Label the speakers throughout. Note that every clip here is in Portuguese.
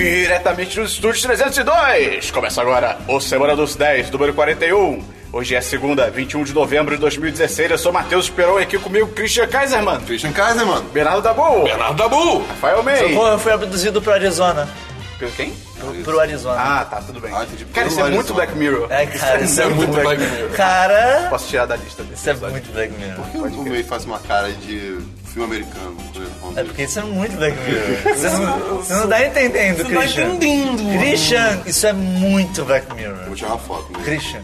Speaker 1: diretamente dos estúdios 302. Começa agora o Semana dos 10, número 41. Hoje é segunda, 21 de novembro de 2016. Eu sou Matheus Esperon e aqui comigo Christian Kaiserman,
Speaker 2: Christian Kaiser, mano.
Speaker 1: Bernardo Dabu,
Speaker 2: Bernardo Dabu.
Speaker 1: Rafael May.
Speaker 3: Bom, eu fui abduzido pro Arizona.
Speaker 1: Pelo quem?
Speaker 3: Pro, pro Arizona.
Speaker 1: Ah, tá, tudo bem.
Speaker 2: Ah, entendi.
Speaker 1: Cara, isso é
Speaker 2: Pelo
Speaker 1: muito
Speaker 2: Arizona.
Speaker 1: Black Mirror.
Speaker 3: Ai, cara, isso é muito
Speaker 2: Black
Speaker 3: Black
Speaker 2: Mirror.
Speaker 3: Mirror. Cara,
Speaker 1: Posso tirar da lista desse
Speaker 3: isso é
Speaker 1: episódio.
Speaker 3: muito Black Mirror.
Speaker 2: Por que o meio faz uma cara de filme americano? quando ele fala
Speaker 3: É porque isso é muito Black Mirror. Você não, você não tá entendendo, Christian. Christian, isso é muito Black
Speaker 2: Vou
Speaker 3: Mirror.
Speaker 2: tirar uma foto. né?
Speaker 3: Christian,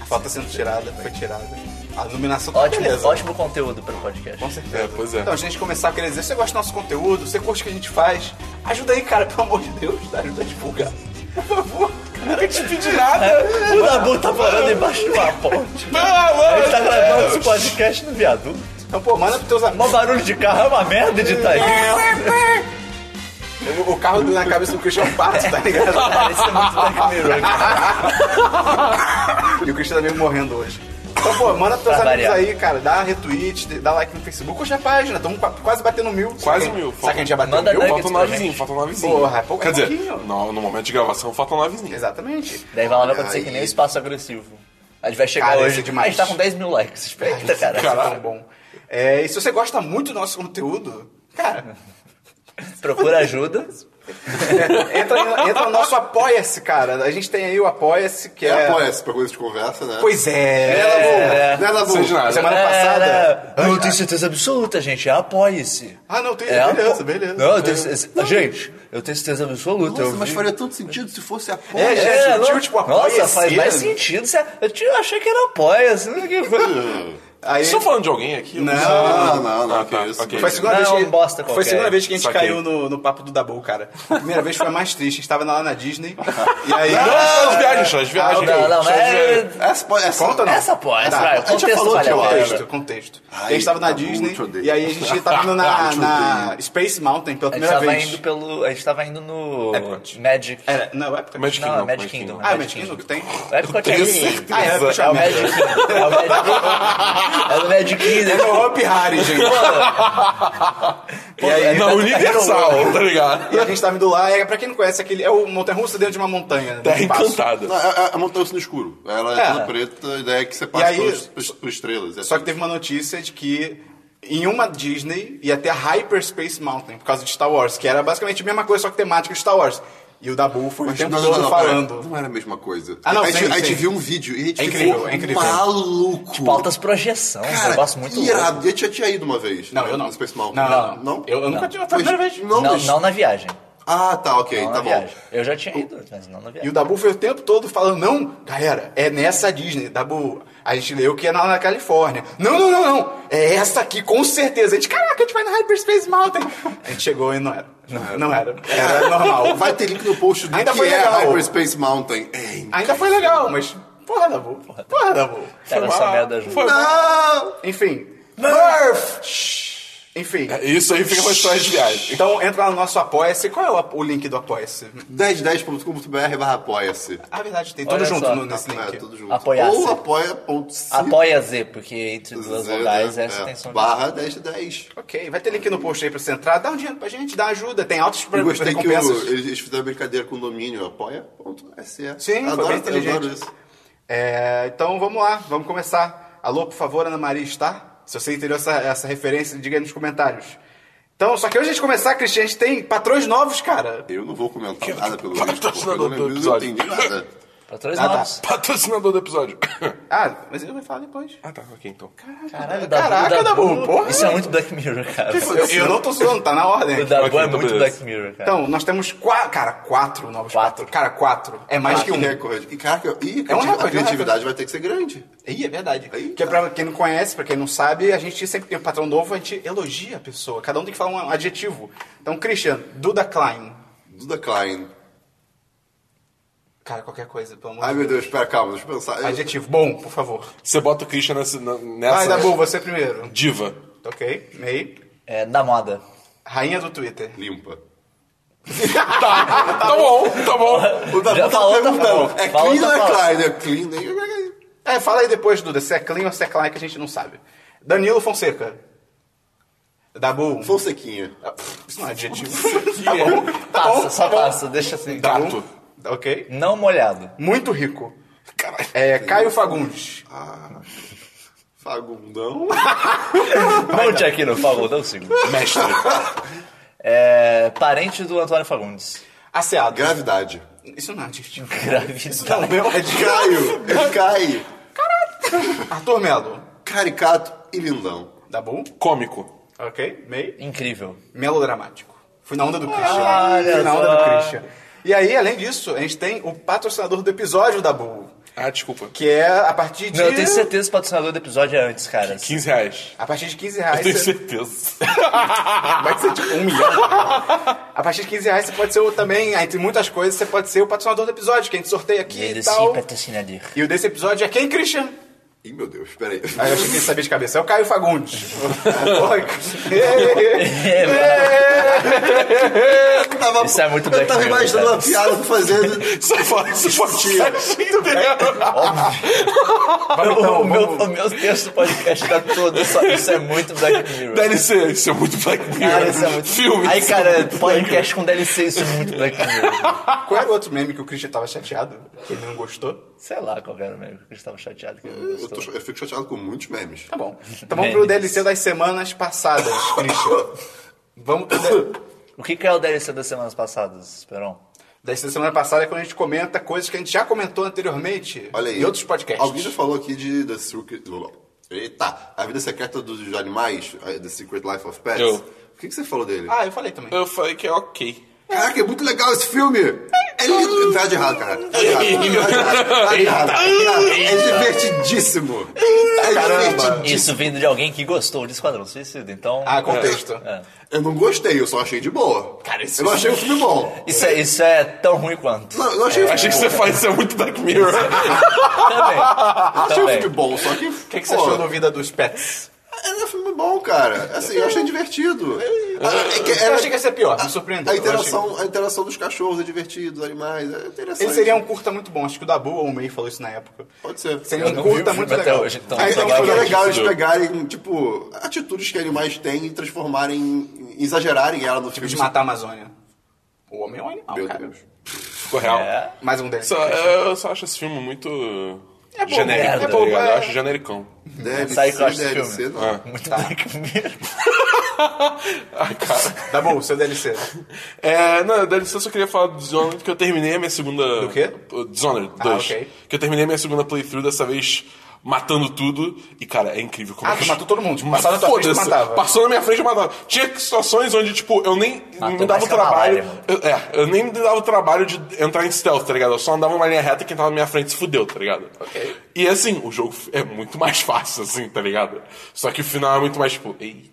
Speaker 1: A foto tá sendo tirada, foi tirada. A iluminação tá
Speaker 3: ótimo,
Speaker 1: beleza.
Speaker 3: ótimo conteúdo para o podcast.
Speaker 1: Com certeza.
Speaker 4: É, pois é.
Speaker 1: Então, a gente começar querendo dizer, você gosta do nosso conteúdo, você curte o que a gente faz, ajuda aí, cara, pelo amor de Deus, tá? ajuda a divulgar. Por favor, cara, eu te pedi nada.
Speaker 3: O Dabu tá falando embaixo de uma ponte. Ele tá gravando esse podcast no viaduto.
Speaker 1: Então, pô, manda pros teus
Speaker 3: Mó
Speaker 1: amigos.
Speaker 3: barulho de carro é uma merda de tá
Speaker 1: O carro na cabeça do Christian Pato, tá ligado?
Speaker 3: Cara, isso é muito Black Mirror. cara.
Speaker 1: E o Christian tá meio morrendo hoje. Então, pô, manda pros teus
Speaker 3: Pra
Speaker 1: amigos
Speaker 3: variar.
Speaker 1: aí, cara. Dá retweet, dá like no Facebook, curte a página. Estamos quase batendo mil.
Speaker 4: Quase
Speaker 1: Sabe-
Speaker 4: mil,
Speaker 1: Sabe que a gente já bateu
Speaker 3: Manda
Speaker 1: mil?
Speaker 3: like.
Speaker 4: Falta um novezinho, falta um novezinho.
Speaker 1: Porra, é pouco-
Speaker 4: Quer
Speaker 1: é
Speaker 4: dizer,
Speaker 1: pouquinho.
Speaker 4: no, no momento de gravação falta um novezinho.
Speaker 1: Exatamente.
Speaker 3: Daí vai lá, vai acontecer
Speaker 2: Aí.
Speaker 3: que nem o espaço agressivo. A gente vai chegar
Speaker 1: Cara, isso
Speaker 3: hoje.
Speaker 1: é demais.
Speaker 3: A gente tá com 10 mil likes, espera, cara.
Speaker 1: Isso é tão bom. É, e se você gosta muito do nosso conteúdo, cara,
Speaker 3: Procura ajuda.
Speaker 1: entra, no- entra no nosso Apoia-se, cara. A gente tem aí o Apoia-se, que
Speaker 2: É,
Speaker 1: é.
Speaker 2: apoia-se pra coisa de conversa, né?
Speaker 1: Pois
Speaker 2: é,
Speaker 1: é.
Speaker 2: Dabu.
Speaker 3: é.
Speaker 2: Né, Dabu?
Speaker 4: Seja nada.
Speaker 1: Semana passada.
Speaker 3: Eu tenho certeza absoluta, gente. É Apoie-se.
Speaker 1: Ah, não, tem.
Speaker 3: É, apo-
Speaker 1: beleza, beleza.
Speaker 3: Não, eu tenho certeza. Gente, eu tenho certeza absoluta. eu
Speaker 2: Nossa, mas
Speaker 3: vi-
Speaker 2: faria tanto sentido se fosse apoia.
Speaker 1: É, gente,
Speaker 3: É,
Speaker 1: o tio,
Speaker 3: não-
Speaker 1: tipo, apoia-se.
Speaker 3: Nossa, faz mais sentido. se- Eu te- eu achei que era apoia-se. não sei o que foi.
Speaker 1: Aí,
Speaker 4: Estou falando de alguém aqui? Eu sei.
Speaker 2: Não, não, não,
Speaker 4: Ah,
Speaker 2: que
Speaker 4: tá,
Speaker 2: isso.
Speaker 4: ok.
Speaker 1: Foi a segunda
Speaker 3: Não,
Speaker 1: vez que,
Speaker 3: bosta
Speaker 1: foi a
Speaker 3: qualquer.
Speaker 1: segunda vez que a gente
Speaker 4: Saquei.
Speaker 1: caiu no, no papo do Dabu, cara. A primeira vez foi a mais triste. A gente tava lá na Disney. E aí.
Speaker 4: Não, só de viagem, só de viagem.
Speaker 3: Não, não,
Speaker 4: Só de viagem.
Speaker 3: mas. é
Speaker 2: Essa pode... Essa...
Speaker 1: Conta não.
Speaker 3: Essa apoia-se,
Speaker 1: Tá,
Speaker 3: vai.
Speaker 1: a
Speaker 3: O
Speaker 1: gente já
Speaker 3: contexto
Speaker 2: falou
Speaker 3: vale
Speaker 2: que
Speaker 3: a
Speaker 2: eu
Speaker 3: pena.
Speaker 2: acho.
Speaker 1: Contexto, contexto.
Speaker 2: Ai,
Speaker 1: a gente tava na
Speaker 2: Dabu,
Speaker 1: Disney
Speaker 2: te odeio.
Speaker 1: e aí a gente tava indo na,
Speaker 2: Te
Speaker 1: na
Speaker 2: odeio.
Speaker 1: Space Mountain pela
Speaker 3: A gente
Speaker 1: primeira
Speaker 3: tava
Speaker 1: vez.
Speaker 3: indo pelo. A gente tava indo no.
Speaker 4: Epcot.
Speaker 3: Magic.
Speaker 1: Era, não, Epcot.
Speaker 4: Magic
Speaker 3: Não,
Speaker 4: Kingdom.
Speaker 3: Magic Kingdom.
Speaker 1: Ah, Magic Kingdom que tem?
Speaker 3: O Epcot é
Speaker 4: tenho
Speaker 3: mini.
Speaker 4: certeza.
Speaker 1: Ah, é,
Speaker 3: É o Magic Kingdom. É o Magic- É o Magic Kingdom.
Speaker 1: É meu Hopi Hari, gente. E aí-
Speaker 4: Não, É, Universal, tá ligado?
Speaker 1: E a gente tava indo lá, é, pra quem não conhece, aquele, é o Montanha Russa dentro de uma montanha. né, no
Speaker 4: Terra
Speaker 1: espaço.
Speaker 4: encantada.
Speaker 2: Não, é, é a montanha no escuro. Ela é,
Speaker 1: É.
Speaker 2: toda preta, a ideia é que você
Speaker 1: E
Speaker 2: passa
Speaker 1: aí-
Speaker 2: pelas, pelas- pelas estrelas. É
Speaker 1: Só que teve uma notícia de que em uma Disney ia ter a Hyperspace Mountain por causa de Star Wars, que era basicamente a mesma coisa, só que temática de Star Wars. E o Dabu foi o
Speaker 2: Mas
Speaker 1: tempo
Speaker 2: não, não,
Speaker 1: todo
Speaker 2: não, pera,
Speaker 1: falando.
Speaker 2: Não era a mesma coisa.
Speaker 1: Ah, não,
Speaker 2: a, gente,
Speaker 1: sim,
Speaker 2: a gente
Speaker 1: sim.
Speaker 2: viu um vídeo e a gente
Speaker 1: É incrível,
Speaker 2: ficou
Speaker 1: é incrível.
Speaker 2: maluco.
Speaker 3: Tipo, altas projeção, um
Speaker 2: Cara,
Speaker 3: negócio muito louco.
Speaker 2: irado. E a gente já tinha ido uma vez.
Speaker 1: Não,
Speaker 2: né,
Speaker 1: eu não.
Speaker 2: no Space Mountain.
Speaker 1: Não, não, não.
Speaker 2: Não?
Speaker 1: Eu, eu nunca
Speaker 3: Não.
Speaker 1: tive, foi a primeira
Speaker 2: Mas-
Speaker 1: vez.
Speaker 2: Não,
Speaker 3: Não,
Speaker 2: mas-
Speaker 3: não na viagem.
Speaker 2: Ah, tá, ok,
Speaker 3: Não é.
Speaker 2: tá
Speaker 3: na
Speaker 2: bom.
Speaker 3: viagem. Eu já tinha ido, mas não na
Speaker 1: E o
Speaker 3: viagem.
Speaker 1: Dabu foi o tempo todo falando, não, galera, é nessa Disney. Dabu, a gente leu que é lá na Califórnia. Não, não, não, não. É essa aqui, com certeza. A gente, caraca, a gente vai na Hyperspace Mountain. A gente chegou e não era. Não, era. Era É normal.
Speaker 2: Vai ter link no post do
Speaker 1: Ainda
Speaker 2: que
Speaker 1: foi
Speaker 2: é
Speaker 1: legal.
Speaker 2: Hyperspace Mountain. É incrível.
Speaker 1: Ainda foi legal, mas... Porra, Dabu. Porra, Dabu.
Speaker 3: Cara, essa merda junto.
Speaker 1: Não! Enfim. Murph! Shhh. Enfim.
Speaker 4: É, Isso aí fica pra história de viagem.
Speaker 1: Então entra lá no nosso Apoia-se. Qual é o, o link do Apoia-se?
Speaker 2: 1010.com.br barra apoia-se.
Speaker 1: Ah, verdade, tem tudo
Speaker 3: Olha
Speaker 1: junto
Speaker 3: só.
Speaker 1: no, nesse
Speaker 2: É,
Speaker 1: link.
Speaker 2: tudo junto.
Speaker 3: Apoiar-se.
Speaker 2: Ou apoia.se.
Speaker 3: Apoia Z, porque entre duas
Speaker 2: Zé,
Speaker 3: vogais
Speaker 2: né,
Speaker 3: essa
Speaker 2: é,
Speaker 3: tem um som. de-
Speaker 2: Barra 1010.
Speaker 1: Ok, vai ter link no post aí pra você entrar. Dá um dinheiro pra gente, dá ajuda. Tem altas
Speaker 2: Eu gostei que
Speaker 1: recompensas.
Speaker 2: o- eles eles fizeram brincadeira com o domínio apoia.se.
Speaker 1: Sim, foi
Speaker 2: adoro,
Speaker 1: bem inteligente.
Speaker 2: adoro isso.
Speaker 1: É, então vamos lá, vamos começar. Alô, por favor, Ana Maria está? Se você entendeu essa, essa referência, diga aí nos comentários. Então, só que hoje a gente começar, Cristian, a gente tem patrões novos, cara.
Speaker 2: Eu não vou comentar nada pelo
Speaker 1: tá
Speaker 4: Para-
Speaker 2: menos, porque eu não
Speaker 4: patrocinador do
Speaker 2: lembro, eu não
Speaker 4: episódio.
Speaker 2: entendi nada.
Speaker 3: Pra três
Speaker 1: Ah, tá.
Speaker 3: novos.
Speaker 4: Patrocinador do episódio.
Speaker 1: Ah, mas ele vai falar depois.
Speaker 4: Ah, tá, ok, então.
Speaker 3: Caralho, Dabu,
Speaker 1: Caraca, Dabu, porra.
Speaker 3: Isso é muito Black Mirror, cara.
Speaker 1: Eu, eu não tô zoando, tá na ordem.
Speaker 3: O Dabu
Speaker 4: Ok,
Speaker 3: é
Speaker 4: então
Speaker 3: muito
Speaker 4: beleza.
Speaker 3: Black Mirror, cara.
Speaker 1: Então, nós temos quatro, cara, quatro novos
Speaker 3: Quatro. Ah,
Speaker 1: patrões. Cara, quatro. É mais que um.
Speaker 2: recorde. E caraca, e
Speaker 1: É um recorde, é um
Speaker 2: a criatividade vai ter que ser grande.
Speaker 1: Ih, é verdade.
Speaker 2: Aí,
Speaker 1: que é pra quem não conhece, pra quem não sabe, a gente sempre tem um patrão novo, a gente elogia a pessoa. Cada um tem que falar um adjetivo. Então, Christian, Duda Klein.
Speaker 2: Duda Klein.
Speaker 1: Cara, qualquer coisa, pelo amor
Speaker 2: Ai
Speaker 1: de
Speaker 2: meu Deus, é pera, calma, deixa eu pensar. Eu-
Speaker 1: Adjetivo bom, por favor.
Speaker 4: Você bota o Christian nessa. na-
Speaker 1: Vai,
Speaker 4: nessa
Speaker 1: Dabu, você primeiro.
Speaker 4: diva.
Speaker 1: Ok, May.
Speaker 3: É, da moda.
Speaker 1: Rainha do Twitter.
Speaker 2: Limpa.
Speaker 4: Tá, tá bom, tá bom.
Speaker 2: O Dabu
Speaker 3: Já
Speaker 2: tá
Speaker 3: falou, tá
Speaker 2: perguntando,
Speaker 3: bom.
Speaker 2: é
Speaker 3: Fala,
Speaker 2: clean
Speaker 3: tá
Speaker 2: ou é
Speaker 3: falando.
Speaker 2: Klein? É clean, né?
Speaker 1: É, fala aí depois, Duda, se é clean ou se é klein, que a gente não sabe. Danilo Fonseca. Dabu.
Speaker 2: Fonsequinha.
Speaker 1: Isso não é adjetivo. Tá
Speaker 4: Tá bom.
Speaker 3: Passa, só passa, deixa assim.
Speaker 2: é
Speaker 1: Dabu. Ok.
Speaker 3: Não molhado.
Speaker 1: Muito rico.
Speaker 4: Caralho.
Speaker 1: É, Caio Fagundes.
Speaker 2: Fagundão.
Speaker 3: Monte aqui no Fagundão, sim.
Speaker 4: Mestre.
Speaker 3: É, parente do Antônio Fagundes.
Speaker 1: Asseado.
Speaker 2: Gravidade.
Speaker 1: Isso não é adjetivo.
Speaker 3: Gravidade.
Speaker 1: Meu,
Speaker 2: É de Caio. É de Caio.
Speaker 1: Arthur Melo.
Speaker 2: Caricato e lindão.
Speaker 1: Dabu.
Speaker 4: Cômico.
Speaker 1: Ok. Mei.
Speaker 3: Incrível.
Speaker 1: melodramático. Fui na onda do Christian.
Speaker 3: Olha
Speaker 1: Fui na onda
Speaker 3: só.
Speaker 1: do Christian. E aí, além disso, a gente tem o patrocinador do episódio da Bull,
Speaker 4: Ah, desculpa.
Speaker 1: que é a partir de.
Speaker 3: Não, eu tenho certeza que o patrocinador do episódio é antes, cara.
Speaker 4: 15 reais.
Speaker 1: A partir de 15
Speaker 4: Eu tenho
Speaker 1: reais. Você...
Speaker 4: certeza.
Speaker 1: Vai ser tipo um milhão. a partir de 15 reais você pode ser o, também, entre muitas coisas, você pode ser o patrocinador do episódio, que a gente sorteia aqui e tal.
Speaker 3: patrocinador.
Speaker 1: E o desse episódio é quem, Christian?
Speaker 2: Ih, meu Deus, peraí.
Speaker 1: Aí eu achei que ele sabia de cabeça. É o Caio Fagundes. Oi.
Speaker 2: Eu tava,
Speaker 3: Isso é muito
Speaker 2: Eu
Speaker 3: Black
Speaker 2: tava
Speaker 3: Mirror,
Speaker 2: imaginando
Speaker 3: cara.
Speaker 2: uma piada pra fazer.
Speaker 4: Sai fora desse potinho. é
Speaker 1: Vamos,
Speaker 3: o,
Speaker 1: então,
Speaker 3: meu,
Speaker 1: vamos-
Speaker 3: o meu texto do podcast tá todo. Isso, isso é muito Black Mirror.
Speaker 4: DLC, isso é muito Black Mirror.
Speaker 3: Cara, isso é muito.
Speaker 4: Filme.
Speaker 3: Aí,
Speaker 4: isso é
Speaker 3: cara,
Speaker 4: muito Black Mirror.
Speaker 3: podcast com DLC, isso é muito Black Mirror.
Speaker 1: Qual era o outro meme que o Christian tava chateado? Que ele não gostou?
Speaker 3: Sei lá qual era o meu, que eu estava chateado que eu não
Speaker 2: Eu, tô-
Speaker 3: gostou.
Speaker 2: eu fico chateado com muitos memes.
Speaker 1: Tá bom. Então vamos pro DLC das semanas passadas, Christian. Vamos pro DLC.
Speaker 3: O que, que é o DLC das semanas passadas, Esperon?
Speaker 1: DLC da semana passada é quando a gente comenta coisas que a gente já comentou anteriormente
Speaker 2: Olha aí.
Speaker 1: em outros podcasts.
Speaker 2: Alguém já falou aqui de The Secret. Eita, A Vida Secreta dos Animais, eh, The Secret Life of Pets.
Speaker 4: Eu.
Speaker 2: O que, que você falou dele?
Speaker 1: Ah, eu falei também.
Speaker 4: Eu falei que é ok.
Speaker 2: Caraca, é muito legal esse filme! É lindo! Tá de errado, cara. Tá de errado. Tá de errado. Tá de errado. É divertidíssimo! É divertidíssimo!
Speaker 3: Isso vindo de alguém que gostou de Esquadrão Suicida, então.
Speaker 1: Ah, contexto.
Speaker 3: É.
Speaker 2: Eu não gostei, eu só achei de boa.
Speaker 1: Cara, esse
Speaker 2: eu não achei o filme bom.
Speaker 3: Isso, é, isso é tão ruim quanto.
Speaker 2: Não, eu não achei o
Speaker 4: Achei
Speaker 2: filme bom.
Speaker 4: que você faz isso é muito Black Mirror.
Speaker 3: Também.
Speaker 2: Eu achei o
Speaker 3: Também.
Speaker 2: filme bom, só que.
Speaker 1: O que, que você achou da vida dos pets?
Speaker 2: Era um filme bom, cara. Assim, eu achei divertido. Ah, é que
Speaker 1: eu
Speaker 2: era-
Speaker 1: achei que ia ser pior, me
Speaker 2: A
Speaker 1: surpreendeu. Eu achei-
Speaker 2: interação, a interação dos cachorros é divertida, dos animais, é interessante.
Speaker 1: Ele seria um curta muito bom, acho que o Dabu ou o May falou isso na época.
Speaker 2: Pode ser.
Speaker 1: Seria
Speaker 3: não
Speaker 1: um
Speaker 3: vi o
Speaker 1: curta
Speaker 3: filme
Speaker 1: muito
Speaker 3: até
Speaker 1: legal.
Speaker 3: hoje, então.
Speaker 1: Ah,
Speaker 2: Ah, então
Speaker 3: Legal,
Speaker 2: foi legal eles
Speaker 4: isso.
Speaker 2: pegarem, tipo, atitudes que animais têm e transformarem, em- exagerarem ela no
Speaker 1: tipo
Speaker 2: filme.
Speaker 1: de matar a Amazônia. O homem é um animal,
Speaker 2: Meu
Speaker 1: cara.
Speaker 2: Deus.
Speaker 4: Ficou real.
Speaker 3: É.
Speaker 1: Mais um DLC.
Speaker 4: Só- eu só acho esse filme muito.
Speaker 1: É bobo,
Speaker 4: genérico,
Speaker 3: é
Speaker 4: tá
Speaker 1: bobo,
Speaker 4: ligado?
Speaker 1: é.
Speaker 4: Eu acho genericão.
Speaker 2: Deve
Speaker 3: Sai que eu
Speaker 2: ser,
Speaker 3: acho desse
Speaker 2: deve
Speaker 3: filme.
Speaker 2: ser,
Speaker 1: Ah.
Speaker 2: não.
Speaker 3: Muito
Speaker 4: Tá.
Speaker 3: Black Mirror.
Speaker 4: Ai, cara.
Speaker 1: Dabu, seu DLC.
Speaker 4: É, não, dá licença, eu só queria falar do Dishonored, porque eu terminei a minha segunda.
Speaker 1: Do quê?
Speaker 4: O Dishonored
Speaker 1: Ah,
Speaker 4: 2.
Speaker 1: ok.
Speaker 4: Que eu terminei a minha segunda playthrough, dessa vez matando tudo. E, cara, é incrível como
Speaker 1: Ah,
Speaker 4: é que-
Speaker 1: tu matou todo mundo.
Speaker 4: Mas
Speaker 1: Passava na tua frente, tu
Speaker 4: foda-se.
Speaker 1: matava.
Speaker 4: Passou na minha frente, eu matava. Tinha situações onde, tipo, eu nem
Speaker 3: Matou
Speaker 4: me dava o
Speaker 3: mais que a
Speaker 4: trabalho.
Speaker 3: malária,
Speaker 4: Eu, é, eu nem me dava o trabalho de entrar em stealth, tá ligado? Eu só andava uma linha reta e quem tava na minha frente se fudeu, tá ligado?
Speaker 1: Ok.
Speaker 4: E assim, o jogo é muito mais fácil, assim, tá ligado? Só que o final é muito mais, tipo, eita.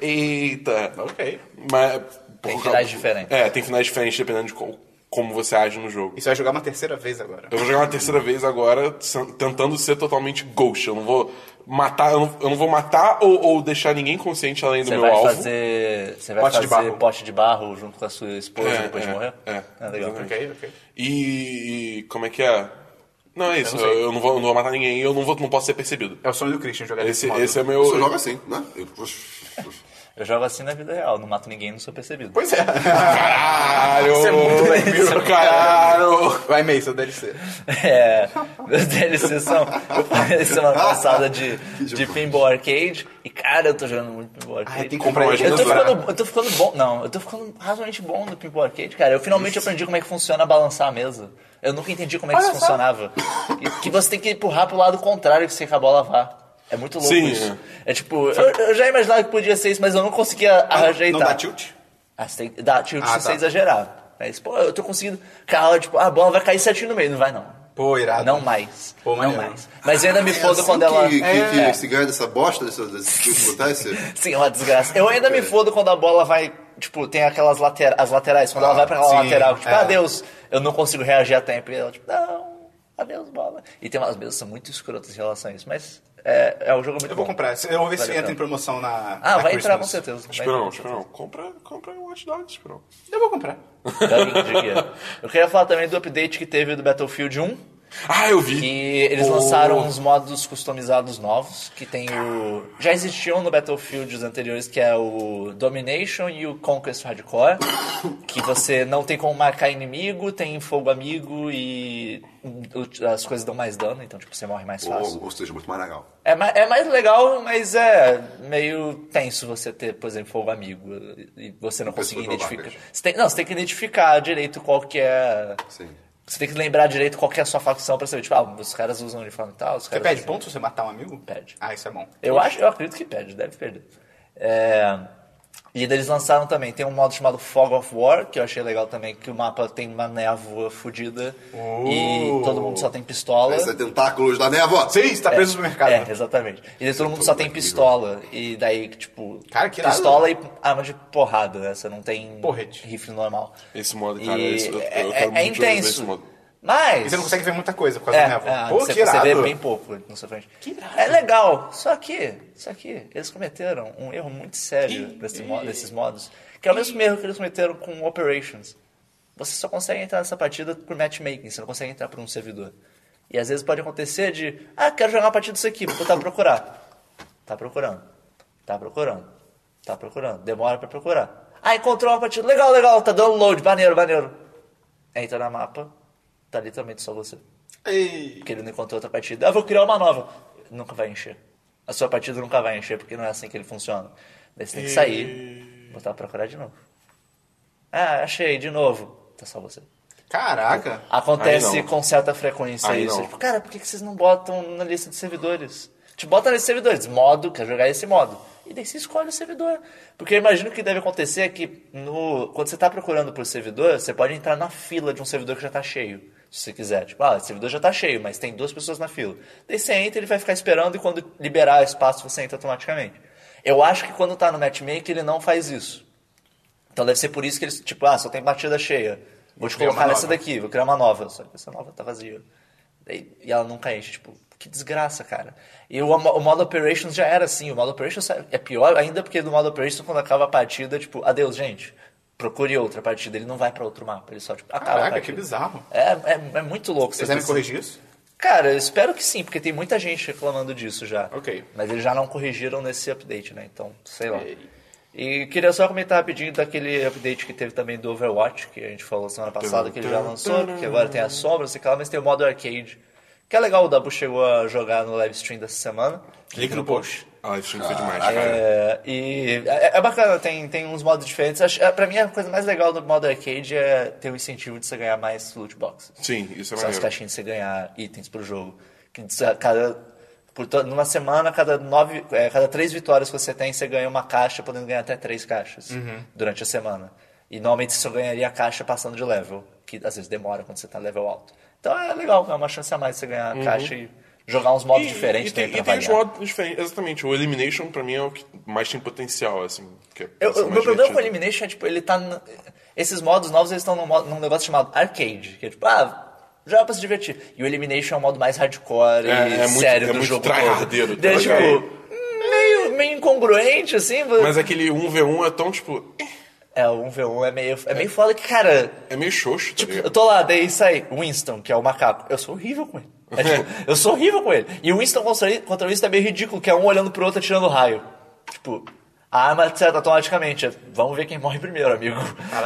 Speaker 4: Eita.
Speaker 1: Ok.
Speaker 4: Mas.
Speaker 3: Tem
Speaker 4: por
Speaker 3: finais
Speaker 4: causa-
Speaker 3: diferentes.
Speaker 4: É, tem finais diferentes dependendo de co- como você age no jogo.
Speaker 1: E você vai jogar uma terceira vez agora.
Speaker 4: Eu vou jogar uma terceira vez agora, sen- tentando ser totalmente ghost. Eu não vou matar, eu não, eu não vou matar ou, ou deixar ninguém consciente além do
Speaker 3: Você
Speaker 4: meu
Speaker 3: vai
Speaker 4: alvo.
Speaker 3: fazer. Você vai
Speaker 1: Pote de
Speaker 3: fazer
Speaker 1: barro.
Speaker 3: pote de barro junto com a sua esposa
Speaker 4: É,
Speaker 3: depois
Speaker 4: é,
Speaker 3: de morrer?
Speaker 4: é.
Speaker 3: Ah, legal.
Speaker 4: Exatamente.
Speaker 1: Ok, ok.
Speaker 4: E, e como é que é? Não, é isso.
Speaker 1: não
Speaker 4: Eu,
Speaker 1: sei.
Speaker 4: eu não, vou, eu não vou matar ninguém e eu não, vou, não posso ser percebido.
Speaker 1: É o sonho do Christian jogar desse
Speaker 4: Esse,
Speaker 1: modo.
Speaker 4: esse é
Speaker 2: Você
Speaker 4: meu.
Speaker 2: joga assim, né? Eu-
Speaker 3: Eu jogo assim na vida real, não mato ninguém, não sou percebido.
Speaker 1: Pois é.
Speaker 4: Caralho!
Speaker 1: Isso é muito Black
Speaker 4: Mirror, caralho!
Speaker 1: Vai, May, seu DLC.
Speaker 3: É, meus DLC são. Eu falei semana passada de, de Pinball Arcade. E cara, eu tô jogando muito Pinball Arcade.
Speaker 1: Ah, tem que comprar né?
Speaker 4: uma
Speaker 3: eu, tô
Speaker 4: agenda.
Speaker 3: ficando, eu tô ficando bom. Não, eu tô ficando razoavelmente bom no Pinball Arcade, cara. Eu finalmente aprendi como é que funciona balançar a mesa. Eu nunca entendi como é que isso
Speaker 1: Olha só.
Speaker 3: funcionava. E que você tem que empurrar pro lado contrário que você acabou a lavar. É muito louco
Speaker 4: Sim,
Speaker 3: isso. É, tipo, eu, eu já imaginava que podia ser isso, mas eu não conseguia
Speaker 1: Não
Speaker 3: ajeitar.
Speaker 1: dá tilt?
Speaker 3: Ah, você tem que dar tilt
Speaker 1: Ah,
Speaker 3: se
Speaker 1: tá.
Speaker 3: você exagerar. Aí, você, pô, eu tô conseguindo. Cara, tipo, ah, a bola vai cair certinho no meio. Não vai, não.
Speaker 1: Pô, irado.
Speaker 3: Não mais.
Speaker 1: Pô,
Speaker 3: não
Speaker 1: maneiro. Ah,
Speaker 3: mais. Mas eu ainda me
Speaker 2: É
Speaker 3: fodo
Speaker 2: assim
Speaker 3: quando
Speaker 2: que,
Speaker 3: ela.
Speaker 2: Que,
Speaker 1: É.
Speaker 2: que se ganha dessa bosta, dessa, desse que acontece?
Speaker 3: Sim, é uma desgraça. Eu ainda
Speaker 1: É.
Speaker 3: me fodo quando a bola vai. Tipo, tem aquelas latera... as laterais. Quando ela vai pra aquela
Speaker 1: sim,
Speaker 3: lateral, tipo,
Speaker 1: é.
Speaker 3: adeus. Eu não consigo reagir a tempo. E ela, tipo, não. Adeus, bola. E tem umas mesas que são muito escrotas em relação a isso. Mas é, é um jogo muito
Speaker 1: Eu vou
Speaker 3: bom.
Speaker 1: comprar. Eu vou ver se
Speaker 3: Vale a
Speaker 1: entra em
Speaker 3: pena.
Speaker 1: promoção na.
Speaker 3: então. Ah,
Speaker 1: na
Speaker 3: vai entrar com
Speaker 1: Christmas.
Speaker 3: certeza. Vai entrar,
Speaker 4: Esperão,
Speaker 3: com certeza.
Speaker 4: Esperão, compra, compra um Watch Dogs, Esperão.
Speaker 1: Eu vou comprar.
Speaker 3: Tá lindo, Diego. Eu queria falar também do update que teve do Battlefield 1.
Speaker 4: Ah, eu vi.
Speaker 3: Que eles
Speaker 4: Pô.
Speaker 3: lançaram uns modos customizados novos, que tem o. Já existiam no Battlefield os anteriores, que é o Domination e o Conquest Hardcore. que você não tem como marcar inimigo, tem fogo amigo e o- as coisas dão mais dano, então tipo, você morre mais fácil.
Speaker 2: Ou, ou seja, muito mais legal.
Speaker 3: É, ma- é mais legal, mas é meio tenso você ter, por exemplo, fogo amigo e você não
Speaker 2: Pessoas
Speaker 3: conseguir identificar.
Speaker 2: babacas.
Speaker 3: Você tem, não, você tem que identificar direito qual que é.
Speaker 2: Sim.
Speaker 3: Você tem que lembrar direito qual que é a sua facção pra saber, tipo, ah, os caras usam uniforme e tal, os
Speaker 1: Você
Speaker 3: caras.
Speaker 1: pede
Speaker 3: usam-
Speaker 1: ponto se você matar um amigo?
Speaker 3: Pede.
Speaker 1: Ah, isso é bom.
Speaker 3: Eu, acho, eu acredito que pede, deve perder. É, E daí eles lançaram também, tem um modo chamado Fog of War, que eu achei legal também, que o mapa tem uma névoa fodida
Speaker 4: Oh!
Speaker 3: e todo mundo só tem pistola.
Speaker 4: é
Speaker 2: Esses é tentáculos da névoa.
Speaker 1: Sim, está preso no mercado.
Speaker 3: É, exatamente. E daí todo mundo só tem pistola. E daí, tipo,
Speaker 1: Cara, que irado.
Speaker 3: pistola e arma de porrada, né? Você não tem
Speaker 1: Porrete.
Speaker 3: rifle normal.
Speaker 4: Esse modo, cara,
Speaker 3: E
Speaker 4: esse- eu- eu
Speaker 3: é,
Speaker 4: quero
Speaker 3: é-
Speaker 4: muito
Speaker 3: é
Speaker 4: jogar esse
Speaker 3: intenso.
Speaker 4: modo.
Speaker 3: Mas.
Speaker 1: E você não consegue ver muita coisa por causa
Speaker 3: É,
Speaker 1: da névoa.
Speaker 3: é,
Speaker 1: Pô,
Speaker 3: você,
Speaker 1: que
Speaker 3: você vê
Speaker 1: irado.
Speaker 3: bem pouco na sua frente. é legal, só que, só que eles cometeram um erro muito sério nesse mo- nesses modos, que é o mesmo erro que eles cometeram com Operations. Você só consegue entrar nessa partida por matchmaking, você não consegue entrar por um servidor. E às vezes pode acontecer de, ah, quero jogar uma partida disso aqui, vou tentar procurar. Tá procurando. Tá procurando. Tá procurando. Demora pra procurar. Ah, encontrou uma partida. Legal, legal. Tá dando load. Maneiro, maneiro. Entra na mapa. Tá literalmente só você.
Speaker 1: Ei.
Speaker 3: Porque ele não encontrou outra partida. Ah, vou criar uma nova. Nunca vai encher. A sua partida nunca vai encher, porque não é assim que ele funciona. Daí você tem que sair, botar pra procurar de novo. Ah, achei, de novo. Tá só você.
Speaker 1: Caraca.
Speaker 3: Acontece
Speaker 4: Aí não.
Speaker 3: com certa frequência
Speaker 4: Aí
Speaker 3: isso.
Speaker 4: não.
Speaker 3: Tipo, cara, por que que vocês não botam na lista de servidores? Te bota na lista de servidores, modo, quer jogar esse modo. E daí você escolhe o servidor. Porque eu imagino que deve acontecer que no, quando você está procurando por servidor, você pode entrar na fila de um servidor que já está cheio. Se você quiser. Tipo, ah, esse servidor já está cheio, mas tem duas pessoas na fila. Daí você entra, ele vai ficar esperando e quando liberar espaço, você entra automaticamente. Eu acho que quando está no matchmaking, ele não faz isso. Então deve ser por isso que eles, tipo, ah, só tem partida cheia. Vou te
Speaker 1: criar
Speaker 3: colocar
Speaker 1: uma
Speaker 3: nessa
Speaker 1: nova.
Speaker 3: daqui, vou criar uma nova. Só que essa nova tá vazia. E, e ela nunca enche, tipo, que desgraça, cara. E o, o modo Operations já era assim, o modo Operations é pior ainda porque no modo Operations quando acaba a partida, tipo, adeus, gente. Procure outra partida, ele não vai pra outro mapa, ele só, tipo, acaba a
Speaker 1: Caraca,
Speaker 3: partida.
Speaker 1: que bizarro.
Speaker 3: É, é, é muito louco.
Speaker 1: Vocês
Speaker 3: você
Speaker 1: devem
Speaker 3: pensa-
Speaker 1: corrigir isso?
Speaker 3: Cara, eu espero que sim, porque tem muita gente reclamando disso já.
Speaker 1: Ok.
Speaker 3: Mas eles já não corrigiram nesse update, né? Então, sei lá.
Speaker 1: Ei.
Speaker 3: E queria só comentar rapidinho daquele update que teve também do Overwatch, que a gente falou semana passada, que ele já lançou, que agora tem as sombras e tal, mas tem o modo arcade. Que é legal, o Dabu chegou a jogar no live stream dessa semana.
Speaker 1: Clique no post.
Speaker 4: Ah, esse filme foi demais, cara.
Speaker 3: É, e é, é bacana, tem, tem uns modos diferentes. Acho, é, pra mim, a coisa mais legal do modo arcade é ter o incentivo de você ganhar mais loot boxes.
Speaker 4: Sim, isso
Speaker 3: São
Speaker 4: é
Speaker 3: as
Speaker 4: maneiro.
Speaker 3: caixinhas de você ganhar itens pro jogo. Que diz- a cada, por to- numa semana, cada, nove, é, cada três vitórias que você tem, você ganha uma caixa, podendo ganhar até três caixas
Speaker 4: Uhum.
Speaker 3: durante a semana. E normalmente você só ganharia a caixa passando de level, que às vezes demora quando você tá level alto. Então é legal, é uma chance a mais você ganhar a caixa e jogar uns modos
Speaker 4: Uhum. E-
Speaker 3: diferentes
Speaker 4: e tem,
Speaker 3: também
Speaker 4: e
Speaker 3: pra
Speaker 4: tem os
Speaker 3: variar.
Speaker 4: modos diferentes. Exatamente. O Elimination, pra mim, é o que mais tem potencial, assim. que é-
Speaker 3: Eu,
Speaker 4: parece
Speaker 3: eu-
Speaker 4: mais
Speaker 3: meu problema com o
Speaker 4: divertido.
Speaker 3: Elimination é, tipo, ele tá... n- Esses modos novos, eles estão num, mo- num negócio chamado arcade, que é tipo, ah, joga pra se divertir. E o Elimination é o modo mais hardcore e
Speaker 4: É, é muito-
Speaker 3: sério
Speaker 4: é
Speaker 3: do
Speaker 4: muito
Speaker 3: jogo
Speaker 4: tryhardeiro,
Speaker 3: todo.
Speaker 4: tá
Speaker 3: Daí, tipo,
Speaker 4: ligado?
Speaker 3: meio, meio incongruente, assim.
Speaker 4: Mas aquele 1v1 é tão, tipo... eh,
Speaker 3: É, o 1v1 é meio, é meio foda que, cara...
Speaker 4: É meio xoxo, tá
Speaker 3: Tipo, Eu
Speaker 4: ligado?
Speaker 3: tô lá, daí sai Winston, que é o macaco. Eu sou horrível com ele. É, tipo, eu sou horrível com ele. E o Winston contra ele- contra o Winston é meio ridículo, que é um olhando pro outro atirando raio. Tipo, a arma acerta automaticamente. É, Vamos ver quem morre primeiro, amigo.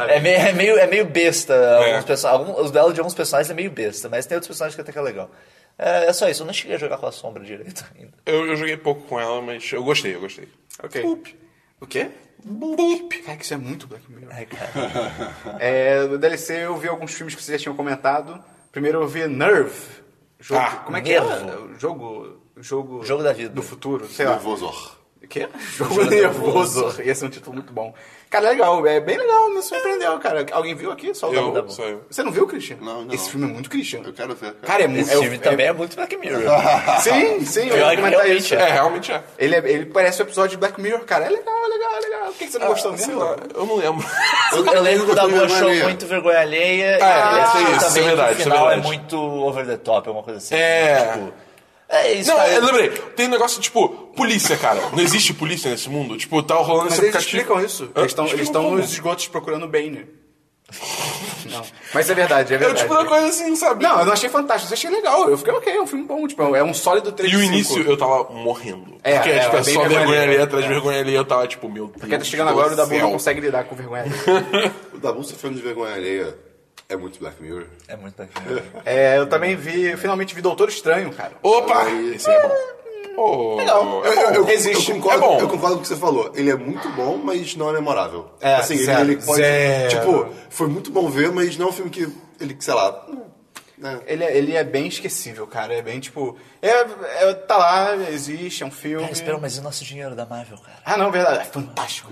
Speaker 3: É meio, é, meio, é meio besta. Alguns perso- algum- os duelos de alguns personagens é meio besta, mas tem outros personagens que até que é legal. É, é só isso, eu não cheguei a jogar com a sombra direito ainda.
Speaker 4: Eu, eu joguei pouco com ela, mas eu gostei, eu gostei.
Speaker 1: Ok. O quê? Cara, que isso é muito Black Mirror.
Speaker 3: Ai, cara.
Speaker 1: É, no DLC eu vi alguns filmes que vocês já tinham comentado. Primeiro eu vi Nerve. Jogo,
Speaker 4: Ah,
Speaker 1: como é que é?
Speaker 3: Nervo.
Speaker 1: O Jogo, o jogo.
Speaker 3: Jogo da vida.
Speaker 1: Do futuro, sei lá.
Speaker 2: Nervosor.
Speaker 1: Que? Jogo, nervoso. Ia ser um título muito bom. Cara, legal, é bem legal, me surpreendeu, cara. Alguém viu aqui? Só o
Speaker 4: Eu,
Speaker 1: Dabu?
Speaker 4: só eu.
Speaker 1: Você não viu, Christian?
Speaker 2: Não, não.
Speaker 1: Esse filme é muito Christian.
Speaker 2: Eu quero ver.
Speaker 1: Cara, é muito.
Speaker 3: Esse
Speaker 1: é-
Speaker 3: filme
Speaker 1: é-
Speaker 3: também é muito Black Mirror.
Speaker 1: Sim, sim, eu
Speaker 3: Pior
Speaker 1: ia
Speaker 3: que
Speaker 1: comentar
Speaker 3: realmente
Speaker 1: isso.
Speaker 4: É, realmente é.
Speaker 1: Ele, é- ele parece um episódio de Black Mirror, cara. É legal, é legal, é legal. Por que, que você não gostou
Speaker 2: assim,
Speaker 4: Ah, sei
Speaker 1: mesmo?
Speaker 4: lá, eu não lembro.
Speaker 3: Eu, eu lembro que o
Speaker 2: Eu
Speaker 3: Dabu
Speaker 2: também
Speaker 3: achou
Speaker 2: maneiro.
Speaker 3: muito vergonha alheia.
Speaker 4: Ah,
Speaker 3: e
Speaker 4: isso,
Speaker 3: eu lembro
Speaker 4: isso é
Speaker 3: também
Speaker 4: verdade,
Speaker 3: que
Speaker 4: isso
Speaker 3: o
Speaker 4: é
Speaker 3: final é,
Speaker 4: verdade.
Speaker 3: muito over the top, é uma coisa assim.
Speaker 4: É.
Speaker 3: Tipo, é isso.
Speaker 4: Não,
Speaker 3: cara.
Speaker 4: eu lembrei. Tem um negócio tipo, polícia, cara. Não existe polícia nesse mundo. Tipo, tá rolando
Speaker 1: Mas
Speaker 4: esse
Speaker 1: eles
Speaker 4: aplicativo.
Speaker 1: explicam isso.
Speaker 4: Hã? Tipo,
Speaker 1: Eles estão eles
Speaker 4: Explicam
Speaker 1: estão
Speaker 4: como?
Speaker 1: nos esgotos procurando né? o Bane. Não. Mas é verdade, é
Speaker 4: Eu,
Speaker 1: verdade.
Speaker 4: tipo, uma coisa assim, sabe?
Speaker 1: Não, eu não achei fantástico, eu achei legal. Eu fiquei ok, é um filme bom, tipo, é um sólido 3
Speaker 4: E o início eu tava morrendo.
Speaker 1: É,
Speaker 4: porque
Speaker 1: é,
Speaker 4: tipo,
Speaker 1: é
Speaker 4: é,
Speaker 1: bem
Speaker 4: só vergonha
Speaker 1: vergonha
Speaker 4: ali
Speaker 1: alheia,
Speaker 4: atrás de vergonha ali, eu tava tipo, meu Deus.
Speaker 1: Porque tá chegando
Speaker 4: do
Speaker 1: agora o Dabu
Speaker 4: céu.
Speaker 1: não consegue lidar com vergonha.
Speaker 2: O Dabu sofrendo de vergonha alheia é muito Black Mirror.
Speaker 3: É muito bacana.
Speaker 1: É, eu também vi, eu finalmente vi Doutor Estranho, cara.
Speaker 4: Opa!
Speaker 2: Aí-
Speaker 4: Esse é bom. Pô,
Speaker 1: Legal.
Speaker 4: é bom.
Speaker 1: eu- Existe.
Speaker 2: Eu concordo,
Speaker 4: É bom.
Speaker 2: eu concordo com o que você falou. Ele é muito bom, mas não é memorável.
Speaker 1: É,
Speaker 2: assim, ele-
Speaker 1: zero,
Speaker 2: ele pode.
Speaker 1: zero.
Speaker 2: Tipo, foi muito bom ver, mas não é um filme que. Ele, sei lá. Né?
Speaker 1: Ele, é- ele é bem esquecível, cara. É bem tipo. É, é- tá lá, existe, é um filme.
Speaker 3: Cara, espera, mas e o nosso dinheiro da Marvel, cara?
Speaker 1: Ah, não, verdade. É fantástico.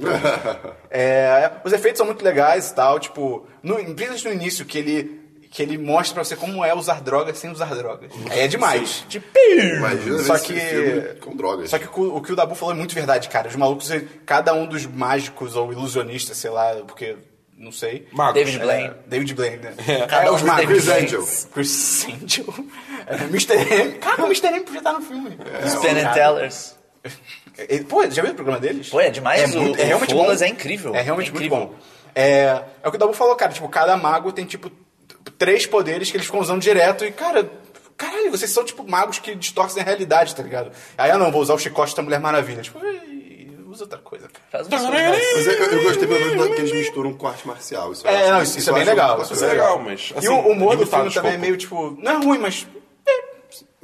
Speaker 1: É, os efeitos são muito legais e tal. Tipo, no, principalmente no início, que ele, que ele mostra pra você como é usar drogas sem usar drogas.
Speaker 2: Uhum.
Speaker 1: Aí é demais. Tipo,
Speaker 2: Imagina ver
Speaker 1: só
Speaker 2: esse
Speaker 1: que
Speaker 2: filme com drogas.
Speaker 1: Só que o, o que o Dabu falou é muito verdade, cara. Os malucos, ele- cada um dos mágicos ou ilusionistas, sei lá, porque não sei.
Speaker 4: Magos.
Speaker 3: David Blaine.
Speaker 1: É, David Blaine, né?
Speaker 3: Cada
Speaker 1: É,
Speaker 3: um
Speaker 1: os
Speaker 3: dos
Speaker 1: magos.
Speaker 3: David
Speaker 2: Chris
Speaker 3: Blaines.
Speaker 2: Angel.
Speaker 1: Chris Angel. É, Mr. M. Cara, o Mr. M podia estar no filme.
Speaker 2: É.
Speaker 3: Os Penn and Tellers.
Speaker 1: Ele- É, Pô, já viu o programa deles?
Speaker 3: Pô, é demais.
Speaker 1: É,
Speaker 3: o,
Speaker 1: muito- é
Speaker 3: o
Speaker 1: realmente
Speaker 3: Follas
Speaker 1: bom.
Speaker 3: é incrível.
Speaker 1: É realmente muito
Speaker 3: incrível.
Speaker 1: bom. É, é o que o Dabu falou, cara. Tipo, cada mago tem, tipo, t- três poderes que eles ficam usando direto. E, cara, caralho, vocês são, tipo, magos que distorcem a realidade, tá ligado? Aí, ah, não, vou usar o chicote da Mulher Maravilha. Tipo, "Ei, usa outra coisa, cara.
Speaker 3: Faz um umas
Speaker 4: um
Speaker 3: coisas
Speaker 2: Mas
Speaker 3: mais.
Speaker 2: eu, eu gostei pelo menos da- que eles misturam com arte marcial. Isso eu
Speaker 1: É,
Speaker 2: acho-
Speaker 1: não, isso, isso é
Speaker 2: eu
Speaker 1: bem
Speaker 2: acho
Speaker 1: legal.
Speaker 2: uma
Speaker 1: Isso
Speaker 2: coisa
Speaker 1: é legal,
Speaker 4: mas,
Speaker 1: e
Speaker 4: assim,
Speaker 1: o humor do
Speaker 4: limitado
Speaker 1: filme
Speaker 4: de
Speaker 1: também é
Speaker 4: escopo.
Speaker 1: meio, tipo, não é ruim, mas...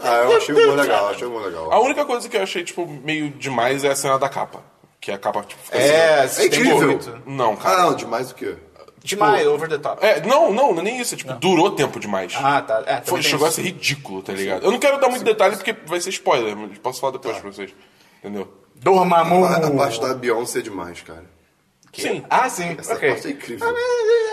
Speaker 2: Ah, eu achei o bom legal, achei o bom
Speaker 4: A
Speaker 2: legal.
Speaker 4: única coisa que eu achei, tipo, meio demais é a cena da capa. Que a capa, tipo, fica
Speaker 1: É,
Speaker 4: assim,
Speaker 1: é
Speaker 2: incrível.
Speaker 1: muito.
Speaker 4: Não, cara.
Speaker 2: Ah, não, demais o quê?
Speaker 1: Demais, over the top.
Speaker 4: É, não, não, não é nem isso. É, tipo, durou tempo demais.
Speaker 1: Ah, tá. É,
Speaker 4: Foi,
Speaker 1: também tem
Speaker 4: chegou a
Speaker 1: isso.
Speaker 4: ser ridículo, tá ligado? Eu não quero dar muito detalhe porque vai ser spoiler, mas posso falar depois pra vocês. Entendeu?
Speaker 1: Dormammu.
Speaker 2: A, a parte da Beyoncé é demais, cara.
Speaker 4: Sim.
Speaker 1: Ah, sim.
Speaker 2: Essa
Speaker 1: ok. Ah,
Speaker 2: parte é incrível.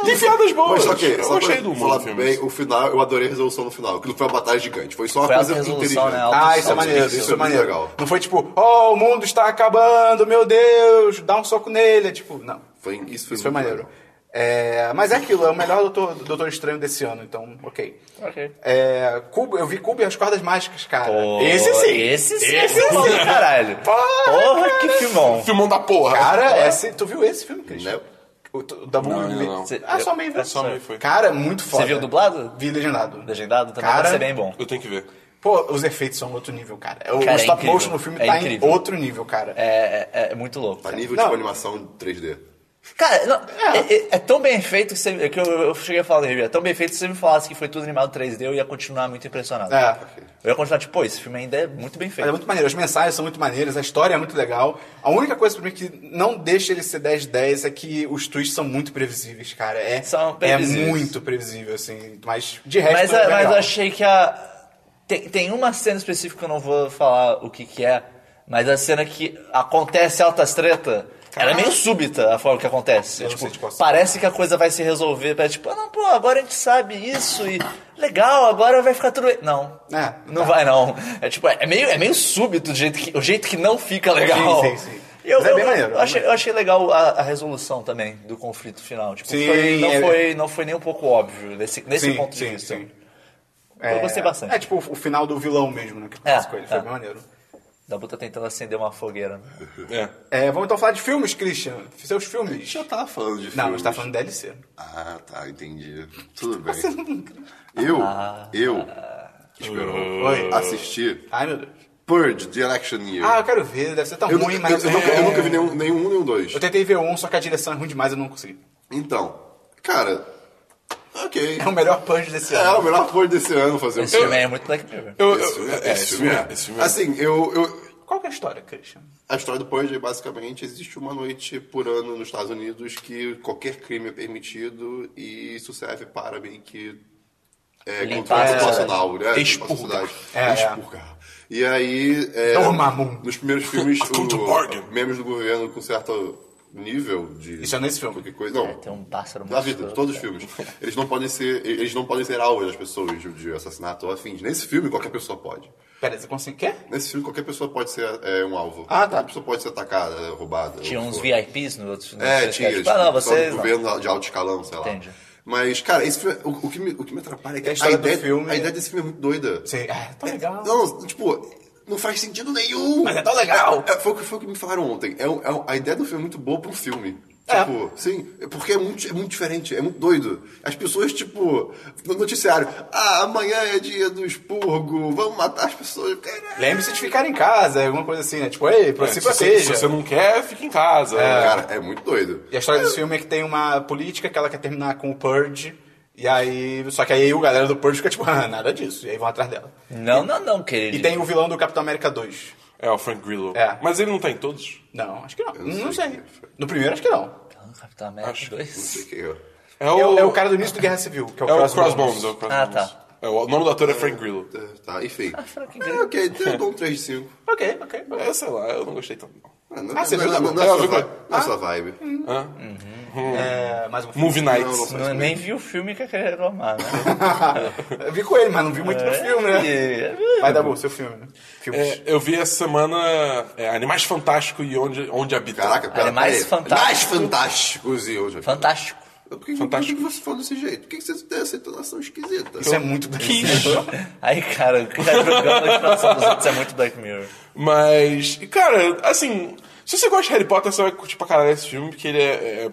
Speaker 4: Tem é. piadas boas.
Speaker 2: Mas ok,
Speaker 4: eu
Speaker 2: só
Speaker 4: gostei
Speaker 2: pra
Speaker 4: do humor
Speaker 2: falar
Speaker 4: do filme. assim.
Speaker 2: bem, o final, eu adorei a resolução no final, que não foi uma batalha gigante, foi só uma
Speaker 3: Foi alta
Speaker 2: coisa
Speaker 3: resolução,
Speaker 2: inteligente.
Speaker 3: né?
Speaker 1: Ah, isso é
Speaker 2: Alto
Speaker 1: maneiro,
Speaker 2: serviço,
Speaker 1: isso é
Speaker 2: muito
Speaker 1: maneiro.
Speaker 2: legal.
Speaker 1: Não foi tipo, oh, o mundo está acabando, meu Deus, dá um soco nele. É tipo, não,
Speaker 2: Foi, isso foi,
Speaker 1: isso foi
Speaker 2: muito
Speaker 1: maneiro.
Speaker 2: legal.
Speaker 1: É, mas é aquilo, é o melhor Doutor, Doutor Estranho desse ano, então, ok.
Speaker 3: Ok.
Speaker 1: É, Cubo, eu vi Cubo e as Cordas Mágicas, cara.
Speaker 3: Pô,
Speaker 1: esse sim!
Speaker 3: Esse sim.
Speaker 1: Esse
Speaker 3: é bom
Speaker 1: sim!
Speaker 3: do caralho.
Speaker 1: Porra,
Speaker 3: Porra, que filmão.
Speaker 4: Filmão da porra.
Speaker 1: Cara, esse, tu viu esse filme, Cris?
Speaker 2: Não.
Speaker 1: O, o Dabu...
Speaker 4: Não, ainda não.
Speaker 3: Cê-
Speaker 1: Ah, só meio viu.
Speaker 3: É só meio
Speaker 4: foi.
Speaker 1: Cara, muito foda.
Speaker 3: Você viu dublado?
Speaker 1: Vi legendado.
Speaker 3: Legendado também
Speaker 1: Cara,
Speaker 3: deve ser bem bom.
Speaker 4: Eu tenho que ver.
Speaker 1: Pô, os efeitos são outro nível, cara. O
Speaker 3: Cara, é
Speaker 1: stop
Speaker 3: incrível.
Speaker 1: motion no filme
Speaker 3: É
Speaker 1: tá
Speaker 3: incrível.
Speaker 1: em outro nível, cara.
Speaker 3: É, é, é muito louco.
Speaker 2: A nível,
Speaker 1: Não.
Speaker 2: tipo, animação 3D.
Speaker 3: Cara, não, é, é- é tão bem feito que, você, é que eu, eu cheguei a falar no review. É tão bem feito que se você me falasse que foi tudo animado 3D, eu ia continuar muito impressionado.
Speaker 1: É.
Speaker 3: Eu ia continuar, tipo, pô, esse filme ainda é muito bem
Speaker 1: Mas
Speaker 3: feito.
Speaker 1: é muito maneiro, as mensagens são muito maneiras, a história é muito legal. A única coisa pra mim que não deixa ele ser 10-10 é que os twists são muito previsíveis, cara. É,
Speaker 3: São
Speaker 1: é
Speaker 3: previsíveis.
Speaker 1: muito previsível, assim. Mas de resto.
Speaker 3: Mas,
Speaker 1: é
Speaker 3: a- mas
Speaker 1: legal.
Speaker 3: eu achei que a. Tem, tem uma cena específica que eu não vou falar o que, que é, mas a cena que acontece altas treta. Ela é meio súbita a forma que
Speaker 1: Eu
Speaker 3: acontece.
Speaker 1: não
Speaker 3: Tipo,
Speaker 1: sei de qual cena.
Speaker 3: parece que a coisa vai se resolver. Parece tipo, ah, não, pô, agora a gente sabe isso e. Legal, agora vai ficar tudo. Não.
Speaker 1: É,
Speaker 3: não
Speaker 1: tá.
Speaker 3: vai, não. É tipo, é meio, é meio súbito o jeito, que, o jeito que não fica legal.
Speaker 1: Sim, sim, sim.
Speaker 3: Eu,
Speaker 1: Mas é
Speaker 3: eu-
Speaker 1: bem maneiro,
Speaker 3: eu achei, eu achei legal a, a resolução também do conflito final. Tipo,
Speaker 1: Sim,
Speaker 3: foi- não,
Speaker 1: é-
Speaker 3: foi, não foi nem um pouco óbvio nesse, nesse
Speaker 1: Sim,
Speaker 3: ponto de
Speaker 1: sim,
Speaker 3: vista.
Speaker 1: sim.
Speaker 3: Eu gostei bastante.
Speaker 1: É tipo o final do vilão mesmo, né? Que acontece com ele. Foi
Speaker 3: é.
Speaker 1: bem maneiro.
Speaker 3: Dabu tá tentando acender uma fogueira. né?
Speaker 1: É,
Speaker 4: É.
Speaker 1: vamos então falar de filmes, Christian. Seus filmes.
Speaker 2: Já tava falando tá de
Speaker 1: Não, a
Speaker 2: filmes.
Speaker 1: gente tá falando de DLC.
Speaker 2: Ah, tá, entendi. Tudo bem. Eu, eu, Ah. esperou,
Speaker 1: Oi.
Speaker 4: Ah.
Speaker 2: assisti
Speaker 1: Ai, meu Deus.
Speaker 2: Purge, The Election Year.
Speaker 1: Ah, eu quero ver, deve ser tão
Speaker 2: eu,
Speaker 1: ruim,
Speaker 2: eu-
Speaker 1: mas.
Speaker 2: eu
Speaker 4: é.
Speaker 2: nunca, eu nunca vi nenhum, nenhum, nenhum dois.
Speaker 1: Eu tentei ver um, só que a direção é ruim demais eu não consegui.
Speaker 2: Então, cara, ok.
Speaker 4: um
Speaker 1: É o melhor punch desse
Speaker 2: É
Speaker 1: ano.
Speaker 2: o melhor Purge desse ano fazer um
Speaker 3: Esse filme aí é muito Black Mirror.
Speaker 4: Eu,
Speaker 2: Esse filme
Speaker 4: eu,
Speaker 2: é- esse filme é.
Speaker 4: Esse filme é.
Speaker 2: Assim, eu, eu,
Speaker 1: Qual que é a história, Christian?
Speaker 2: A história do Purge é basicamente existe uma noite por ano nos Estados Unidos que qualquer crime é permitido e isso serve para meio que é,
Speaker 3: Limpar
Speaker 2: controle
Speaker 3: a
Speaker 2: populacional, né?
Speaker 4: Expurgar.
Speaker 2: Limpar a sociedade.
Speaker 1: É, é.
Speaker 2: Expurgar. E aí, é,
Speaker 1: Dormammu.
Speaker 2: nos primeiros filmes,
Speaker 4: Come to bargain.
Speaker 2: o, membros do governo com certo nível de
Speaker 1: Isso é nesse filme.
Speaker 2: qualquer coisa não.
Speaker 3: É, tem um pássaro
Speaker 2: Da vida, de
Speaker 3: monstruoso,
Speaker 2: todos os
Speaker 3: cara.
Speaker 2: filmes. Eles não podem ser, eles não podem ser alvos das pessoas de, de assassinato ou afins. Nesse filme qualquer pessoa pode.
Speaker 1: Pera, você consegue. Quê?
Speaker 2: Nesse filme, qualquer pessoa pode ser é, um alvo.
Speaker 1: Ah, tá.
Speaker 2: Qualquer pessoa pode ser atacada, é, roubada.
Speaker 3: Tinha
Speaker 2: ou
Speaker 3: uns
Speaker 2: for.
Speaker 3: VIPs no outro filme.
Speaker 2: É, tinha.
Speaker 3: Tipo, ah, não,
Speaker 2: tipo,
Speaker 3: vocês.
Speaker 2: Só do
Speaker 3: não.
Speaker 2: governo de alto escalão, sei lá.
Speaker 3: Entendi.
Speaker 2: Mas, cara, esse filme, o, o que me, o que me atrapalha é que
Speaker 1: A
Speaker 2: a,
Speaker 1: história do
Speaker 2: ideia,
Speaker 1: filme-
Speaker 2: a ideia desse filme é muito doida.
Speaker 1: Sim. Ah,
Speaker 4: É,
Speaker 1: tão legal.
Speaker 2: Não, tipo, não faz sentido nenhum.
Speaker 1: Mas é tão legal.
Speaker 2: É, foi, o que- foi o que me falaram ontem. É, um- é um- a ideia do filme é muito boa pra um filme.
Speaker 1: É.
Speaker 2: Tipo, sim, porque é muito, é muito diferente, é muito doido. As pessoas, tipo, no noticiário, ah, amanhã é dia do expurgo, vamos matar as pessoas. Caralho.
Speaker 1: Lembre-se de ficar em casa, alguma coisa assim, né? Tipo, ei, pra
Speaker 4: É, se,
Speaker 1: si
Speaker 4: você,
Speaker 1: proteja.
Speaker 4: se você não quer, fica em casa.
Speaker 2: Cara, é muito doido.
Speaker 1: E a história desse filme é que tem uma política que ela quer terminar com o Purge, e aí. Só que aí o galera do Purge fica tipo, ah, nada disso, e aí vão atrás dela.
Speaker 3: Não, não, não, querido.
Speaker 1: E tem o vilão do Capitão América 2.
Speaker 4: É, o Frank Grillo.
Speaker 1: É.
Speaker 4: Mas ele não tá em todos?
Speaker 1: Não, acho que não.
Speaker 2: não
Speaker 1: não sei.
Speaker 2: sei
Speaker 4: é
Speaker 2: quem foi.
Speaker 1: No primeiro, acho que não.
Speaker 3: Então, Capitão América
Speaker 4: Acho-
Speaker 3: 2.
Speaker 2: Não sei o que eu.
Speaker 4: É
Speaker 1: É
Speaker 4: o,
Speaker 1: o, é o cara do início do Guerra Civil, que é o
Speaker 4: É o
Speaker 1: Crossbones.
Speaker 4: Crossbones. é o Crossbones.
Speaker 3: Ah, tá.
Speaker 4: É, o nome do ator é Frank Grillo.
Speaker 2: Tá, enfim.
Speaker 3: Ah, Frank
Speaker 2: É,
Speaker 3: Grillo.
Speaker 2: ok, eu dou um 3 de 5.
Speaker 1: Ok, ok. ok.
Speaker 4: É, sei lá, eu não gostei tanto. não.
Speaker 2: Ah, não,
Speaker 1: Ah, você
Speaker 2: não,
Speaker 1: viu
Speaker 2: não,
Speaker 1: também?
Speaker 2: não é a sua
Speaker 4: Ah,
Speaker 2: vibe. Não é a sua vibe.
Speaker 1: Hum.
Speaker 4: Hã?
Speaker 1: É, mais um filme.
Speaker 4: Movie Nights.
Speaker 2: Não, não.
Speaker 3: Não, nem vi o filme que eu queria reclamar, né?
Speaker 1: Eu vi com ele, mas não vi muito no filme, né?
Speaker 3: É.
Speaker 1: Vai dar bom, seu filme, né? Filmes.
Speaker 4: É, eu vi essa semana é, Animais Fantásticos e Onde, onde Habitam.
Speaker 2: Caraca, pera,
Speaker 3: Animais
Speaker 2: pera aí.
Speaker 3: fantásticos.
Speaker 2: Mais fantásticos e hoje.
Speaker 3: Fantástico.
Speaker 2: Por que,
Speaker 4: Fantástico.
Speaker 2: Fantástico. Por que você fala desse jeito? Por que você tem essa entonação esquisita?
Speaker 1: Isso é muito
Speaker 4: Quis.
Speaker 3: Aí, cara, o cara jogando a inflação dos outros é muito Black Mirror.
Speaker 4: Mas, e, cara, assim, se você gosta de Harry Potter, você vai curtir pra caralho esse filme, porque ele é... é-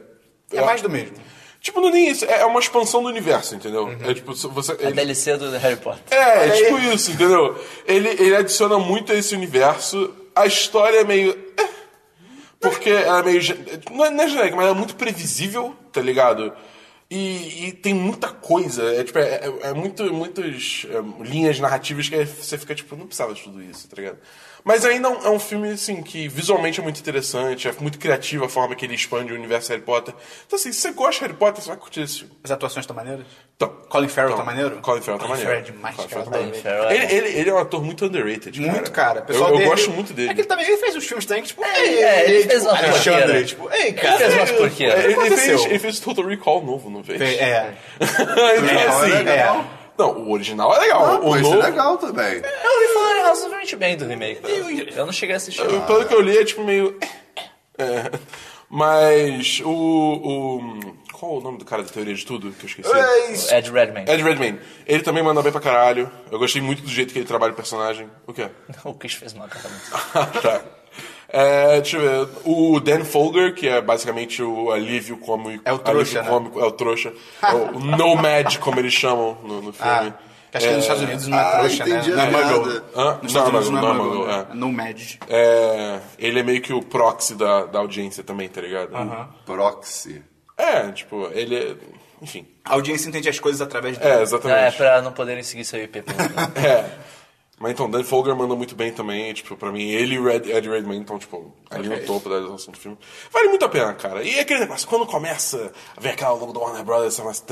Speaker 1: É mais do mesmo.
Speaker 4: Tipo, não é nem isso, é é uma expansão do universo, entendeu? É tipo, você...
Speaker 3: A
Speaker 4: ele-
Speaker 3: DLC do Harry Potter.
Speaker 4: É,
Speaker 1: Olha aí.
Speaker 4: tipo isso, entendeu? Ele, ele adiciona muito a esse universo. A história é meio. eh, Porque ela é meio. gen- Não é, não é genérica, mas ela é muito previsível, tá ligado? E, e tem muita coisa. É, tipo, é, é- é muito, muitas é, linhas narrativas que você fica tipo, não precisava de tudo isso, tá ligado? Mas ainda é um, é um filme, assim, que visualmente é muito interessante, é muito criativo a forma que ele expande o universo Harry Potter. Então, assim, se você gosta de Harry Potter, você vai curtir esse filme.
Speaker 1: As atuações estão maneiras?
Speaker 4: Então,
Speaker 1: Colin Farrell
Speaker 4: então,
Speaker 1: tá maneiro?
Speaker 4: Colin Farrell tá
Speaker 1: Colin
Speaker 4: maneiro.
Speaker 1: Farrell é demais,
Speaker 4: Colin
Speaker 1: cara.
Speaker 4: Farrell tá
Speaker 3: Colin
Speaker 1: Ele-
Speaker 3: Farrell é
Speaker 4: ele, ele, ele é um ator muito underrated, cara.
Speaker 1: Muito, cara. O
Speaker 4: Eu,
Speaker 1: pessoal
Speaker 4: eu
Speaker 1: dele-
Speaker 4: gosto muito dele.
Speaker 1: É que ele também ele fez os filmes também, que, tipo, ei,
Speaker 3: é, ele
Speaker 1: ei,
Speaker 3: fez
Speaker 1: tipo,
Speaker 3: uma
Speaker 1: Alexandre,
Speaker 3: porqueira.
Speaker 1: tipo, ei,
Speaker 3: Ele fez
Speaker 1: cara.
Speaker 3: umas porqueiras.
Speaker 4: É, ele, ele
Speaker 1: aconteceu?
Speaker 4: fez, ele fez Total Recall novo, não fez?
Speaker 1: Fez- É.
Speaker 4: então,
Speaker 1: Não,
Speaker 4: assim,
Speaker 1: é legal.
Speaker 4: Não, o original é legal.
Speaker 2: Ah,
Speaker 4: o
Speaker 2: pô, isso é
Speaker 4: novo...
Speaker 2: legal também.
Speaker 1: É,
Speaker 3: É, Eu ouvi falar razoavelmente bem do remake. Eu não cheguei a assistir.
Speaker 4: eu- Pelo que eu li, é tipo meio... É. Mas o, o... Qual o nome do cara da teoria de tudo que eu esqueci?
Speaker 1: Mas-
Speaker 3: Ed É Redman.
Speaker 4: Ed Redmayne. Ele também manda bem pra caralho. Eu gostei muito do jeito que ele trabalha o personagem. O quê?
Speaker 3: O Chris fez uma cara muito...
Speaker 4: tá. É, deixa eu ver. O Dan Folger, que é basicamente o alívio cômico.
Speaker 1: É o trouxa,
Speaker 4: alívio
Speaker 1: né?
Speaker 4: cômico, é o trouxa. É o Nomad, como eles chamam no, no filme.
Speaker 1: Ah, que acho que nos Estados Unidos não é
Speaker 2: Ah,
Speaker 1: trouxa, né?
Speaker 2: entendi
Speaker 1: Não é
Speaker 2: a
Speaker 1: muggle.
Speaker 2: piada.
Speaker 4: Hã?
Speaker 1: Nos Estados
Speaker 4: Não,
Speaker 1: Unidos não
Speaker 4: não,
Speaker 1: é
Speaker 4: não é
Speaker 1: muggle,
Speaker 4: muggle,
Speaker 1: né? No Mad.
Speaker 4: É, ele é meio que o proxy da, da audiência também, tá ligado?
Speaker 2: Proxy.
Speaker 4: É, tipo, ele é. Enfim.
Speaker 1: A audiência entende as coisas através dele.
Speaker 4: É,
Speaker 3: É,
Speaker 4: exatamente.
Speaker 3: pra não poderem seguir seu IP. pelo-
Speaker 4: É. Mas então, Dan Folger manda muito bem também. Tipo, pra mim, ele e o Red, Ed Redmayne estão, tipo, ali no topo da realização do filme. Vale muito a pena, cara. E é aquele negócio, quando começa, vem aquela logo do Warner Brothers, você faz...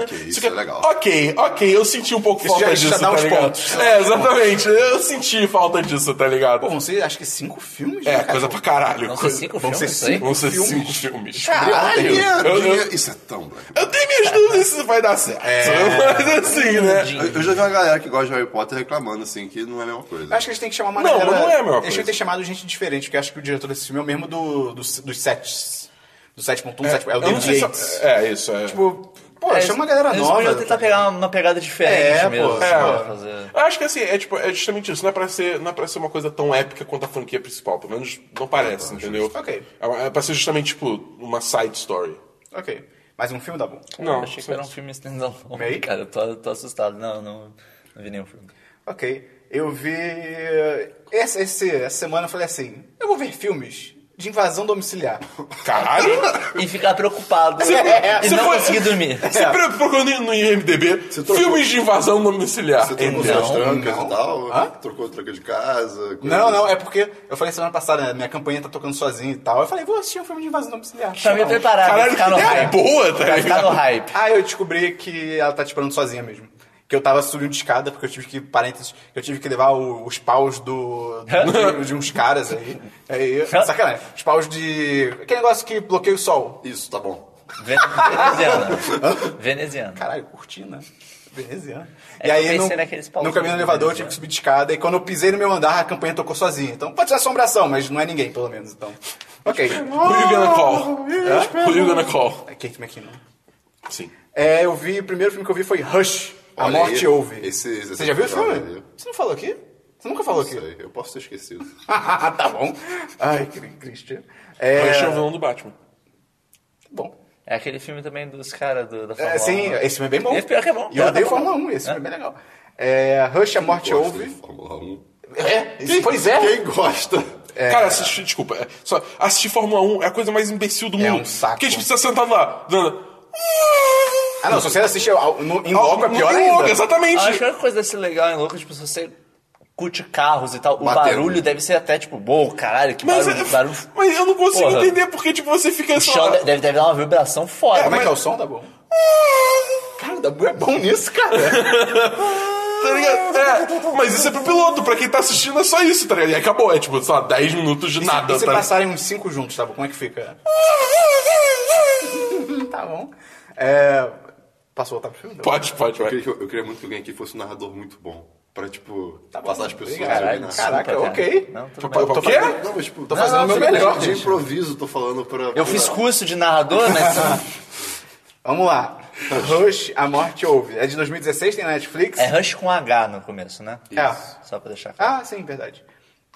Speaker 2: Ok,
Speaker 4: Ok,
Speaker 2: isso é legal.
Speaker 4: Ok, ok, eu senti um pouco
Speaker 1: Isso
Speaker 4: falta
Speaker 1: já- isso
Speaker 4: disso,
Speaker 1: já dá
Speaker 4: tá
Speaker 1: uns
Speaker 4: ligado?
Speaker 1: pontos. né?
Speaker 4: É, exatamente. Eu senti falta disso, tá ligado?
Speaker 1: Pô, você acho que cinco filmes,
Speaker 4: é,
Speaker 1: né, cara?
Speaker 4: coisa pra caralho.
Speaker 3: Não sei
Speaker 4: coisa...
Speaker 3: cinco
Speaker 1: vão
Speaker 3: filmes,
Speaker 1: ser
Speaker 3: isso aí.
Speaker 4: Vão ser
Speaker 1: filmes?
Speaker 4: cinco filmes.
Speaker 1: Caralho!
Speaker 2: Quem é-
Speaker 4: Eu-
Speaker 2: quem é-
Speaker 4: eu-
Speaker 2: Isso é tão black.
Speaker 4: Eu tenho minhas dúvidas se isso vai dar certo.
Speaker 1: É.
Speaker 4: Mas assim, né?
Speaker 2: Eu, eu já vi uma galera que gosta de Harry Potter reclamando, assim, que não é a mesma coisa.
Speaker 1: Eu Acho que eles têm que chamar uma
Speaker 4: Não,
Speaker 1: galera-
Speaker 4: não é a mesma
Speaker 1: Eles
Speaker 4: coisa.
Speaker 1: têm que ter chamado gente diferente, porque eu acho que o diretor desse filme é o mesmo do, do- dos sets. Do 7.1, 7.1. É o
Speaker 4: Eu não
Speaker 1: David
Speaker 4: sei se-
Speaker 1: Yates.
Speaker 4: É, isso, é.
Speaker 1: Tipo, pô,
Speaker 3: É,
Speaker 1: chama uma galera
Speaker 3: eles
Speaker 1: nova.
Speaker 3: podiam tentar
Speaker 1: tá
Speaker 3: pegar uma pegada diferente
Speaker 1: É, pô.
Speaker 3: mesmo. assim,
Speaker 1: É.
Speaker 3: pra fazer.
Speaker 4: Eu acho que assim, é tipo, é justamente isso. Não é pra ser, não é pra ser uma coisa tão épica quanto a franquia principal. Pelo menos não parece, entendeu?
Speaker 1: Ah, tá, Ok.
Speaker 4: É, é pra ser justamente, tipo, uma side story.
Speaker 1: Ok. Mais um filme da bom.
Speaker 4: Não,
Speaker 3: Eu achei que era um filme standalone.
Speaker 1: Meio?
Speaker 3: Cara, eu tô, eu tô assustado. Não, não, não vi nenhum filme.
Speaker 1: Ok. Eu vi. Essa, esse- essa semana eu falei assim: eu vou ver filmes de invasão domiciliar.
Speaker 4: Caralho!
Speaker 3: E ficar preocupado.
Speaker 1: É,
Speaker 3: e
Speaker 4: você
Speaker 3: não
Speaker 4: foi-
Speaker 3: conseguir dormir.
Speaker 4: Você pro- procurou no no IMDB
Speaker 2: trocou.
Speaker 4: filmes de invasão domiciliar.
Speaker 2: Você trocou
Speaker 3: Não,
Speaker 2: suas trancas
Speaker 1: Então, não.
Speaker 2: e tal?
Speaker 1: Hã?
Speaker 2: Trocou tranca de casa? coisa
Speaker 1: Não, não,
Speaker 2: assim.
Speaker 1: é porque eu falei semana passada, né, minha campanha tá tocando sozinha e tal. Eu falei, vou assistir um filme de invasão domiciliar. é,
Speaker 3: Pra Tá me preparar, pra
Speaker 4: Caralho, que
Speaker 3: ficar no
Speaker 4: ideia
Speaker 3: hype.
Speaker 4: boa, tá
Speaker 3: Pra ficar no
Speaker 4: ligado?
Speaker 3: hype.
Speaker 1: Ah, eu descobri que ela tá te parando sozinha mesmo. Que eu tava subindo de escada, porque eu tive que, parênteses, eu tive que levar o- os paus do, do- de uns caras aí. aí. Sacanagem. Os paus de. Aquele negócio que bloqueia o sol.
Speaker 2: Isso, tá bom.
Speaker 3: Ve- Veneziana. Veneziana.
Speaker 1: Caralho, cortina. Veneziana.
Speaker 3: É
Speaker 1: e
Speaker 3: que eu
Speaker 1: aí, no,
Speaker 3: pensei naqueles paus
Speaker 1: no caminho do
Speaker 3: de
Speaker 1: elevador, eu tive
Speaker 3: veneziano.
Speaker 1: que subir de escada. E quando eu pisei no meu andar, a campanha tocou sozinha. Então, pode ser assombração, mas não é ninguém, pelo menos. Então, ok.
Speaker 4: Who you gonna
Speaker 1: Oh,
Speaker 4: call? É? Who you gonna call?
Speaker 1: É Kate McKinnon.
Speaker 4: Sim.
Speaker 1: É, eu vi, o primeiro filme que eu vi foi Rush, A
Speaker 2: Olha
Speaker 1: Morte
Speaker 2: aí.
Speaker 1: Ouve.
Speaker 2: Esse- esse-
Speaker 1: Você já viu o
Speaker 2: esse-
Speaker 1: filme? Você não falou aqui? Você nunca falou aqui.
Speaker 2: Sei, eu posso ter esquecido.
Speaker 1: tá bom. Ai, Cri- Christian. É, tá
Speaker 4: Mas tinha o vilão do Batman.
Speaker 1: bom.
Speaker 3: É aquele filme também dos caras do-
Speaker 2: Tá
Speaker 3: da Fórmula
Speaker 1: É, sim,
Speaker 3: 1, né?
Speaker 1: esse filme é bem bom.
Speaker 3: Esse pior que é bom.
Speaker 1: E eu odeio
Speaker 3: É, tá bom.
Speaker 1: Fórmula 1, esse filme é bem legal. É, Rush, a morte
Speaker 2: Gosto de
Speaker 1: ouve.
Speaker 2: Fórmula 1.
Speaker 1: É, isso- pois é.
Speaker 2: Quem gosta?
Speaker 4: Cara, assistir, desculpa, é, só, assistir Fórmula 1 é a coisa mais imbecil do
Speaker 1: É
Speaker 4: mundo.
Speaker 1: um saco.
Speaker 4: Porque a gente precisa sentar lá, dando.
Speaker 1: Ah, não, se você assiste ao- no- em logo é pior
Speaker 4: Logo,
Speaker 1: ainda.
Speaker 4: Exatamente.
Speaker 3: Eu acho que a única coisa desse legal em louco, tipo, se você curte carros e tal, o
Speaker 2: Batendo.
Speaker 3: barulho deve ser até, tipo, uou, caralho, que
Speaker 4: Mas, é,
Speaker 1: é
Speaker 3: barulho, barulho.
Speaker 4: mas eu não consigo
Speaker 3: Porra.
Speaker 4: entender porque, tipo, você fica
Speaker 3: O é- chão
Speaker 4: só.
Speaker 3: deve, deve dar uma vibração foda.
Speaker 1: Como é
Speaker 3: mas-
Speaker 1: que é o som da Bom? Cara, o Dabu é bom nisso, cara.
Speaker 4: Tá ligado? É, mas isso é pro piloto, pra quem tá assistindo é só isso, tá ligado? E acabou, é tipo, só 10 minutos de nada,
Speaker 1: e se
Speaker 4: tá ligado?
Speaker 1: passarem uns cinco juntos, tá bom? Como é que fica? tá bom. É, posso voltar pro filme? Dabu?
Speaker 4: Pode, pode,
Speaker 2: Eu
Speaker 4: vai.
Speaker 2: queria, que- eu queria muito que alguém aqui fosse um narrador muito bom. Pra, tipo,
Speaker 1: Tá bom.
Speaker 2: passar as pessoas
Speaker 1: Obrigado.
Speaker 2: ali na-
Speaker 3: Caralho,
Speaker 1: Caraca,
Speaker 3: desculpa, cara.
Speaker 1: ok.
Speaker 3: Não, tudo
Speaker 4: Tu
Speaker 3: bem.
Speaker 4: pa- pa- O quê?
Speaker 2: Não, mas, tipo,
Speaker 1: Tô fazendo o meu
Speaker 2: sei,
Speaker 1: melhor,
Speaker 2: De
Speaker 1: gente.
Speaker 2: improviso, tô falando pra.
Speaker 3: Eu fiz curso de narrador, né? mas
Speaker 1: Vamos lá. Rush, a morte ouve. É de 2016, tem na Netflix.
Speaker 3: é Rush com H no começo, né?
Speaker 1: É.
Speaker 3: Só pra deixar claro.
Speaker 1: Ah, sim, verdade.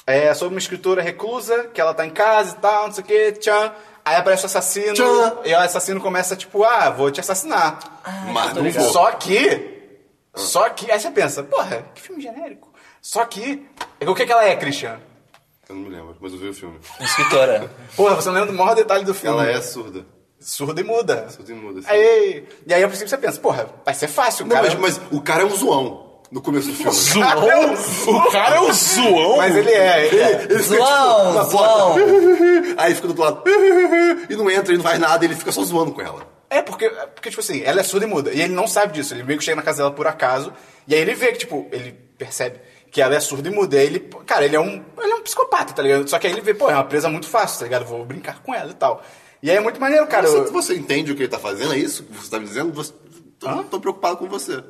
Speaker 1: É sobre uma escritora reclusa, que ela tá em casa e tal, não sei o que, tchan. Aí aparece o assassino,
Speaker 2: Tchan.
Speaker 1: e o assassino começa, tipo, ah, vou te assassinar.
Speaker 2: Mas não vou.
Speaker 1: só que. Só que. Aí você pensa, porra, que filme genérico. Só que. O que, que ela é, Christian?
Speaker 2: Eu não me lembro, mas eu vi o filme.
Speaker 3: Escritora.
Speaker 1: Porra, você não lembra do maior detalhe do filme.
Speaker 2: Ela é surda.
Speaker 1: surda e muda.
Speaker 2: Surda e muda. assim.
Speaker 1: Aí, e aí, a princípio, você pensa, porra, vai ser fácil,
Speaker 2: Não,
Speaker 1: cara. Ah,
Speaker 2: mas, mas o cara é um zoão no começo do filme.
Speaker 4: Zoão? O cara é o zoão?
Speaker 1: Mas ele é, ele é.
Speaker 2: Ele fica,
Speaker 3: Zoão,
Speaker 2: tipo, na
Speaker 3: zoão.
Speaker 2: porta. Aí fica do outro lado. E não entra, e não faz nada, ele fica só zoando com ela.
Speaker 1: É, porque, é porque, tipo assim, ela é surda e muda. E ele não sabe disso. Ele meio que chega na casa dela por acaso. E aí ele vê que, tipo, ele percebe que ela é surda e muda. E aí ele, pô, cara, ele é um. Ele é um psicopata, tá ligado? Só que aí ele vê, pô, é uma presa muito fácil, tá ligado? Vou brincar com ela e tal. E aí é muito maneiro, cara.
Speaker 2: Você,
Speaker 1: Eu-
Speaker 2: você entende o que ele tá fazendo? É isso que você tá me dizendo? Você, tô, tô preocupado com você.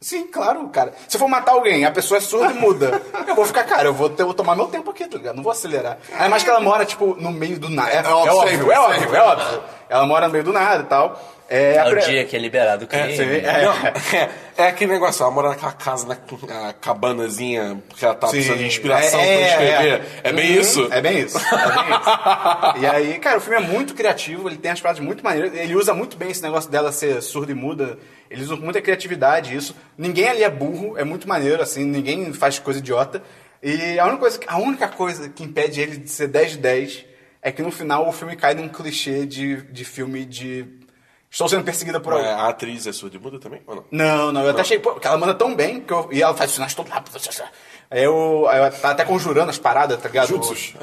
Speaker 1: Sim, claro, cara. Se eu for matar alguém, a pessoa é surda e muda. Eu vou ficar, cara, eu vou, ter- eu vou tomar meu tempo aqui, tá ligado? Não vou acelerar. Ainda mais que ela mora, tipo, no meio do nada. É, é
Speaker 2: óbvio,
Speaker 1: óbvio,
Speaker 2: sempre,
Speaker 1: é óbvio,
Speaker 2: sempre.
Speaker 1: é óbvio. Ela mora no meio do nada e tal. É,
Speaker 3: É
Speaker 1: a
Speaker 3: o
Speaker 1: pre-
Speaker 3: dia que é liberado o crime.
Speaker 1: Você vê? É.
Speaker 4: Não, é, é aquele negócio, ela mora naquela casa, na na cabanazinha, porque ela tá
Speaker 1: Sim.
Speaker 4: precisando de inspiração
Speaker 1: É,
Speaker 4: pra
Speaker 1: é,
Speaker 4: escrever. É, bem
Speaker 1: Uhum.
Speaker 4: isso?
Speaker 1: É bem isso. É bem isso. e aí, cara, o filme é muito criativo, ele tem as paradas muito maneiras, ele usa muito bem esse negócio dela ser surda e muda, ele usa com muita criatividade isso. Ninguém ali é burro, é muito maneiro, assim, ninguém faz coisa idiota. E a única coisa, a única coisa que impede ele de ser 10 de 10 é que no final o filme cai num clichê de, de filme de. Estou sendo perseguida por alguém.
Speaker 4: Ué, a atriz é surda e muda também? Ou não?
Speaker 1: Não, não, eu até achei pô, que ela manda tão bem que eu- e ela faz sinais todo rápido. Aí eu, aí eu tá até conjurando as paradas, tá ligado?
Speaker 2: Jutsus.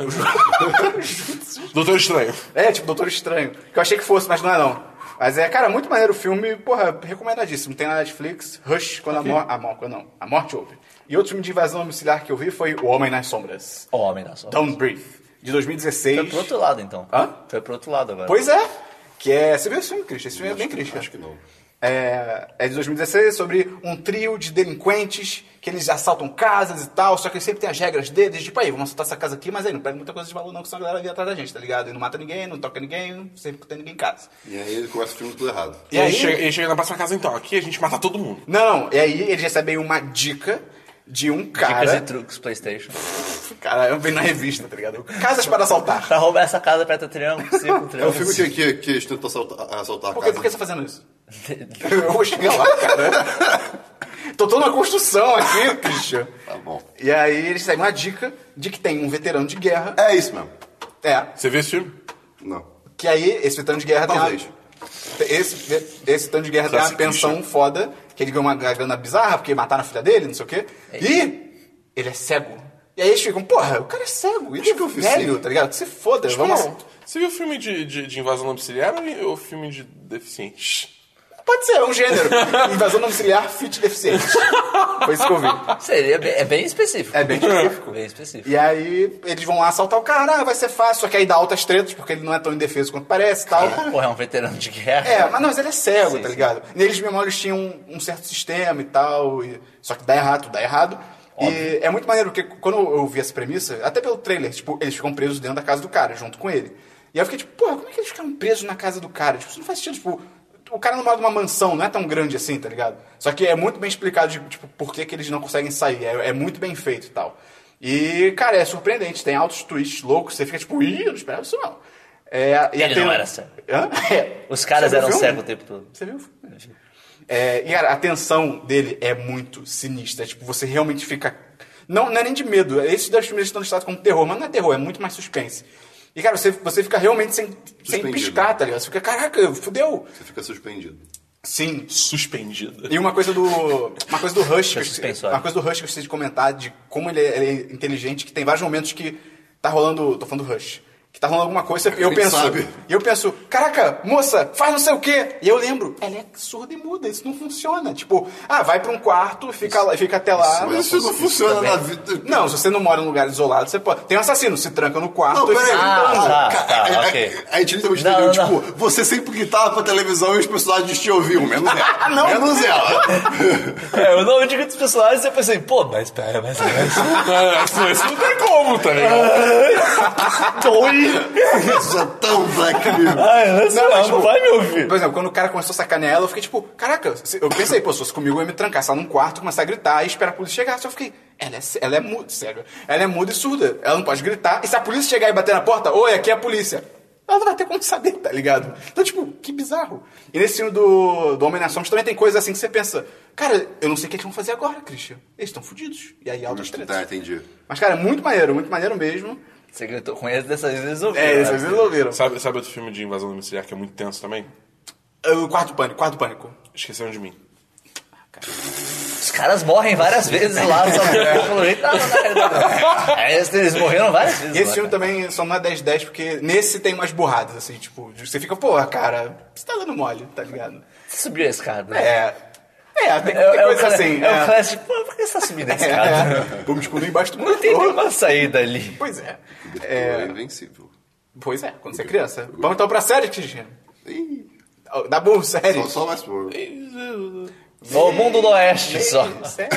Speaker 4: Doutor Estranho.
Speaker 1: É, tipo Doutor Estranho. Que eu achei que fosse, mas não é não. Mas é, cara, muito maneiro o filme, porra, recomendadíssimo. Tem na Netflix, Rush, quando a morte. A, mor quando não, a morte houve. E outro filme de invasão domiciliar que eu vi foi O Homem nas Sombras.
Speaker 3: Ó, Homem da sombra.
Speaker 1: Don't Breathe, de
Speaker 3: Foi pro
Speaker 1: 2016.
Speaker 3: outro lado, então.
Speaker 1: Então, Hã?
Speaker 3: Foi pro outro lado agora.
Speaker 1: Pois é. Que é. Você viu esse filme, Christian? Esse filme é bem Christian.
Speaker 2: Acho que não.
Speaker 1: É, é de 2016, sobre um trio de delinquentes que eles assaltam casas e tal, só que eles sempre tem as regras deles, tipo, aí, vamos assaltar essa casa aqui, mas aí não pega muita coisa de valor não, que senão a galera vem atrás da gente, tá ligado? E não mata ninguém, não toca ninguém, sempre que tem ninguém em casa.
Speaker 2: E aí ele começa o filme tudo errado.
Speaker 1: E
Speaker 4: E, aí,
Speaker 1: aí?
Speaker 4: chega, ele chega na próxima casa, então, aqui a gente mata todo mundo.
Speaker 1: Não, e aí eles recebem uma dica de um
Speaker 3: Dicas
Speaker 1: cara...
Speaker 3: e truques, Playstation.
Speaker 1: Cara, eu vi na revista, tá ligado? Casas para assaltar.
Speaker 3: Pra roubar essa casa, aperta triângulo, círculo,
Speaker 2: É um
Speaker 3: triângulo.
Speaker 2: filme que, que, que eles tentam assaltar, assaltar a
Speaker 1: Por, quê?
Speaker 2: casa.
Speaker 1: Por que você tá fazendo isso? Eu vou chegar lá, cara. Tô toda na construção aqui, Christian.
Speaker 2: Tá bom.
Speaker 1: E aí eles recebem uma dica de que tem um veterano de guerra...
Speaker 2: É isso mesmo.
Speaker 1: É,
Speaker 4: Você vê esse filme?
Speaker 2: Não.
Speaker 1: Que aí, esse tanto de guerra
Speaker 2: Talvez.
Speaker 1: tem uma, esse, esse tanto de guerra tem uma
Speaker 4: Classic
Speaker 1: pensão
Speaker 4: Christian.
Speaker 1: foda, que ele ganhou uma grana bizarra, porque mataram a filha dele, não sei o quê. E ele é cego. E aí eles ficam, porra, o cara é cego, ele
Speaker 2: Acho
Speaker 1: é
Speaker 2: que eu
Speaker 1: que
Speaker 2: fiz
Speaker 1: velho,
Speaker 2: sim.
Speaker 1: tá ligado? Que se foda, vamos...
Speaker 4: Não. Você viu o filme de, de, de invasão domiciliar ou ou filme de deficientes?
Speaker 1: Pode ser, é um gênero. Invasão domiciliar, fit deficiente. Foi isso que eu vi.
Speaker 3: Seria bem, é bem específico.
Speaker 1: É bem específico.
Speaker 3: Bem específico.
Speaker 1: E aí eles vão lá assaltar o cara, ah, vai ser fácil, só que aí dá altas tretas, porque ele não é tão indefeso quanto parece e tal.
Speaker 3: Porra, é um veterano de guerra.
Speaker 1: É, mas não, mas ele é cego,
Speaker 3: Sim,
Speaker 1: tá
Speaker 3: sim.
Speaker 1: ligado? E eles mesmo eles tinham um, um certo sistema e tal, e- só que dá errado, dá errado. E é muito maneiro, porque quando eu vi essa premissa, até pelo trailer, tipo, eles ficam presos dentro da casa do cara, junto com ele. E aí eu fiquei tipo, porra, como é que eles ficaram presos na casa do cara? Tipo, isso não faz sentido, tipo, O cara não mora numa mansão, não é tão grande assim, tá ligado? Só que é muito bem explicado, de, tipo, por que, que eles não conseguem sair. É, é muito bem feito e tal. E, cara, é surpreendente. Tem altos twists loucos. Você fica tipo, ih, eu não esperava isso não. É, e
Speaker 3: Ele
Speaker 1: tem-
Speaker 3: não era cego.
Speaker 1: Hã? É.
Speaker 3: Os caras
Speaker 1: Você viu
Speaker 3: eram
Speaker 1: filme?
Speaker 3: cegos o tempo todo.
Speaker 1: Você viu o filme? É, e cara, a tensão dele é muito sinistra. Tipo, você realmente fica. Não, não é nem de medo. Esses dois filmes estão listados como terror, mas não é terror, é muito mais suspense. E, cara, você, você fica realmente sem, sem
Speaker 2: Suspendido.
Speaker 1: piscar, tá ligado? Você fica, caraca, fudeu.
Speaker 2: Você fica suspendido.
Speaker 1: Sim.
Speaker 4: Suspendida.
Speaker 1: E uma coisa do. Uma coisa do Rush. que eu
Speaker 3: É
Speaker 1: esqueci-
Speaker 3: suspensório.
Speaker 1: uma coisa do Rush que eu esqueci de comentar, de como ele é, ele é inteligente, que tem vários momentos que tá rolando. Tô falando do Rush. Que tá rolando alguma coisa e eu
Speaker 2: Ele
Speaker 1: penso.
Speaker 2: sabe.
Speaker 1: E eu penso, caraca, moça, faz não sei o quê. E eu lembro, ela é surda e muda, isso não funciona. Tipo, ah, vai pra um quarto, fica, lá, fica até lá.
Speaker 2: Ah, Mas isso não funciona na vida.
Speaker 1: Não, se você não mora em um lugar isolado, você pode. Tem um assassino, se tranca no quarto
Speaker 2: Não,
Speaker 1: e
Speaker 2: peraí.
Speaker 1: fica
Speaker 3: Ah,
Speaker 1: gritando.
Speaker 3: tá,
Speaker 2: Cara,
Speaker 3: tá,
Speaker 2: é-
Speaker 3: ok.
Speaker 2: é- A gente literalmente
Speaker 3: Não,
Speaker 2: entendeu,
Speaker 3: não.
Speaker 2: tipo, você sempre gritava pra televisão e os personagens te ouviam, menos ela.
Speaker 1: Não.
Speaker 2: Menos ela.
Speaker 3: É, eu não digo dos personagens eu pensei, pô, mas pera, mas. mas
Speaker 4: Ah, pô, Isso não tem como, tá ligado?
Speaker 1: Então,
Speaker 3: Tony!
Speaker 2: Isso é tão Black Mirror.
Speaker 3: Ai, não, sei
Speaker 1: Não,
Speaker 3: lá,
Speaker 1: mas,
Speaker 3: não
Speaker 1: tipo,
Speaker 3: vai me ouvir.
Speaker 1: Por exemplo, quando o cara começou a sacanear ela, eu fiquei tipo, caraca, se- eu pensei, pô, se fosse comigo eu ia me trancar, sair num quarto, começar a gritar e esperar a polícia chegar. Só eu fiquei, ela é, ce- ela é muda, sério. Ela é muda e surda. Ela não pode gritar. E se a polícia chegar e bater na porta, oi, aqui é a polícia. Ela não vai ter como saber, tá ligado? Então, tipo, que bizarro. E nesse filme do, do Homem nas Sombras também tem coisas assim que você pensa, cara, eu não sei o que eles vão fazer agora, Christian. Eles estão fudidos. E aí, altas
Speaker 2: Tá,
Speaker 1: tretas.
Speaker 2: entendi.
Speaker 1: Mas, cara, é muito maneiro, muito maneiro mesmo.
Speaker 3: Você gritou com eles dessa vez eles ouviram.
Speaker 1: É,
Speaker 3: né?
Speaker 1: isso, vocês resolveram.
Speaker 4: Sabe, sabe outro filme de invasão domiciliar que é muito tenso também?
Speaker 1: O quarto pânico, quarto pânico.
Speaker 4: Esqueceram de mim.
Speaker 3: Os caras morrem várias vezes lá, sabe?
Speaker 1: É.
Speaker 3: Pelo jeito, não, não, não, não. Aí tá, É, eles- eles morreram várias vezes.
Speaker 1: E esse
Speaker 3: lá,
Speaker 1: filme
Speaker 3: cara.
Speaker 1: também só não é 10-10, porque nesse tem umas borradas, assim, tipo, de- você fica, porra, cara, você tá dando mole, tá ligado?
Speaker 3: Você subiu a escada.
Speaker 1: É. É, tem, tem
Speaker 3: É, é o
Speaker 1: coisa
Speaker 3: cla-
Speaker 1: assim.
Speaker 3: É, o
Speaker 1: é.
Speaker 3: clássico, pô, por que você tá subindo a escada?
Speaker 1: É. Vamos descobrir embaixo do
Speaker 3: Não tem
Speaker 1: mundo.
Speaker 3: nenhuma saída ali.
Speaker 1: Pois é.
Speaker 2: É
Speaker 1: é.
Speaker 2: invencível.
Speaker 1: Pois é, quando você é criança. Vamos então pra série, Cristiano.
Speaker 2: Ih,
Speaker 1: Da boa, série.
Speaker 2: só, só
Speaker 3: É
Speaker 2: Westworld.
Speaker 3: O mundo do oeste só.
Speaker 1: Série.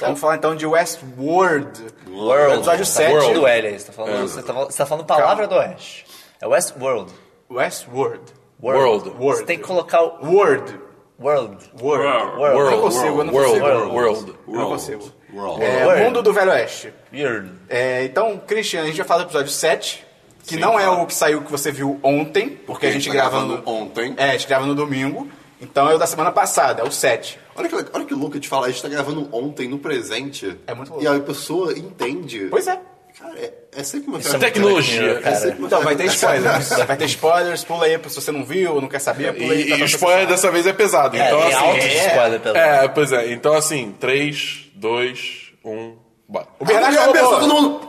Speaker 1: Vamos falar então de Westworld.
Speaker 3: World.
Speaker 1: Episódio
Speaker 3: Tá
Speaker 1: 7.
Speaker 3: World do L aí, você tá falando, você tá, fal- você tá falando palavra do oeste. É Westworld.
Speaker 1: Westworld.
Speaker 3: World.
Speaker 4: World.
Speaker 1: World.
Speaker 3: Você tem que colocar o
Speaker 1: Word.
Speaker 3: world.
Speaker 1: World.
Speaker 3: World.
Speaker 1: Eu não consigo, eu não
Speaker 4: world,
Speaker 1: consigo.
Speaker 4: world, world.
Speaker 1: Eu não
Speaker 2: tipo,
Speaker 1: consigo.
Speaker 2: World.
Speaker 1: É,
Speaker 3: World.
Speaker 1: Mundo do Velho Oeste.
Speaker 3: Weird.
Speaker 1: É, então, Christian, a gente vai falar do episódio 7, que não é o que saiu que você viu ontem, porque, a gente,
Speaker 2: tá
Speaker 1: grava
Speaker 2: gravando
Speaker 1: no...
Speaker 2: ontem.
Speaker 1: É, a gente grava no domingo. Então é o da semana passada, é o 7.
Speaker 2: Olha que, le- olha que louco de falar, a gente tá gravando ontem, no presente.
Speaker 1: É muito louco.
Speaker 2: E a pessoa entende.
Speaker 1: Pois é.
Speaker 2: Cara, é, é sempre uma
Speaker 3: é
Speaker 4: Tecnologia.
Speaker 3: Cara,
Speaker 1: Então, vai ter spoilers. vai ter spoilers, pula aí se você não viu, não quer saber, pula aí.
Speaker 4: E,
Speaker 1: tá, tá,
Speaker 4: e o
Speaker 1: tá,
Speaker 4: spoiler
Speaker 1: tá.
Speaker 4: dessa vez é pesado.
Speaker 3: É,
Speaker 4: então,
Speaker 3: tem
Speaker 4: assim,
Speaker 3: alto de spoiler pelo
Speaker 4: É, pois é. Então, assim, 3, 2, 1, bora.
Speaker 1: O
Speaker 2: A
Speaker 1: Bernardo
Speaker 2: mulher ameaçou todo
Speaker 1: jogou.
Speaker 2: mundo.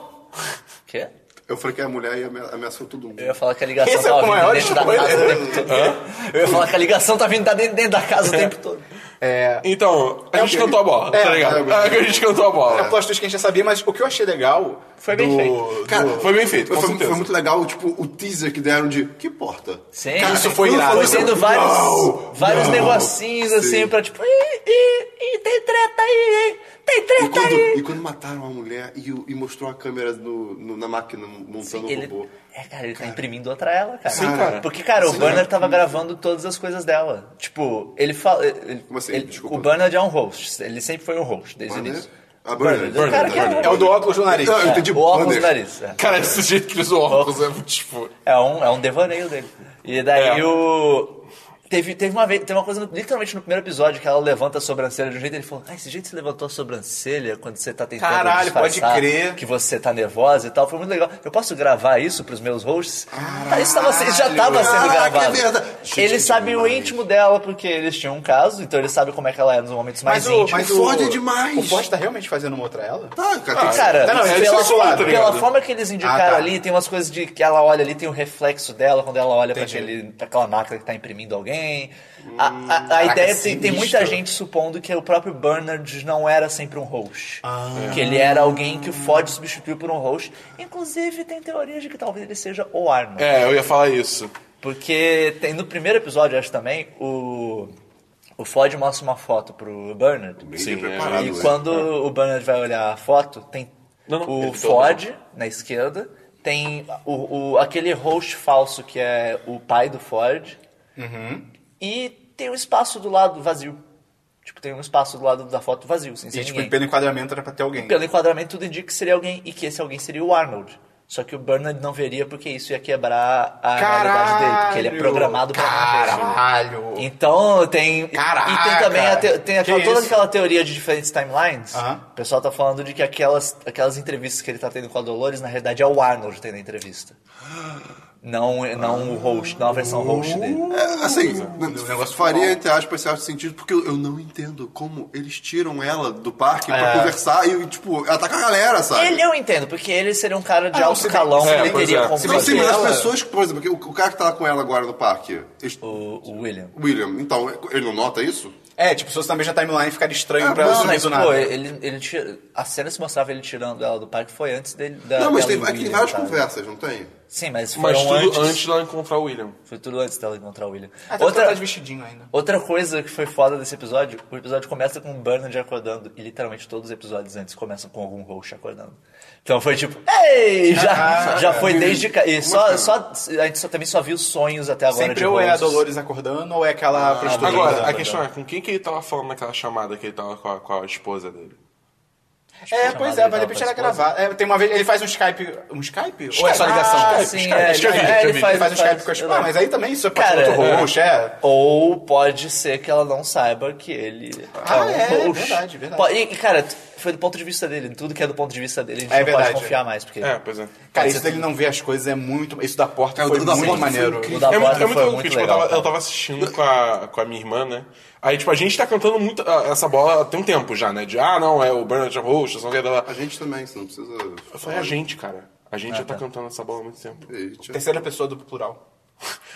Speaker 3: Quê?
Speaker 2: Eu falei que a mulher ia amea- ameaçou todo mundo.
Speaker 3: Eu ia falar que a ligação
Speaker 1: Esse é
Speaker 3: tava
Speaker 1: o maior
Speaker 3: vindo dentro da casa o
Speaker 1: spoiler.
Speaker 3: tempo todo. Eu ia falar que a ligação tá vindo da- dentro, dentro da casa o tempo todo.
Speaker 4: Então, a
Speaker 1: É o
Speaker 4: gente
Speaker 1: que-
Speaker 4: cantou a bola,
Speaker 1: é,
Speaker 4: tá ligado?
Speaker 1: é,
Speaker 4: É, que a gente cantou a
Speaker 1: É um
Speaker 4: bola.
Speaker 1: plot twist que a gente já sabia, mas o que eu achei legal...
Speaker 3: Foi bem
Speaker 1: do-
Speaker 3: feito.
Speaker 1: do-
Speaker 2: Cara,
Speaker 4: Foi bem feito, com
Speaker 2: Foi, foi-
Speaker 4: certeza.
Speaker 2: foi muito legal, tipo, o teaser que deram de que porta?
Speaker 3: Sim.
Speaker 1: Cara, isso foi
Speaker 3: Foi
Speaker 1: irado.
Speaker 3: tendo vários, vários negocinhos assim
Speaker 2: Sim.
Speaker 3: pra tipo, ih, ih, ih, tem treta aí, hein? Tem
Speaker 2: E
Speaker 3: treta
Speaker 2: quando,
Speaker 3: aí.
Speaker 2: e quando mataram a mulher e, o- e mostrou a câmera no- no- na máquina montando
Speaker 3: Sim,
Speaker 2: o
Speaker 3: ele,
Speaker 2: robô.
Speaker 3: é, cara, ele tá imprimindo outra ela, cara.
Speaker 4: Sim, cara.
Speaker 3: Porque, cara, o
Speaker 2: Sim.
Speaker 3: Bernard tava gravando todas as coisas dela. Tipo, ele fala. ele-
Speaker 2: Como assim?
Speaker 3: ele-
Speaker 2: Desculpa.
Speaker 3: o Bernard é um host. Ele sempre foi um host, desde o
Speaker 2: Banner?
Speaker 3: início.
Speaker 2: Ah, Banner.
Speaker 3: Banner. O cara que é
Speaker 2: Banner.
Speaker 1: É o do óculos no nariz.
Speaker 2: Não, Ah, eu entendi
Speaker 3: É, o óculos
Speaker 2: Banner.
Speaker 3: do nariz. É.
Speaker 4: Cara, esse jeito que eles usam óculos é muito tipo.
Speaker 3: É um, é um devaneio dele. E daí
Speaker 4: É.
Speaker 3: o. Teve, teve, uma, vez- teve uma coisa, no- literalmente no primeiro episódio, que ela levanta a sobrancelha de um jeito ele falou: Ah, esse jeito que você levantou a sobrancelha quando você tá tentando.
Speaker 1: Caralho, pode
Speaker 3: disfarçar
Speaker 1: crer.
Speaker 3: Que você tá nervosa e tal. Foi muito legal. Eu posso gravar isso pros meus hosts? Cara, isso, tava, se- já tava sendo
Speaker 2: Caraca,
Speaker 3: gravado.
Speaker 2: é verdade.
Speaker 3: ele
Speaker 2: Gente,
Speaker 3: sabe o
Speaker 2: demais.
Speaker 3: íntimo dela, porque eles tinham um caso, então ele sabe como é que ela é nos momentos mais
Speaker 1: o-
Speaker 3: íntimos.
Speaker 2: o Ford é demais.
Speaker 1: O Ford tá realmente fazendo uma outra ela?
Speaker 2: Tá, cara, tem que ser-
Speaker 3: Cara,
Speaker 1: Não, não, é
Speaker 3: pela,
Speaker 1: sensual, tá
Speaker 3: pela
Speaker 4: ligado?
Speaker 3: forma que eles indicaram
Speaker 1: Ah, tá.
Speaker 3: ali, tem umas coisas de que ela olha ali, tem o reflexo dela quando ela olha pra,
Speaker 1: Entendi. Hum,
Speaker 3: aquele, pra aquela máquina que tá imprimindo alguém. A, a- a ideia é tem, tem
Speaker 1: sinistro.
Speaker 3: muita gente supondo que o próprio Bernard não era sempre um host.
Speaker 1: Ah.
Speaker 3: Que ele era alguém que o Ford substituiu por um host. Inclusive, tem teorias de que talvez ele seja o Arnold.
Speaker 4: É, eu ia falar isso.
Speaker 3: Porque tem, no primeiro episódio, eu acho também, o, o Ford mostra uma foto pro Bernard.
Speaker 2: Bem
Speaker 4: Sim, é.
Speaker 2: preparado,
Speaker 3: E
Speaker 2: né?
Speaker 3: quando
Speaker 1: É.
Speaker 3: o Bernard vai olhar a foto, tem
Speaker 4: Não, não, ele
Speaker 3: o
Speaker 4: todo.
Speaker 3: Ford na esquerda, tem
Speaker 1: Uhum.
Speaker 3: o, o- aquele host falso que é o pai do Ford, e tem um espaço do lado vazio. Tipo, tem um espaço do lado da foto vazio, sem
Speaker 1: E,
Speaker 3: ser
Speaker 1: tipo,
Speaker 3: ninguém.
Speaker 1: pelo enquadramento era pra ter alguém.
Speaker 3: Pelo enquadramento, tudo indica que seria alguém e que esse alguém seria o Arnold. Só que o Bernard não veria porque isso ia quebrar a realidade dele, porque ele é programado pra assim. não ver.
Speaker 1: Caralho!
Speaker 3: Então tem.
Speaker 1: Caraca!
Speaker 3: E tem também a te- tem aquela-
Speaker 1: Que
Speaker 3: toda
Speaker 1: isso?
Speaker 3: aquela teoria de diferentes timelines.
Speaker 1: Aham.
Speaker 3: O pessoal tá falando de que aquelas, aquelas entrevistas que ele tá tendo com a Dolores, na realidade, é o Arnold tendo a entrevista. Não, não o host, não a versão host dele.
Speaker 4: É,
Speaker 2: Assim,
Speaker 1: O negócio
Speaker 2: faria,
Speaker 1: bom.
Speaker 2: entre aspas, certo sentido, porque eu eu não entendo como eles tiram ela do parque
Speaker 3: É.
Speaker 2: pra conversar e, tipo, atacar a galera, sabe?
Speaker 3: Ele é eu entendo, porque ele seria um cara de
Speaker 1: Ah, não,
Speaker 3: alto
Speaker 1: se bem-
Speaker 3: calão,
Speaker 1: se
Speaker 4: bem-
Speaker 3: ele teria
Speaker 4: pois é.
Speaker 3: como
Speaker 4: Se
Speaker 2: Não, sim, mas
Speaker 3: fazer.
Speaker 2: as pessoas, por exemplo, que o, o cara que tá lá com ela agora no parque, eles-
Speaker 3: O, o William.
Speaker 2: William, então, ele não nota isso?
Speaker 1: É, tipo, se fosse na mesma timeline, ficaria estranho
Speaker 2: Ah,
Speaker 1: pra
Speaker 2: não,
Speaker 1: não, é,
Speaker 3: mas,
Speaker 1: sorriso nada.
Speaker 3: pô, ele, ele tira- a cena se mostrava ele tirando ela do parque foi antes dele da.
Speaker 2: não, mas
Speaker 3: dela
Speaker 2: tem,
Speaker 3: e o
Speaker 2: é que tem
Speaker 3: William, tá.
Speaker 2: várias
Speaker 3: sabe?
Speaker 2: conversas, não tem?
Speaker 3: Sim, mas foi
Speaker 4: Mas tudo
Speaker 3: antes.
Speaker 4: antes... dela encontrar o William.
Speaker 3: Foi tudo antes dela encontrar o William.
Speaker 1: Até porque ela tá
Speaker 3: Outra,
Speaker 1: de vestidinho ainda.
Speaker 3: outra coisa que foi foda desse episódio, o episódio começa com o Bernard acordando, e literalmente todos os episódios antes começam com algum host acordando. Então foi tipo, ei! Já, já foi desde. ca- E só, só, a gente só, também só viu sonhos até agora.
Speaker 1: Sempre
Speaker 3: de
Speaker 1: ou é a
Speaker 3: hosts.
Speaker 1: Dolores acordando, ou é aquela prostituta. tá
Speaker 4: Agora, a
Speaker 1: acordando.
Speaker 4: questão é, com quem que ele tava falando naquela chamada que ele tava com a, com a esposa dele?
Speaker 1: É, pois é, mas de repente era
Speaker 3: Chamada de tal pra
Speaker 1: gravar. É, tem uma vez, ele faz um Skype. Um Skype? Ou é só ligação?
Speaker 3: Ah,
Speaker 1: Skype,
Speaker 3: sim,
Speaker 1: Skype.
Speaker 3: é,
Speaker 4: escrevi,
Speaker 3: ele- é,
Speaker 4: escrevi.
Speaker 3: ele faz
Speaker 1: Ele faz um Skype com a esposa. Ah, mas aí também isso é pra
Speaker 3: Cara,
Speaker 1: outro host, é.
Speaker 3: Ou pode ser que ela não saiba que ele
Speaker 1: Ah, é,
Speaker 3: um
Speaker 1: é
Speaker 3: host.
Speaker 1: verdade, verdade.
Speaker 3: Po- E, e, cara, t- foi do ponto de vista dele. Tudo que é do ponto de vista dele, a gente
Speaker 1: É
Speaker 3: não
Speaker 1: verdade,
Speaker 3: pode confiar
Speaker 1: é.
Speaker 3: mais. Porque
Speaker 4: É, pois é.
Speaker 1: Cara, isso dele não ver as coisas é muito. Isso da porta
Speaker 2: É, o
Speaker 1: foi
Speaker 2: da
Speaker 1: muito
Speaker 2: porta foi
Speaker 1: maneiro.
Speaker 2: incrível.
Speaker 3: o da
Speaker 4: é muito,
Speaker 3: Bárbara
Speaker 4: é muito
Speaker 3: foi
Speaker 4: louco,
Speaker 3: muito
Speaker 4: tipo,
Speaker 3: legal.
Speaker 4: eu, tava, eu
Speaker 3: cara.
Speaker 4: tava assistindo com a, com a minha irmã, né? Aí, tipo, a gente tá cantando muito ah, essa bola tem um tempo já, né? De, ah, não, é o Bernard Rocha, só que ela...
Speaker 2: A gente também, você não precisa...
Speaker 4: Foi "É a gente, cara. A gente já tá, cantando essa bola há muito tempo.
Speaker 2: Eita.
Speaker 1: Terceira pessoa do plural.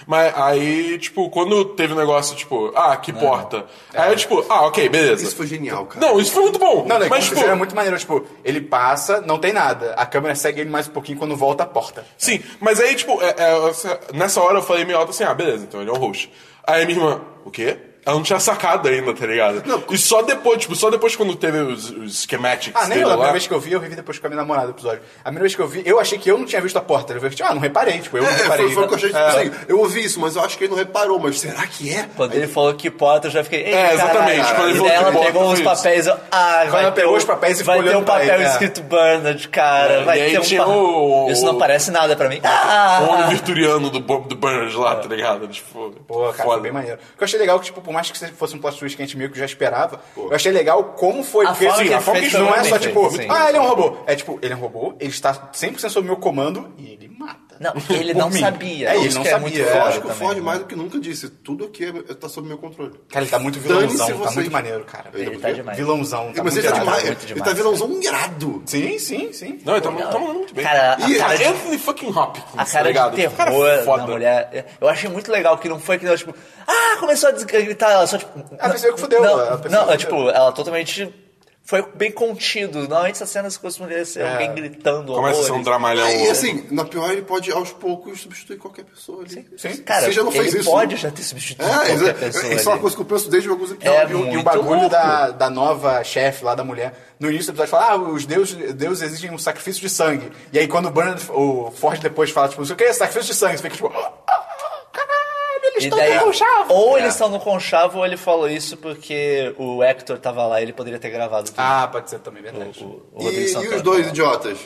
Speaker 4: Mas aí, tipo, quando teve o negócio, tipo, ah, que porta. Aí eu, tipo, ah, ok, beleza.
Speaker 2: Isso foi genial, cara.
Speaker 4: Não, isso foi muito bom.
Speaker 1: Não, não,
Speaker 4: mas,
Speaker 1: mas,
Speaker 4: tipo,
Speaker 1: é muito maneiro. Tipo, ele passa, não tem nada. A câmera segue ele mais um pouquinho quando volta a porta.
Speaker 4: Sim, mas aí, tipo, é- é, essa- nessa hora eu falei meio alto assim, ah, beleza, então ele é um host. Aí minha irmã, o quê? Ela não tinha sacado ainda, tá ligado? e só depois, tipo, só depois quando teve os, os schematics
Speaker 1: Ah, nem
Speaker 4: dele
Speaker 1: eu, a
Speaker 4: lá.
Speaker 1: primeira vez que eu vi, eu revi depois com a minha namorada o episódio. A primeira vez que eu vi, eu achei que eu não tinha visto a porta. Eu falei, tipo, ah, não reparei, tipo, eu não
Speaker 2: É,
Speaker 1: reparei.
Speaker 2: foi, foi o que eu achei, tipo, assim, eu ouvi isso, mas eu acho que ele não reparou, mas será que é?
Speaker 3: Quando ele falou que porta, eu já fiquei. "Ei,
Speaker 4: É, exatamente,
Speaker 3: caralho."
Speaker 4: quando
Speaker 3: e
Speaker 4: ele falou
Speaker 3: daí
Speaker 4: que
Speaker 3: ela
Speaker 4: porta,
Speaker 3: pegou
Speaker 4: foi
Speaker 3: os
Speaker 4: isso.
Speaker 3: papéis. eu, Ah, vai
Speaker 1: ela
Speaker 3: ter
Speaker 1: pegou
Speaker 3: um-
Speaker 1: os papéis e ficou
Speaker 3: Vai ter
Speaker 1: olhando
Speaker 3: um
Speaker 1: pra
Speaker 3: papel
Speaker 1: ele, é.
Speaker 3: escrito Bernard, cara.
Speaker 4: É, e
Speaker 3: Vai
Speaker 4: aí
Speaker 3: ter um
Speaker 4: tinha
Speaker 3: pa-
Speaker 4: o-
Speaker 3: Isso não parece nada pra mim.
Speaker 4: O homem
Speaker 3: Ah!
Speaker 4: virturiano do, Bob- do Burns lá, tá ligado? Tipo,
Speaker 1: Pô, cara, foi
Speaker 4: foda.
Speaker 1: bem maneiro. O que eu achei legal que, tipo, por mais que fosse um plot twist que a gente meio que já esperava, eu achei legal como foi.
Speaker 3: A forma que
Speaker 1: assim,
Speaker 3: ele fez
Speaker 1: não
Speaker 3: foi
Speaker 1: é
Speaker 3: bem
Speaker 1: só,
Speaker 3: feita,
Speaker 1: tipo,
Speaker 3: sim.
Speaker 1: ah, ele é um robô. É tipo, ele é um robô, ele está 100% sob meu comando e ele mata.
Speaker 3: Não, ele
Speaker 1: Por
Speaker 3: não
Speaker 1: mim.
Speaker 3: sabia.
Speaker 1: É, ele
Speaker 3: Isso
Speaker 1: não
Speaker 3: que é
Speaker 1: sabia.
Speaker 3: muito
Speaker 1: é.
Speaker 3: foda.
Speaker 2: Acho que o
Speaker 3: também,
Speaker 2: Ford
Speaker 3: né?
Speaker 2: mais do que nunca disse, tudo aqui é- tá sob meu controle.
Speaker 1: Cara, ele tá muito
Speaker 2: Dane-se
Speaker 1: vilãozão, tá
Speaker 2: vocês.
Speaker 1: muito maneiro, cara.
Speaker 2: Ele
Speaker 3: tá demais.
Speaker 1: Vilãozão, tá muito
Speaker 2: Mas ele tá
Speaker 1: irado.
Speaker 2: demais,
Speaker 3: muito
Speaker 2: ele
Speaker 3: demais,
Speaker 2: tá vilãozão irado.
Speaker 1: Sim, sim, sim.
Speaker 4: Não, ele tá, tá mandando muito bem.
Speaker 3: Cara, a
Speaker 4: E-
Speaker 3: cara de-
Speaker 4: Anthony fucking Hopkins,
Speaker 3: A
Speaker 4: tá
Speaker 3: cara
Speaker 4: ligado?
Speaker 3: de
Speaker 4: Tipo, cara
Speaker 3: terror
Speaker 4: foda.
Speaker 3: da mulher. Eu achei muito legal que não foi que ela, tipo, ah, começou a des- gritar, ela só, tipo.
Speaker 1: Ela
Speaker 3: não-
Speaker 1: percebeu que fudeu,
Speaker 3: Não,
Speaker 1: ela percebeu
Speaker 3: não,
Speaker 1: que fudeu.
Speaker 3: é, tipo, ela totalmente. Foi bem contido. Normalmente essas cenas costumam ser alguém gritando.
Speaker 4: Começa a ser um
Speaker 3: horrores.
Speaker 1: é
Speaker 4: dramalhão.
Speaker 2: e assim, na pior ele pode aos poucos substituir qualquer pessoa ali.
Speaker 1: Sim.
Speaker 3: Cara,
Speaker 2: Você já não fez
Speaker 3: ele
Speaker 2: isso,
Speaker 3: pode
Speaker 2: né?
Speaker 3: já ter substituído
Speaker 2: É, isso
Speaker 3: qualquer
Speaker 2: é, isso
Speaker 3: pessoa.
Speaker 2: é uma
Speaker 3: ali.
Speaker 2: coisa que eu penso desde alguns
Speaker 3: É
Speaker 2: episódios.
Speaker 1: E o- e
Speaker 3: muito
Speaker 1: o bagulho
Speaker 3: louco.
Speaker 1: da, da nova chefe lá da mulher, no início do episódio fala, ah, os deuses, deuses exigem um sacrifício de sangue. E aí quando o Bernard, o Ford depois fala, tipo, não sei o que, sacrifício de sangue, você fica tipo, "Ah, caralho, eles
Speaker 3: E
Speaker 1: estão
Speaker 3: daí-
Speaker 1: Então tá com conchavo.
Speaker 3: Ou
Speaker 1: É.
Speaker 3: eles estão no conchavo, ou ele falou isso porque o Hector tava lá e ele poderia ter gravado tudo.
Speaker 1: Ah, pode ser também, verdade.
Speaker 3: o, o
Speaker 2: E,
Speaker 3: Rodrigo
Speaker 2: e
Speaker 3: Santoro
Speaker 2: os dois
Speaker 3: falou.
Speaker 2: idiotas?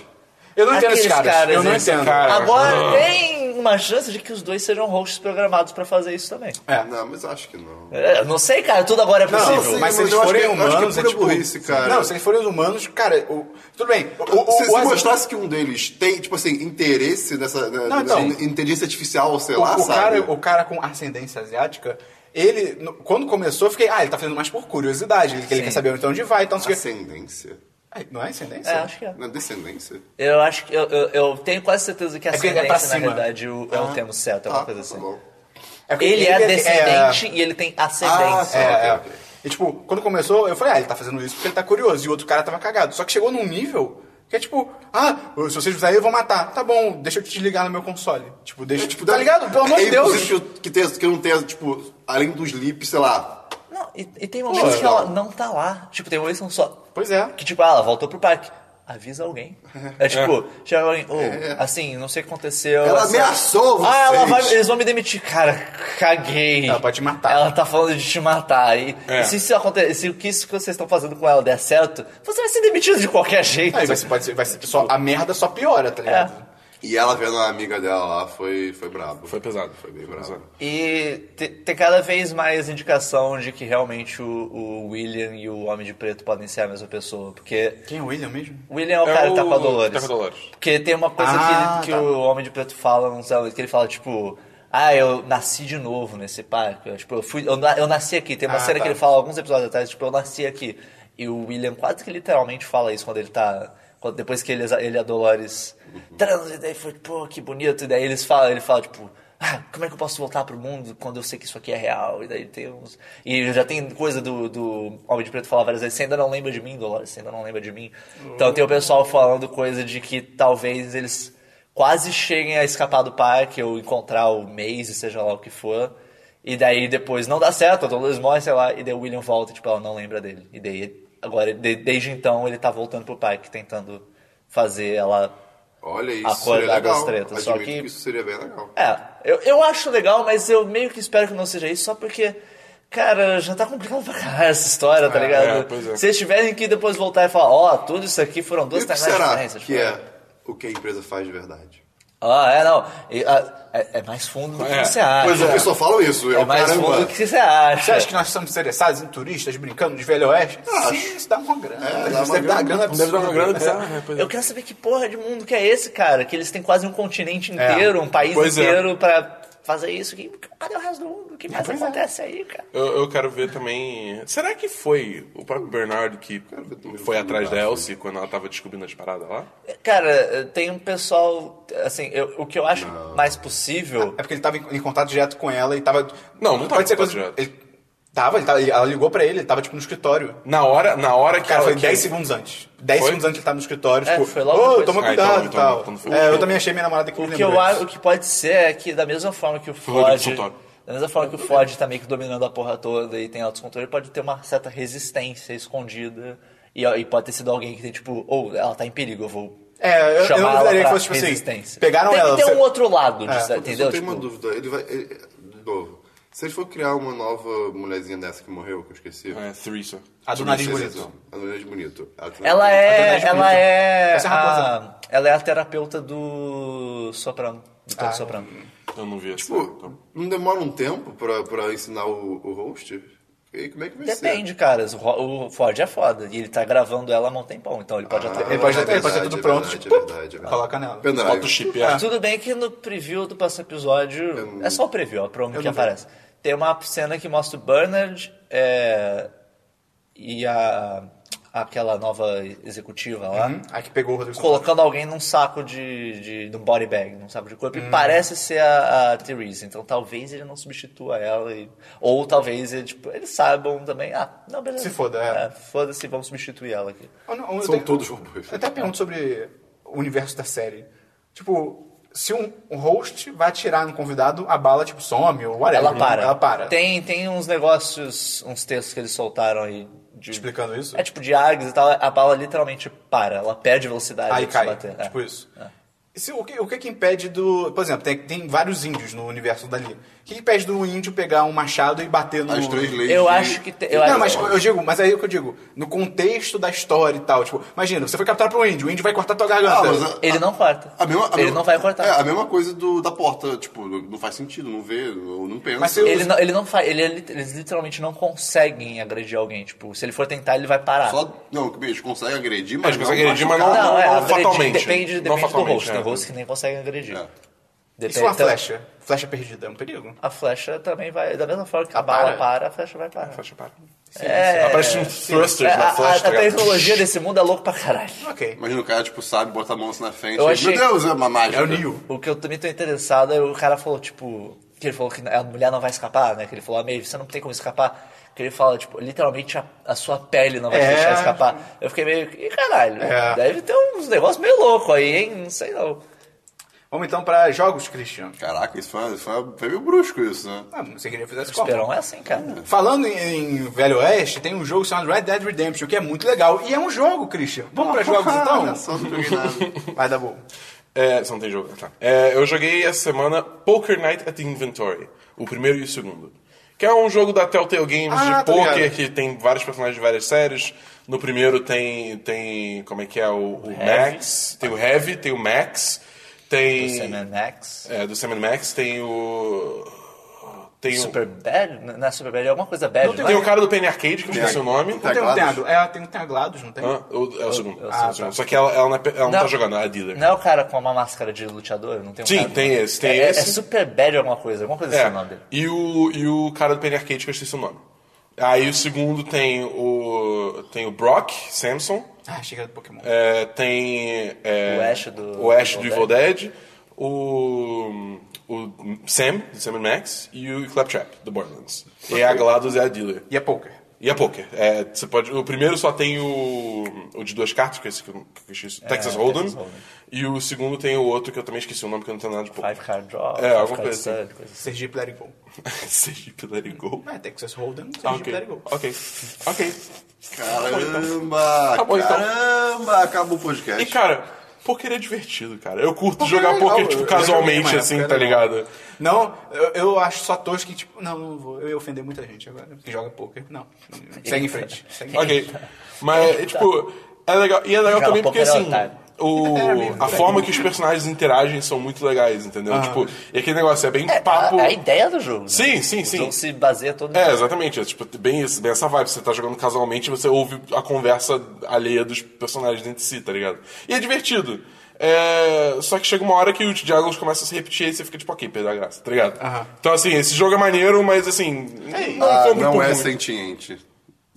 Speaker 1: Eu não entendo
Speaker 3: Aqueles
Speaker 1: esses caras, eu não
Speaker 3: eles-
Speaker 1: entendo.
Speaker 4: cara.
Speaker 3: Agora tem uma chance de que os dois sejam hosts programados pra fazer isso também.
Speaker 1: É.
Speaker 2: Não, mas acho que não.
Speaker 3: É, não sei, cara, tudo agora é possível.
Speaker 1: Não,
Speaker 2: sim,
Speaker 1: mas se
Speaker 2: mas
Speaker 1: eles
Speaker 2: eu acho
Speaker 1: forem
Speaker 2: que- eu acho que é
Speaker 1: humanos, é
Speaker 2: pura
Speaker 1: tipo...
Speaker 2: burrice, cara.
Speaker 1: Não, se eles forem humanos, cara, o- tudo bem. O, o,
Speaker 2: se se
Speaker 1: o-
Speaker 2: mostrasse que um deles tem, tipo assim, interesse nessa né,
Speaker 1: Não, então.
Speaker 2: nessa inteligência artificial, sei
Speaker 1: O,
Speaker 2: lá,
Speaker 1: o
Speaker 2: sabe?
Speaker 1: cara, é o cara com ascendência asiática, ele, no- quando começou, eu fiquei, ah, ele tá fazendo mais por curiosidade, ele, que ele
Speaker 3: Sim.
Speaker 1: quer saber então onde vai, então não sei o quê.
Speaker 2: Ascendência?
Speaker 1: Ah, Não é ascendência?
Speaker 3: É, acho que é.
Speaker 2: Não é descendência?
Speaker 3: Eu acho que eu, eu, eu tenho quase certeza que a
Speaker 1: É porque é
Speaker 3: ascendência,
Speaker 1: pra
Speaker 3: na
Speaker 1: cima.
Speaker 3: verdade, o, é o termo certo, é uma coisa assim.
Speaker 2: Tá bom.
Speaker 1: É porque
Speaker 3: ele, é descendente e ele tem
Speaker 2: Ah,
Speaker 3: ascendência.
Speaker 1: É,
Speaker 2: tá,
Speaker 1: é.
Speaker 2: ok, ok.
Speaker 1: E tipo, quando começou, eu falei, ah, ele tá fazendo isso porque ele tá curioso, e o outro cara tava cagado. Só que chegou num nível que é tipo, ah, se vocês fizerem eu vou matar. Tá bom, deixa eu te ligar no meu console. Tipo, deixa, tipo, tá ligado? Pelo amor
Speaker 2: é
Speaker 1: de Deus.
Speaker 2: impossível Que, que, tenha, que não tenha, tipo, além dos lips, sei lá.
Speaker 3: Não, e, e tem momentos
Speaker 1: Pô,
Speaker 3: que ela
Speaker 2: não.
Speaker 3: não tá lá. Tipo, tem momentos que não só.
Speaker 1: Pois é.
Speaker 3: Que tipo, ah, ela voltou pro parque. avisa alguém. É tipo, chega alguém, ou, assim, não sei o que aconteceu.
Speaker 2: Ela
Speaker 3: essa-
Speaker 2: ameaçou vocês.
Speaker 3: Ah, ela vai, eles vão me demitir. Cara, caguei.
Speaker 1: Ela pode te matar.
Speaker 3: Ela tá falando de te matar. E,
Speaker 4: É.
Speaker 3: e se isso acontecer, se o que isso que vocês estão fazendo com ela der certo, você vai ser demitido de qualquer jeito.
Speaker 1: Aí vai ser, pode ser, vai ser, só, a merda só piora, tá
Speaker 3: É.
Speaker 1: ligado?
Speaker 2: E ela vendo a amiga dela lá foi, foi brabo.
Speaker 4: Foi pesado.
Speaker 2: Foi bem brabo.
Speaker 3: E te- tem cada vez mais indicação de que realmente o, o William e o Homem de Preto podem ser a mesma pessoa. Porque
Speaker 1: Quem é o William mesmo?
Speaker 3: o William é o cara que tá com a Dolores.
Speaker 4: Tá com a Dolores.
Speaker 3: Porque tem uma coisa
Speaker 1: Ah,
Speaker 3: que, ele-
Speaker 1: tá.
Speaker 3: que o Homem de Preto fala, não sei, que ele fala, tipo... Ah, eu nasci de novo nesse parque. Eu, tipo, eu, fui, eu, na- eu nasci aqui. Tem uma
Speaker 1: Ah,
Speaker 3: cena
Speaker 1: tá.
Speaker 3: que ele fala alguns episódios atrás, tipo, eu nasci aqui. E o William quase que literalmente fala isso quando ele tá... quando- depois que ele, ele e a Dolores transam, e daí foi, pô, que bonito. E daí eles falam, ele fala, tipo... Ah, como é que eu posso voltar pro mundo quando eu sei que isso aqui é real? E daí tem uns... E já tem coisa do, do Homem de Preto falar várias vezes, você ainda não lembra de mim, Dolores, você ainda não lembra de mim. Então tem o pessoal falando coisa de que talvez eles quase cheguem a escapar do parque ou encontrar o Maze, seja lá o que for. E daí depois não dá certo, a Dolores morre, sei lá, e daí o William volta, tipo, ela não lembra dele. E daí, agora, de- desde então, ele tá voltando pro parque tentando fazer ela.
Speaker 2: Olha, isso
Speaker 3: Acordar
Speaker 2: seria legal.
Speaker 3: das tretas, só
Speaker 2: Admito
Speaker 3: que-
Speaker 2: que... isso seria bem legal.
Speaker 3: É, eu, eu acho legal, mas eu meio que espero que não seja isso, só porque. Cara, já tá complicado pra caralho essa história, tá ligado?
Speaker 4: é, pois é.
Speaker 3: Se eles tiverem que depois voltar e falar, ó, tudo isso aqui foram
Speaker 2: E
Speaker 3: duas
Speaker 2: o que
Speaker 3: timelines
Speaker 2: será
Speaker 3: diferentes.
Speaker 2: que
Speaker 3: foram-
Speaker 2: é
Speaker 3: tipo,
Speaker 2: o que a empresa faz de verdade?
Speaker 3: Ah, é, não. E, ah, é, é mais fundo do que
Speaker 4: É,
Speaker 3: você acha.
Speaker 2: Pois é. só falam isso.
Speaker 3: Ah, É
Speaker 2: Eu,
Speaker 3: mais
Speaker 2: caramba.
Speaker 3: fundo do que você acha.
Speaker 1: Você acha que nós estamos interessados em turistas brincando de Velho Oeste?
Speaker 2: Ah,
Speaker 1: Sim, isso dá uma grana.
Speaker 2: É, dá
Speaker 1: isso
Speaker 2: uma
Speaker 1: deve dar
Speaker 2: grana.
Speaker 1: uma grana absurda.
Speaker 4: Deve dar uma grana bizarra, né? Pois é.
Speaker 3: Eu quero saber que porra de mundo que é esse, cara. Que eles têm quase um continente inteiro, um país
Speaker 4: Pois é.
Speaker 3: inteiro pra fazer isso. Que, cadê o resto do mundo? O que mais
Speaker 1: Pois é.
Speaker 3: acontece aí, cara?
Speaker 4: Eu, eu quero ver também. Será que foi o próprio Bernardo que
Speaker 2: ver também
Speaker 4: foi
Speaker 2: o
Speaker 4: atrás da
Speaker 2: filme lá,
Speaker 4: Elsie quando ela tava descobrindo as paradas lá?
Speaker 3: Cara, tem um pessoal... Assim, eu- o que eu acho mais possível...
Speaker 1: É porque ele tava em, em contato direto com ela e tava.
Speaker 4: Não, não tava
Speaker 1: Pode ser
Speaker 4: em contato
Speaker 1: coisa.
Speaker 4: direto.
Speaker 1: Ele, tava, ele tava, ela ligou pra ele, ele tava tipo no escritório.
Speaker 4: Na hora, na hora que
Speaker 1: Cara,
Speaker 4: ela.
Speaker 1: Ah, foi
Speaker 4: que-
Speaker 1: 10 segundos antes. 10
Speaker 4: Foi?
Speaker 1: segundos antes ele tava no escritório,
Speaker 3: É,
Speaker 1: tipo,
Speaker 3: foi logo
Speaker 1: "Ô,
Speaker 3: depois."
Speaker 1: toma
Speaker 4: Ah,
Speaker 1: cuidado
Speaker 4: então,
Speaker 1: e
Speaker 4: então,
Speaker 1: tal.
Speaker 4: então não foi.
Speaker 1: É, eu também achei minha namorada que
Speaker 3: O
Speaker 1: me
Speaker 3: que, eu,
Speaker 1: lembrou
Speaker 3: acho-
Speaker 1: disso.
Speaker 3: o que pode ser é que, da mesma forma que o Ford.
Speaker 4: Rodrigo Santoro.
Speaker 3: Da mesma forma que o Ford tá meio que dominando a porra toda e tem autocontrole, pode ter uma certa resistência escondida. E, e pode ter sido alguém que tem, tipo, ou ela tá em perigo, eu vou.
Speaker 1: É, eu- eu
Speaker 3: chamar
Speaker 1: não
Speaker 3: ela
Speaker 1: daria que
Speaker 3: pra
Speaker 1: fosse, tipo assim,
Speaker 3: resistência.
Speaker 1: pegaram
Speaker 3: tem
Speaker 1: ela,
Speaker 3: que ter
Speaker 1: você-
Speaker 3: um outro lado
Speaker 1: É,
Speaker 3: disso,
Speaker 1: eu
Speaker 2: Eu só
Speaker 3: entendeu?
Speaker 2: tenho uma
Speaker 3: Tipo,
Speaker 2: dúvida. Ele vai. ele- de novo. Se eles for criar uma nova mulherzinha dessa que morreu, que eu esqueci.
Speaker 4: É, Theresa.
Speaker 1: A do nariz
Speaker 2: Esqueci,
Speaker 1: bonito.
Speaker 2: não. A do nariz bonito. Ela tem-
Speaker 1: Ela
Speaker 3: ela é.
Speaker 1: tá
Speaker 3: Ela é.
Speaker 1: Essa é a
Speaker 3: A,
Speaker 1: raposa.
Speaker 3: ela é a terapeuta do Soprano. Do Tony
Speaker 1: Ah.
Speaker 3: Soprano.
Speaker 4: Eu não vi então. essa.
Speaker 2: Pô, não demora um tempo pra, pra ensinar o, o host? E aí, como é que vai ser?
Speaker 3: Depende, cara. O Ro- O Ford é foda. E ele tá gravando ela há um tempão, então ele pode até.
Speaker 1: Ele pode
Speaker 2: é
Speaker 1: ter- ele pode ter
Speaker 2: verdade,
Speaker 1: tudo
Speaker 2: é
Speaker 1: pronto,
Speaker 2: verdade,
Speaker 1: tipo,
Speaker 2: é verdade, é verdade.
Speaker 1: coloca nela.
Speaker 2: Pendrive.
Speaker 4: Bota o chip. é.
Speaker 3: Tudo bem que no preview do próximo episódio. É só o preview, a promo que
Speaker 1: não vi.
Speaker 3: aparece. Tem uma cena que mostra o Bernard é, e a, aquela nova executiva lá.
Speaker 1: Hum? Aí que pegou o Rodrigo Santoro.
Speaker 3: Colocando alguém num saco de, de. num body bag, num saco de corpo.
Speaker 1: Uhum.
Speaker 3: E parece ser a, a Therese. Então talvez ele não substitua ela. e- ou talvez ele, tipo, eles saibam também. Ah, não, beleza.
Speaker 1: Se foda, é.
Speaker 3: Foda-se, vamos substituir ela aqui.
Speaker 1: Eu não- eu
Speaker 2: São
Speaker 1: tenho-
Speaker 2: todos robôs.
Speaker 1: Eu até pergunto sobre o universo da série. Tipo, se um, um host vai atirar no convidado, a bala, tipo, some ou whatever.
Speaker 3: Ela para.
Speaker 1: Ela para.
Speaker 3: Tem, tem uns negócios, uns textos que eles soltaram aí. De,
Speaker 1: Explicando isso?
Speaker 3: É tipo de Args e tal, a bala literalmente para, ela perde velocidade
Speaker 1: Aí
Speaker 3: antes de
Speaker 1: cai.
Speaker 3: bater. é.
Speaker 1: Tipo isso. E se- o, que, o que que impede do... Por exemplo, tem, tem vários índios no universo dali. O que que impede do índio pegar um machado e bater no...
Speaker 2: As três leis.
Speaker 3: Eu
Speaker 2: de-
Speaker 3: acho que tem. Eu
Speaker 1: não,
Speaker 3: acho-
Speaker 1: mas eu digo, mas aí é o que eu digo, no contexto da história e tal, tipo, imagina, você foi capturado por um índio, o índio vai cortar tua garganta.
Speaker 2: Ah, mas a-
Speaker 3: Ele não corta.
Speaker 2: A mesma- a
Speaker 3: ele
Speaker 2: mesma-
Speaker 3: não vai cortar.
Speaker 2: É, a mesma coisa do, da porta, tipo, não não faz sentido, não vê, não, não pensa.
Speaker 1: Mas se
Speaker 3: Ele não, ele não faz. Ele, é lit- eles literalmente não conseguem agredir alguém. Tipo, se ele for tentar, ele vai parar.
Speaker 2: Só, não, que bicho, consegue agredir, mas
Speaker 4: Mas consegue agredir, mas
Speaker 3: não,
Speaker 2: machucar.
Speaker 4: não
Speaker 3: é, agredir
Speaker 4: fatalmente.
Speaker 3: Depende,
Speaker 4: Não
Speaker 3: depende
Speaker 4: fatalmente,
Speaker 3: do host.
Speaker 4: é.
Speaker 3: Tem host que nem consegue agredir.
Speaker 2: É.
Speaker 1: Isso é uma
Speaker 3: Então,
Speaker 1: flecha. Flecha perdida, é um perigo.
Speaker 3: A flecha também vai. Da mesma forma que a
Speaker 1: Ela
Speaker 3: bala
Speaker 1: para?
Speaker 3: para, a flecha vai parar.
Speaker 4: Flecha para.
Speaker 3: É,
Speaker 4: Aparece um thrusters
Speaker 3: É,
Speaker 4: na
Speaker 3: a, a-
Speaker 4: flecha. tá
Speaker 3: a tecnologia desse mundo é louco pra caralho.
Speaker 1: Ok.
Speaker 2: Imagina o cara, tipo, sabe, bota a mão assim na frente.
Speaker 3: Eu achei-
Speaker 2: Meu Deus, é uma mágica.
Speaker 1: É o Neo.
Speaker 3: O que eu também tô interessado é o cara falou, tipo, que ele falou que a mulher não vai escapar, né? Que ele falou, a Maeve, você não tem como escapar. Que ele fala, tipo, literalmente a, a sua pele não vai te
Speaker 1: É.
Speaker 3: deixar escapar. Eu fiquei meio, que, "Ih, caralho,
Speaker 1: É.
Speaker 3: deve ter uns negócios meio louco aí, hein? Não sei não.
Speaker 1: Vamos então pra jogos, Cristiano.
Speaker 2: Caraca, isso foi, foi, foi meio brusco isso, né?
Speaker 1: Ah, não sei queria fazer esse
Speaker 3: O
Speaker 1: copo.
Speaker 3: Esperão é assim, cara.
Speaker 1: Falando em, em Velho Oeste, tem um jogo chamado Red Dead Redemption, que é muito legal. E é um jogo, Christian. Vamos
Speaker 2: Ah,
Speaker 1: pra jogos
Speaker 2: Olha
Speaker 1: então?
Speaker 2: só não joguei nada.
Speaker 1: Vai dar bom.
Speaker 4: É, você não tem jogo. Ah, Tá. É, eu joguei essa semana Poker Night at the Inventory, o primeiro e o segundo. Que é um jogo da Telltale Games
Speaker 1: Ah,
Speaker 4: de
Speaker 1: tô
Speaker 4: poker
Speaker 1: ligado.
Speaker 4: que tem vários personagens de várias séries. No primeiro tem. tem como é que é? O, o
Speaker 3: Heavy.
Speaker 4: Max. Tem o Heavy, tem o Max. Tem.
Speaker 3: O Sam and Max.
Speaker 4: É, do Sam and Max. Tem o. Tem o.
Speaker 3: Super Bad? Não é Super Bad, é alguma coisa bad.
Speaker 1: Não tem-
Speaker 3: né?
Speaker 4: Tem o cara do Penny Arcade, que eu esqueci o nome.
Speaker 2: Tá
Speaker 1: tem um
Speaker 2: Glados?
Speaker 1: Teaglados, é, tem um Teaglados, não tem?
Speaker 4: Hã? O- é o segundo.
Speaker 3: o
Speaker 4: Ah,
Speaker 1: segundo.
Speaker 4: tá. Só que ela, ela não, é, ela não
Speaker 3: Não.
Speaker 4: tá jogando, é a dealer.
Speaker 3: Não é o cara com uma máscara de luteador? Não tem um
Speaker 4: Sim,
Speaker 3: cara-
Speaker 4: tem esse, tem
Speaker 3: é, É
Speaker 4: esse.
Speaker 3: Super Bad alguma coisa, alguma coisa assim
Speaker 4: É,
Speaker 3: o nome dele.
Speaker 4: E o, e o cara do Penny Arcade, que eu esqueci o nome. Aí o segundo tem o. Tem o Brock Samson.
Speaker 1: Ah, chega do Pokémon.
Speaker 4: é, tem. é,
Speaker 3: O Ash do-
Speaker 4: O Ash do
Speaker 3: do
Speaker 4: Evil
Speaker 3: Evil
Speaker 4: Dead. O. O Sam, do Sam and Max. E o Claptrap, do Borderlands. E a GLaDOS é a dealer.
Speaker 1: E é poker.
Speaker 4: E a poker. É, você pode, o primeiro só tem o, o de duas cartas, que é esse que eu que eu esqueci. Texas Hold'em.
Speaker 3: Texas Hold'em.
Speaker 4: E o segundo tem o outro que eu também esqueci o nome, que eu não tenho nada de poker.
Speaker 3: Five Card Draw, Five
Speaker 4: É, alguma
Speaker 3: Card
Speaker 4: coisa assim.
Speaker 3: Stud, coisa assim.
Speaker 1: Sergipe Let It Go.
Speaker 4: Sergipe Let It Go.
Speaker 1: É, Texas Hold'em, Sergipe
Speaker 4: Ah, ok.
Speaker 1: Let It Go.
Speaker 4: Ok. Ok.
Speaker 2: Caramba!
Speaker 4: Tá bom, então.
Speaker 2: Caramba! Acabou o
Speaker 4: E,
Speaker 2: podcast.
Speaker 4: cara, poker é divertido, cara. Eu curto
Speaker 1: Poker é
Speaker 4: jogar
Speaker 1: legal,
Speaker 4: poker,
Speaker 1: eu-
Speaker 4: tipo,
Speaker 1: eu joguei
Speaker 4: casualmente,
Speaker 1: uma
Speaker 4: assim,
Speaker 1: época,
Speaker 4: tá
Speaker 1: é legal.
Speaker 4: ligado?
Speaker 1: Não, eu, eu acho só tosco que, tipo, não, não vou. Eu ia ofender muita gente agora. Que joga poker. Não. Segue em frente. Segue em frente.
Speaker 4: Ok. Mas, é, tipo, é legal. E é legal
Speaker 3: Jogar
Speaker 4: também porque,
Speaker 3: poker é
Speaker 4: assim,
Speaker 3: otário.
Speaker 4: o,
Speaker 1: É, amigo, Ah.
Speaker 4: a
Speaker 1: é.
Speaker 4: forma que os personagens interagem são muito legais, entendeu? Tipo, e aquele negócio é bem
Speaker 3: É,
Speaker 4: papo...
Speaker 3: a, a ideia do jogo. né?
Speaker 4: Sim, sim, sim.
Speaker 3: O jogo se baseia todo
Speaker 4: É,
Speaker 3: nisso.
Speaker 4: exatamente. É, tipo, bem, esse- bem essa vibe. Você tá jogando casualmente e você ouve a conversa alheia dos personagens entre si, tá ligado? E é divertido. É, Só que chega uma hora que os diálogos começam a se repetir e você fica tipo, ok, perdeu a graça, tá ligado?
Speaker 1: Aham.
Speaker 4: Então, assim, esse jogo é maneiro, mas assim, não
Speaker 2: Ah,
Speaker 4: compra
Speaker 2: não
Speaker 4: por
Speaker 2: é
Speaker 4: muito.
Speaker 2: sentiente.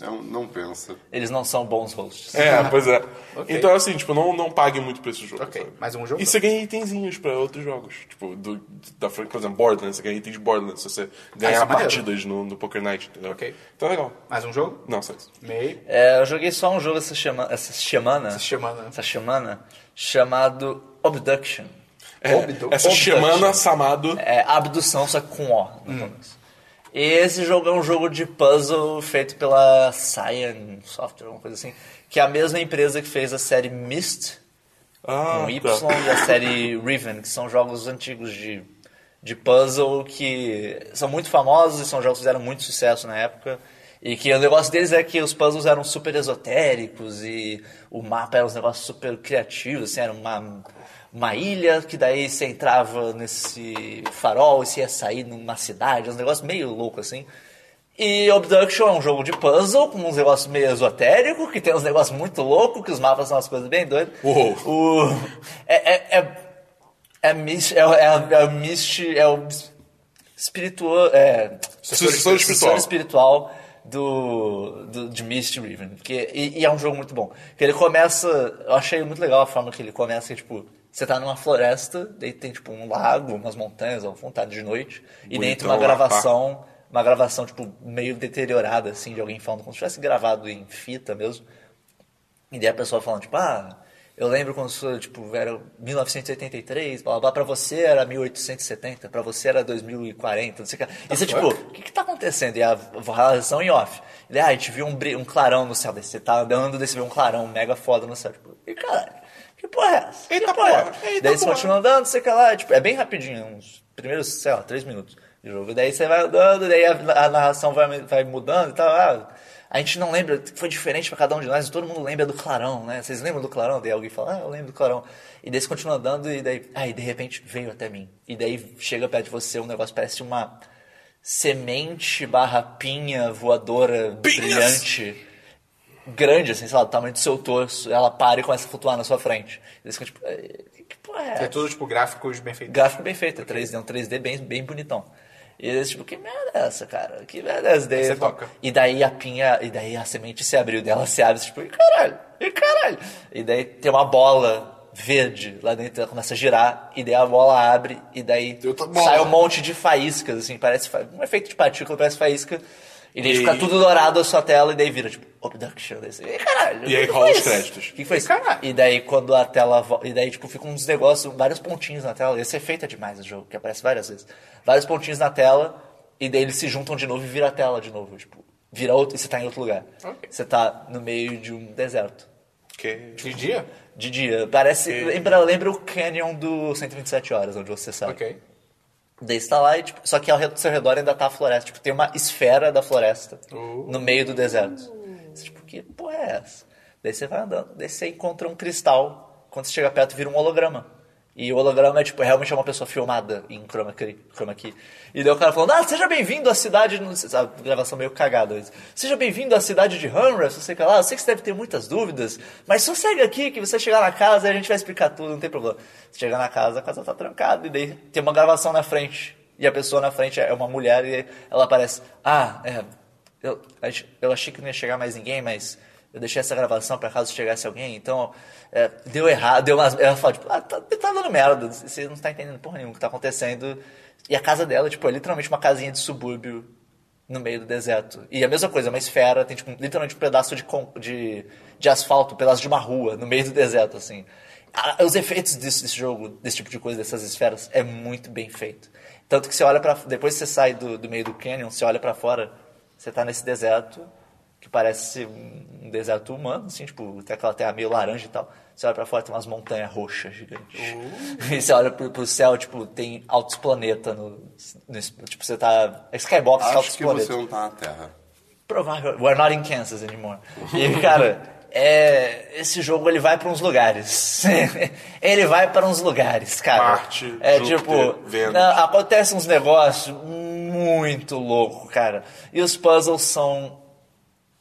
Speaker 2: Não, não pensa.
Speaker 3: Eles não são bons hosts.
Speaker 4: É,
Speaker 2: Ah.
Speaker 4: pois é.
Speaker 1: Ok.
Speaker 4: Então, assim, tipo, não, não pague muito pra esse jogo.
Speaker 1: Ok,
Speaker 4: sabe?
Speaker 1: mais um jogo?
Speaker 4: E você ganha itenzinhos pra outros jogos. Tipo, do, da franquia, por exemplo, Borderlands, você ganha itens de Borderlands se você ganhar
Speaker 1: isso é maneiro.
Speaker 4: partidas no, no Poker Night, entendeu?
Speaker 1: Ok.
Speaker 4: Então é legal.
Speaker 1: Mais um jogo?
Speaker 4: Não, só isso.
Speaker 1: Meio.
Speaker 3: É, eu joguei só um jogo essa, chama, essa semana. Essa
Speaker 1: semana.
Speaker 3: Essa semana. Chamado Obduction.
Speaker 4: É,
Speaker 1: Obdu-
Speaker 4: essa Hum.
Speaker 3: Obduction.
Speaker 4: semana, Samado.
Speaker 3: É abdução, só que com O no começo. E esse jogo é um jogo de puzzle feito pela Cyan Software, alguma coisa assim. Que é a mesma empresa que fez a série Myst,
Speaker 4: Ah,
Speaker 3: com Y,
Speaker 4: tá.
Speaker 3: e a série Riven, que são jogos antigos de, de puzzle que são muito famosos e são jogos que fizeram muito sucesso na época. E que o negócio deles é que os puzzles eram super esotéricos e o mapa era um negócio super criativo, assim, era uma, uma ilha que daí você entrava nesse farol e você ia sair numa cidade, um negócio meio louco assim. E Obduction é um jogo de puzzle com uns negócios meio esotérico, que tem uns negócios muito loucos, que os mapas são umas coisas bem doidas.
Speaker 4: Uou.
Speaker 3: O... É, é, é, é, mist, é, é, é o mist, é o espiritual, é,
Speaker 4: Sucessor espiritual.
Speaker 3: sucessor espiritual do, do de Mist Riven, porque e, e é um jogo muito bom. Porque ele começa, eu achei muito legal a forma que ele começa, que, tipo, você tá numa floresta, daí tem tipo um lago, umas montanhas, ao fundo tá de noite, e dentro uma
Speaker 4: lá, pá.
Speaker 3: gravação, uma gravação tipo meio deteriorada assim de alguém falando como se tivesse gravado em fita mesmo. E daí a pessoa falando, tipo, ah, eu lembro quando isso, tipo, era 1983, blá, blá, blá, pra você era 1870, pra você era 2040, não sei o que. lá. E você, tipo, o que que tá acontecendo? E a relação em off. Ele, ah, a gente viu um, bri- um clarão no céu, daí você tá andando, daí você vê um clarão mega foda no céu. Tipo, e caralho, que porra é essa? Que
Speaker 4: Eita
Speaker 3: é
Speaker 4: porra,
Speaker 3: essa?
Speaker 4: eita
Speaker 3: Daí você
Speaker 4: porra.
Speaker 3: continua andando, não sei o que lá, tipo, é bem rapidinho, uns primeiros, sei lá, três minutos de jogo. Daí você vai andando, daí a, a narração vai, vai mudando e tal. ah, a gente não lembra, foi diferente pra cada um de nós, todo mundo lembra do clarão, né? Vocês lembram do clarão? Daí alguém fala, ah, eu lembro do clarão. E daí você continua andando e daí, aí de repente veio até mim. E daí chega perto de você um negócio, parece uma semente barra pinha voadora brilhante grande, assim, sei lá, do tamanho do seu torso, ela para e começa a flutuar na sua frente. E você fica tipo, "Eh, que porra é
Speaker 1: É
Speaker 3: essa?
Speaker 1: tudo, tipo, gráficos bem feitos.
Speaker 3: Gráfico bem feito, é 3D, é um 3D bem, bem bonitão. E eles, tipo, que merda é essa, cara? Que merda é essa? Daí,
Speaker 1: você
Speaker 3: ele fala-
Speaker 1: toca.
Speaker 3: E daí a pinha, e daí a semente se abriu dela, se abre, tipo, e caralho, e caralho. E daí tem uma bola verde lá dentro, ela começa a girar, e daí a bola abre, e daí
Speaker 2: outra bola.
Speaker 3: sai um monte de faíscas, assim, parece fa- um efeito de partícula, parece faísca. E daí fica tudo dourado a sua tela e daí vira tipo abduction. Daí você, "Ih, caralho,
Speaker 4: E aí
Speaker 3: o que
Speaker 4: rola
Speaker 3: foi
Speaker 4: os
Speaker 3: isso?
Speaker 4: créditos.
Speaker 3: O que foi isso?
Speaker 1: Caralho.
Speaker 3: E daí quando a tela. vo- E daí tipo fica uns negócios, vários pontinhos na tela. Esse efeito é demais no jogo, que aparece várias vezes. Vários pontinhos na tela e daí eles se juntam de novo e vira a tela de novo. Tipo, vira outro e você tá em outro lugar.
Speaker 1: Ok.
Speaker 3: Você tá no meio de um deserto.
Speaker 4: Que...
Speaker 1: De dia?
Speaker 3: De dia. Parece. Lembra, lembra o canyon do 127 horas, onde você sai.
Speaker 1: Ok.
Speaker 3: Daí você tá lá e, tipo, só que ao re- seu redor ainda tá a floresta. Tipo, tem uma esfera da floresta
Speaker 1: Oh.
Speaker 3: no meio do deserto. Você, tipo, que porra é essa? Daí você vai andando, daí você encontra um cristal. Quando você chega perto, vira um holograma. E o holograma é, tipo, realmente é uma pessoa filmada em chroma key. Chroma key. E daí o cara falando, ah, seja bem-vindo à cidade... no-" A gravação meio cagada. mas, Seja bem-vindo à cidade de Hunrest, não sei o que lá. Eu sei que você deve ter muitas dúvidas, mas sossega aqui que você chegar na casa e a gente vai explicar tudo, não tem problema. Você chega na casa, a casa tá trancada, e daí tem uma gravação na frente. E a pessoa na frente é uma mulher e ela aparece. Ah, é. Eu, a gente- eu achei que não ia chegar mais ninguém, mas eu deixei essa gravação pra caso chegasse alguém, então. é, deu errado, deu umas. Ela fala, tipo, ah, tá, tá dando merda, você não tá entendendo porra nenhuma o que tá acontecendo. E a casa dela, tipo, é literalmente uma casinha de subúrbio no meio do deserto. E a mesma coisa, uma esfera, tem tipo, literalmente um pedaço de, con- de, de asfalto, um pedaço de uma rua no meio do deserto, assim. A- os efeitos desse, desse jogo, desse tipo de coisa, dessas esferas, é muito bem feito. Tanto que você olha para Depois que você sai do, do meio do canyon, você olha pra fora, você tá nesse deserto, que parece um deserto humano, assim, tipo, tem aquela terra meio laranja e tal. Você olha pra fora, tem umas montanhas roxas gigantes.
Speaker 2: Oh.
Speaker 3: E você olha pro, pro céu, tipo, tem altos planetas no, no... es- Tipo, você tá... É Skybox, altos
Speaker 2: Acho que
Speaker 3: planetas.
Speaker 2: você não tá na Terra.
Speaker 3: Provável. We're not in Kansas anymore. E, cara, é, esse jogo ele vai pra uns lugares. ele vai pra uns lugares, cara.
Speaker 4: Marte,
Speaker 3: é
Speaker 4: Júpiter,
Speaker 3: tipo,
Speaker 4: Vênus.
Speaker 3: não, acontecem uns negócios muito louco, cara. E os puzzles são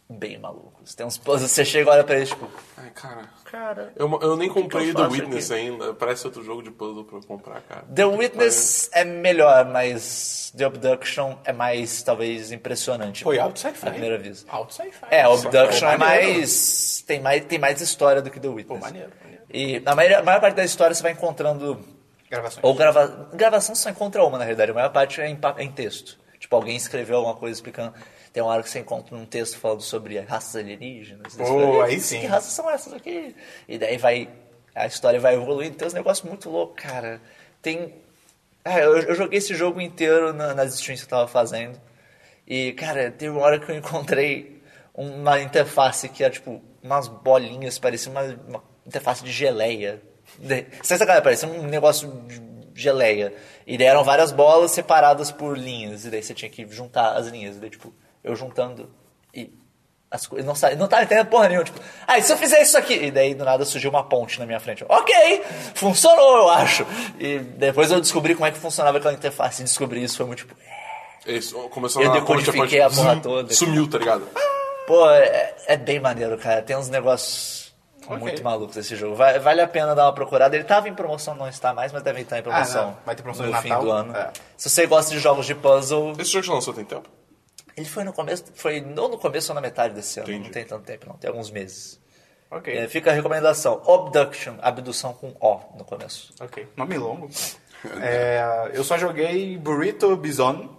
Speaker 3: bem malucos. Tem uns puzzles, você chega e olha pra eles, tipo,
Speaker 4: Ai, cara.
Speaker 3: cara.
Speaker 4: Eu, eu nem comprei
Speaker 3: eu
Speaker 4: The
Speaker 3: faço
Speaker 4: Witness
Speaker 3: aqui?
Speaker 4: ainda. Parece outro jogo de puzzle pra eu comprar, cara.
Speaker 3: The Witness é melhor, mas The Abduction é mais, talvez, impressionante.
Speaker 1: Foi alto sci-fi.
Speaker 3: À É primeira vista.
Speaker 1: Alto sci-fi.
Speaker 3: É, o Abduction é
Speaker 1: Maneiro.
Speaker 3: mais tem, mais. tem mais história do que The Witness.
Speaker 1: Pô, maneiro, maneiro.
Speaker 3: E na maioria- a maior parte da história você vai encontrando.
Speaker 1: Gravações.
Speaker 3: Ou grava, gravação você só encontra uma, na realidade. A maior parte é em, pa- é em texto. Tipo, alguém escreveu alguma coisa explicando. Tem uma hora que você encontra um texto falando sobre raças alienígenas.
Speaker 1: Pô,
Speaker 3: Você fala, né? "Ih,
Speaker 1: aí sim."
Speaker 3: Que raças são essas aqui? E daí vai. A história vai evoluindo. Tem uns negócios muito loucos, cara. Tem. Ah, eu, eu joguei esse jogo inteiro na- nas streams que eu tava fazendo. E, cara, teve uma hora que eu encontrei uma interface que era tipo umas bolinhas, parecia uma, uma interface de geleia. De- Sabe essa cara? Parecia um negócio de geleia. E daí eram várias bolas separadas por linhas. E daí você tinha que juntar as linhas. E daí, tipo, eu juntando. E as coisas não saem. Não tava entendendo porra nenhuma. Tipo, ah, e se eu fizer isso aqui? E daí do nada surgiu uma ponte na minha frente. Eu, ok, funcionou, eu acho. E depois eu descobri como é que funcionava aquela interface. E descobri isso foi muito tipo.
Speaker 4: Isso, começou
Speaker 3: Eu
Speaker 4: na ponte,
Speaker 3: decodifiquei
Speaker 4: ponte,
Speaker 3: a porra
Speaker 4: zum,
Speaker 3: toda.
Speaker 4: Sumiu, tá ligado?
Speaker 3: Pô, é, é bem maneiro, cara. Tem uns negócios muito malucos esse jogo. Vai- vale a pena dar uma procurada. Ele tava em promoção, não está mais, mas deve estar em
Speaker 1: Ah,
Speaker 3: promoção.
Speaker 1: não. Vai ter promoção
Speaker 3: no
Speaker 1: de
Speaker 3: fim
Speaker 1: Natal?
Speaker 3: do ano.
Speaker 1: É.
Speaker 3: Se você gosta de jogos de puzzle,
Speaker 4: Esse jogo já lançou tem tempo?
Speaker 3: ele foi no começo, foi ou no começo ou na metade desse ano.
Speaker 4: Entendi.
Speaker 3: Não tem tanto tempo, não. Tem alguns meses.
Speaker 1: Ok.
Speaker 3: É, fica a recomendação. Obduction, abdução com O no começo.
Speaker 1: Ok. Nome longo. É, eu só joguei Burrito Bison.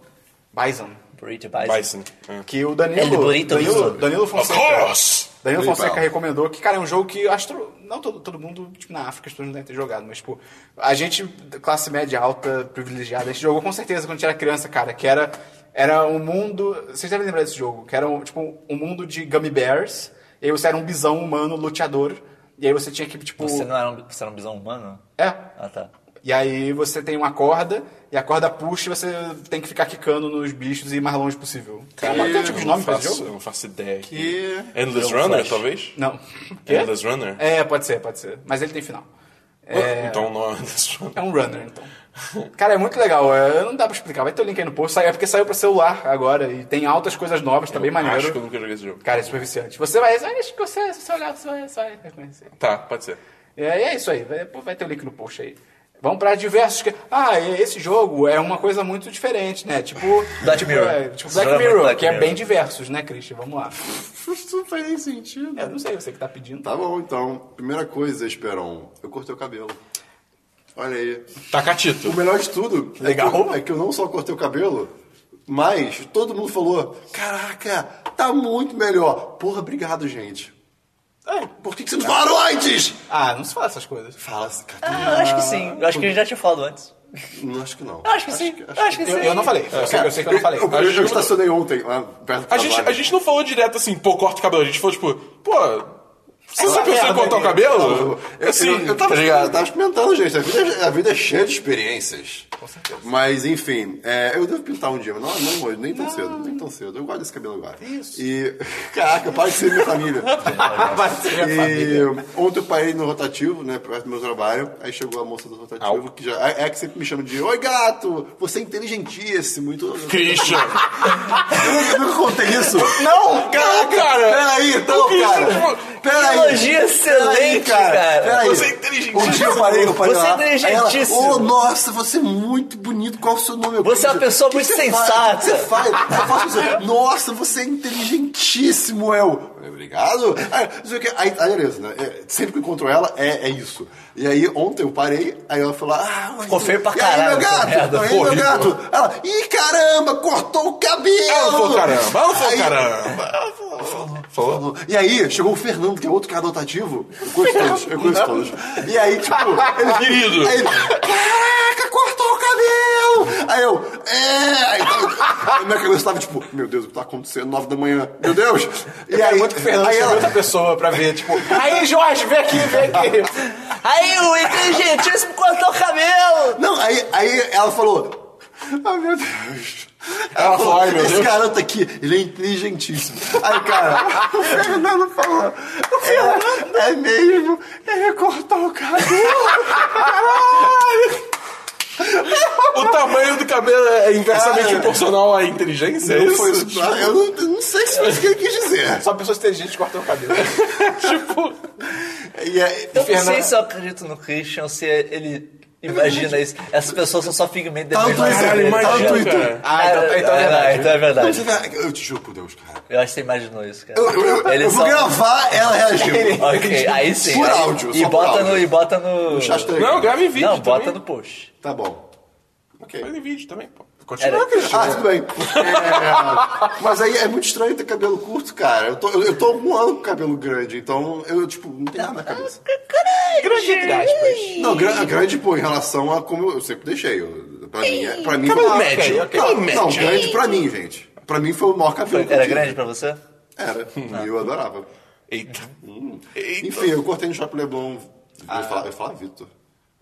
Speaker 1: Bison.
Speaker 3: Burrito Bison.
Speaker 4: Bison. É.
Speaker 1: Que o
Speaker 3: El
Speaker 1: Danilo.
Speaker 3: Burrito
Speaker 1: Danilo,
Speaker 3: Bison.
Speaker 1: Danilo Fonseca.
Speaker 4: Of course!
Speaker 1: Danilo
Speaker 2: Legal.
Speaker 1: Fonseca recomendou que, cara, é um jogo que eu acho que não todo, todo mundo, tipo, na África, as pessoas não devem ter jogado, mas, tipo, a gente, classe média alta, privilegiada, a gente jogou com certeza quando a gente era criança, cara, que era, era um mundo. Vocês devem lembrar desse jogo, que era, um, tipo, um mundo de gummy bears, e aí você era um bisão humano luteador, e aí você tinha que, tipo.
Speaker 3: Você não era um, você era um bisão humano?
Speaker 1: É,
Speaker 3: Ah, tá.
Speaker 1: e aí você tem uma corda, e a corda puxa e você tem que ficar quicando nos bichos e ir mais longe possível. Caramba, tem um tipo de nome pra
Speaker 4: faço,
Speaker 1: esse
Speaker 4: um- É, Eu
Speaker 1: jogo?
Speaker 4: não faço ideia.
Speaker 2: Que-
Speaker 4: Endless
Speaker 3: Jogo
Speaker 4: Runner,
Speaker 3: é um Flash.
Speaker 4: talvez?
Speaker 1: Não.
Speaker 4: Endless Runner?
Speaker 1: É, pode ser, pode ser. Mas ele tem final. É,
Speaker 4: Então não é Endless Runner.
Speaker 1: é um runner, então. Cara, é muito legal. é, não dá pra explicar. Vai ter o link aí no post. Saiu- É porque saiu pra celular agora e tem altas coisas novas, tá bem maneiro.
Speaker 4: Acho que eu nunca joguei esse jogo.
Speaker 1: Cara, é super viciante. Você vai... Acho que você, se você olhar, você vai, você vai reconhecer.
Speaker 4: Tá, pode ser.
Speaker 1: É, e é isso aí. Vai, pô, vai ter o link no post aí. Vamos pra diversos... que- Ah, e esse jogo é uma coisa muito diferente, né? Tipo...
Speaker 3: Black Mirror.
Speaker 1: É, tipo
Speaker 3: Esse jogo é
Speaker 1: Black
Speaker 3: muito
Speaker 1: Mirror,
Speaker 3: Black
Speaker 1: que é
Speaker 3: Mirror.
Speaker 1: bem diversos, né, Christian? Vamos lá.
Speaker 2: Isso não faz nem sentido.
Speaker 1: Eu não sei você que tá pedindo.
Speaker 2: Tá bom, então. Primeira coisa, Esperon, eu cortei o cabelo. Olha aí.
Speaker 4: Tacatito.
Speaker 2: O melhor de tudo é
Speaker 1: Legal.
Speaker 2: que eu- É, que eu, não só cortei o cabelo, Mas todo mundo falou: caraca, tá muito melhor. Porra, obrigado, gente.
Speaker 1: É.
Speaker 2: Por que, que vocês não falaram antes?
Speaker 1: Ah, não se fala essas coisas.
Speaker 2: Fala, cara.
Speaker 3: Ah, eu acho que sim. Eu acho que ele já tinha falado antes.
Speaker 2: Não acho que não.
Speaker 3: Eu acho que sim. Eu acho que sim.
Speaker 1: Eu, eu não falei. Eu sei, eu sei que eu não falei.
Speaker 2: Eu, eu, eu estacionei ontem lá perto do
Speaker 4: A gente,
Speaker 2: trabalho.
Speaker 4: a gente não falou direto assim, pô, corta o cabelo. A gente falou tipo, pô, você já
Speaker 1: uma
Speaker 4: pensou em
Speaker 1: merda,
Speaker 4: cortar o
Speaker 1: né?
Speaker 4: cabelo?
Speaker 2: Eu,
Speaker 4: Assim,
Speaker 2: eu, eu, tava,
Speaker 4: tá
Speaker 2: eu
Speaker 4: ligado?
Speaker 2: tava experimentando, gente. A vida, a vida é cheia de experiências. Com certeza. Mas, enfim, é, eu devo pintar um dia. mas Não, não hoje, nem tão cedo. Nem tão cedo. Eu gosto desse cabelo agora. Isso. E, caraca, para de ser minha família.
Speaker 1: Vai ser a família.
Speaker 2: E ontem eu parei no rotativo, né, perto do meu trabalho. Aí chegou a moça do rotativo, que já é é que sempre me chama de Oi, gato! Você é inteligentíssimo. E tudo.
Speaker 4: Christian.
Speaker 2: Eu nunca contei isso.
Speaker 1: Não!
Speaker 4: Não, cara.
Speaker 2: Peraí, então,
Speaker 4: que isso,
Speaker 2: cara.
Speaker 4: tipo,
Speaker 2: Peraí.
Speaker 3: Elogio
Speaker 2: Peraí,
Speaker 3: excelente, cara.
Speaker 2: Peraí.
Speaker 4: Você é inteligentíssimo.
Speaker 2: Um dia eu parei, eu parei
Speaker 3: Você é
Speaker 2: lá.
Speaker 3: inteligentíssimo.
Speaker 2: Aí ela, oh, nossa, você é muito bonito. Qual é o seu nome? Eu,
Speaker 3: Você é uma
Speaker 2: "Christian."
Speaker 3: pessoa
Speaker 2: "O que
Speaker 3: muito
Speaker 2: que você faz?
Speaker 3: sensata."
Speaker 2: "O que Você faz? Eu faço isso. Nossa, você é inteligentíssimo, eu. Eu falei, Obrigado. Aí, não sei o quê. aí, aí beleza, né? É, sempre que eu encontro ela, é, é isso. E aí, ontem eu parei, aí ela falou, ah...
Speaker 3: Ficou feio pra
Speaker 2: e aí,
Speaker 3: caralho
Speaker 2: meu
Speaker 3: essa
Speaker 2: gato?
Speaker 3: merda,
Speaker 2: aí,
Speaker 4: ficou
Speaker 2: meu
Speaker 4: horrível.
Speaker 2: gato? Ela, ih, caramba, cortou o cabelo.
Speaker 4: Ela falou caramba, ela falou
Speaker 2: Aí-
Speaker 4: caramba. Falou?
Speaker 2: e aí, chegou o Fernando, que é outro cara adotativo. Eu conheço todos, eu conheço todos. E aí, tipo, ele
Speaker 4: Querido.
Speaker 2: Aí ele, caraca, cortou o cabelo! Aí eu, é! Aí, eu- minha cabeça tava tipo, meu Deus, o que tá acontecendo? Nove da manhã, meu Deus! E
Speaker 1: É
Speaker 2: aí,
Speaker 1: muito que o Fernando
Speaker 2: aí
Speaker 1: chame
Speaker 2: ela,
Speaker 1: outra pessoa pra ver, tipo, aí, Jorge, vem aqui, vem aqui.
Speaker 3: Aí o inteligentíssimo cortou o cabelo!
Speaker 2: não, aí, aí ela falou, ai meu Deus.
Speaker 4: Ela falou, ai, meu
Speaker 2: Esse
Speaker 4: Deus.
Speaker 2: garoto aqui, ele é inteligentíssimo. Aí, cara, o Fernando falou, o Fernando é, é mesmo, ele cortou o cabelo.
Speaker 4: O tamanho do cabelo é inversamente
Speaker 2: Cara.
Speaker 4: proporcional à inteligência? é
Speaker 2: Não
Speaker 4: isso?
Speaker 2: foi Ah. isso. Eu, não, eu não sei se foi isso que ele quis dizer.
Speaker 1: Só pessoas inteligentes cortam o cabelo.
Speaker 2: E aí,
Speaker 3: Eu não sei
Speaker 1: Fernando-
Speaker 3: se eu acredito no Christian ou se ele imagina isso. Essas pessoas são só figmento da
Speaker 2: Tá no Twitter,
Speaker 3: dele,
Speaker 2: tá no
Speaker 3: ligado?
Speaker 2: Twitter.
Speaker 3: Cara,
Speaker 1: Ah,
Speaker 2: tá,
Speaker 1: então- então é
Speaker 3: não,
Speaker 1: verdade.
Speaker 3: então é verdade.
Speaker 2: eu te juro por Deus, cara.
Speaker 3: Eu acho que você imaginou isso, cara.
Speaker 2: Eu, eu- eu- eu
Speaker 3: Eles
Speaker 2: vou
Speaker 3: são-
Speaker 2: gravar ela reagindo.
Speaker 3: Ok, aí sim.
Speaker 2: Por
Speaker 3: aí-
Speaker 2: áudio,
Speaker 3: e
Speaker 2: só por
Speaker 3: bota
Speaker 2: áudio.
Speaker 3: No, e bota no.
Speaker 2: Hashtag.
Speaker 4: Não, grava em vídeo
Speaker 3: Não, bota
Speaker 4: também.
Speaker 3: no post.
Speaker 2: Tá bom. Ok.
Speaker 4: Grava em vídeo também, pô.
Speaker 3: Era-
Speaker 4: Continua, Christian.
Speaker 2: Ah, tudo bem. É, mas aí é muito estranho ter cabelo curto, cara. Eu tô, eu, eu tô há um ano com cabelo grande, então eu, tipo, não tenho nada na cabeça.
Speaker 1: Grande entre aspas.
Speaker 2: Não, gra- grande, pô, em relação a como eu sempre deixei. Eu, pra mim, é- pra mim
Speaker 4: Cabelo
Speaker 2: foi-
Speaker 4: médio,
Speaker 2: Não,
Speaker 4: cabelo médio.
Speaker 2: Não, grande pra mim, gente. Pra mim foi o maior cabelo que eu
Speaker 3: Era
Speaker 2: tive.
Speaker 3: grande pra você?
Speaker 2: Era. E eu adorava.
Speaker 4: Eita. Eita.
Speaker 2: Enfim, eu cortei no Shopping Leblon. Eu ia falar, eu ia falar Vitor.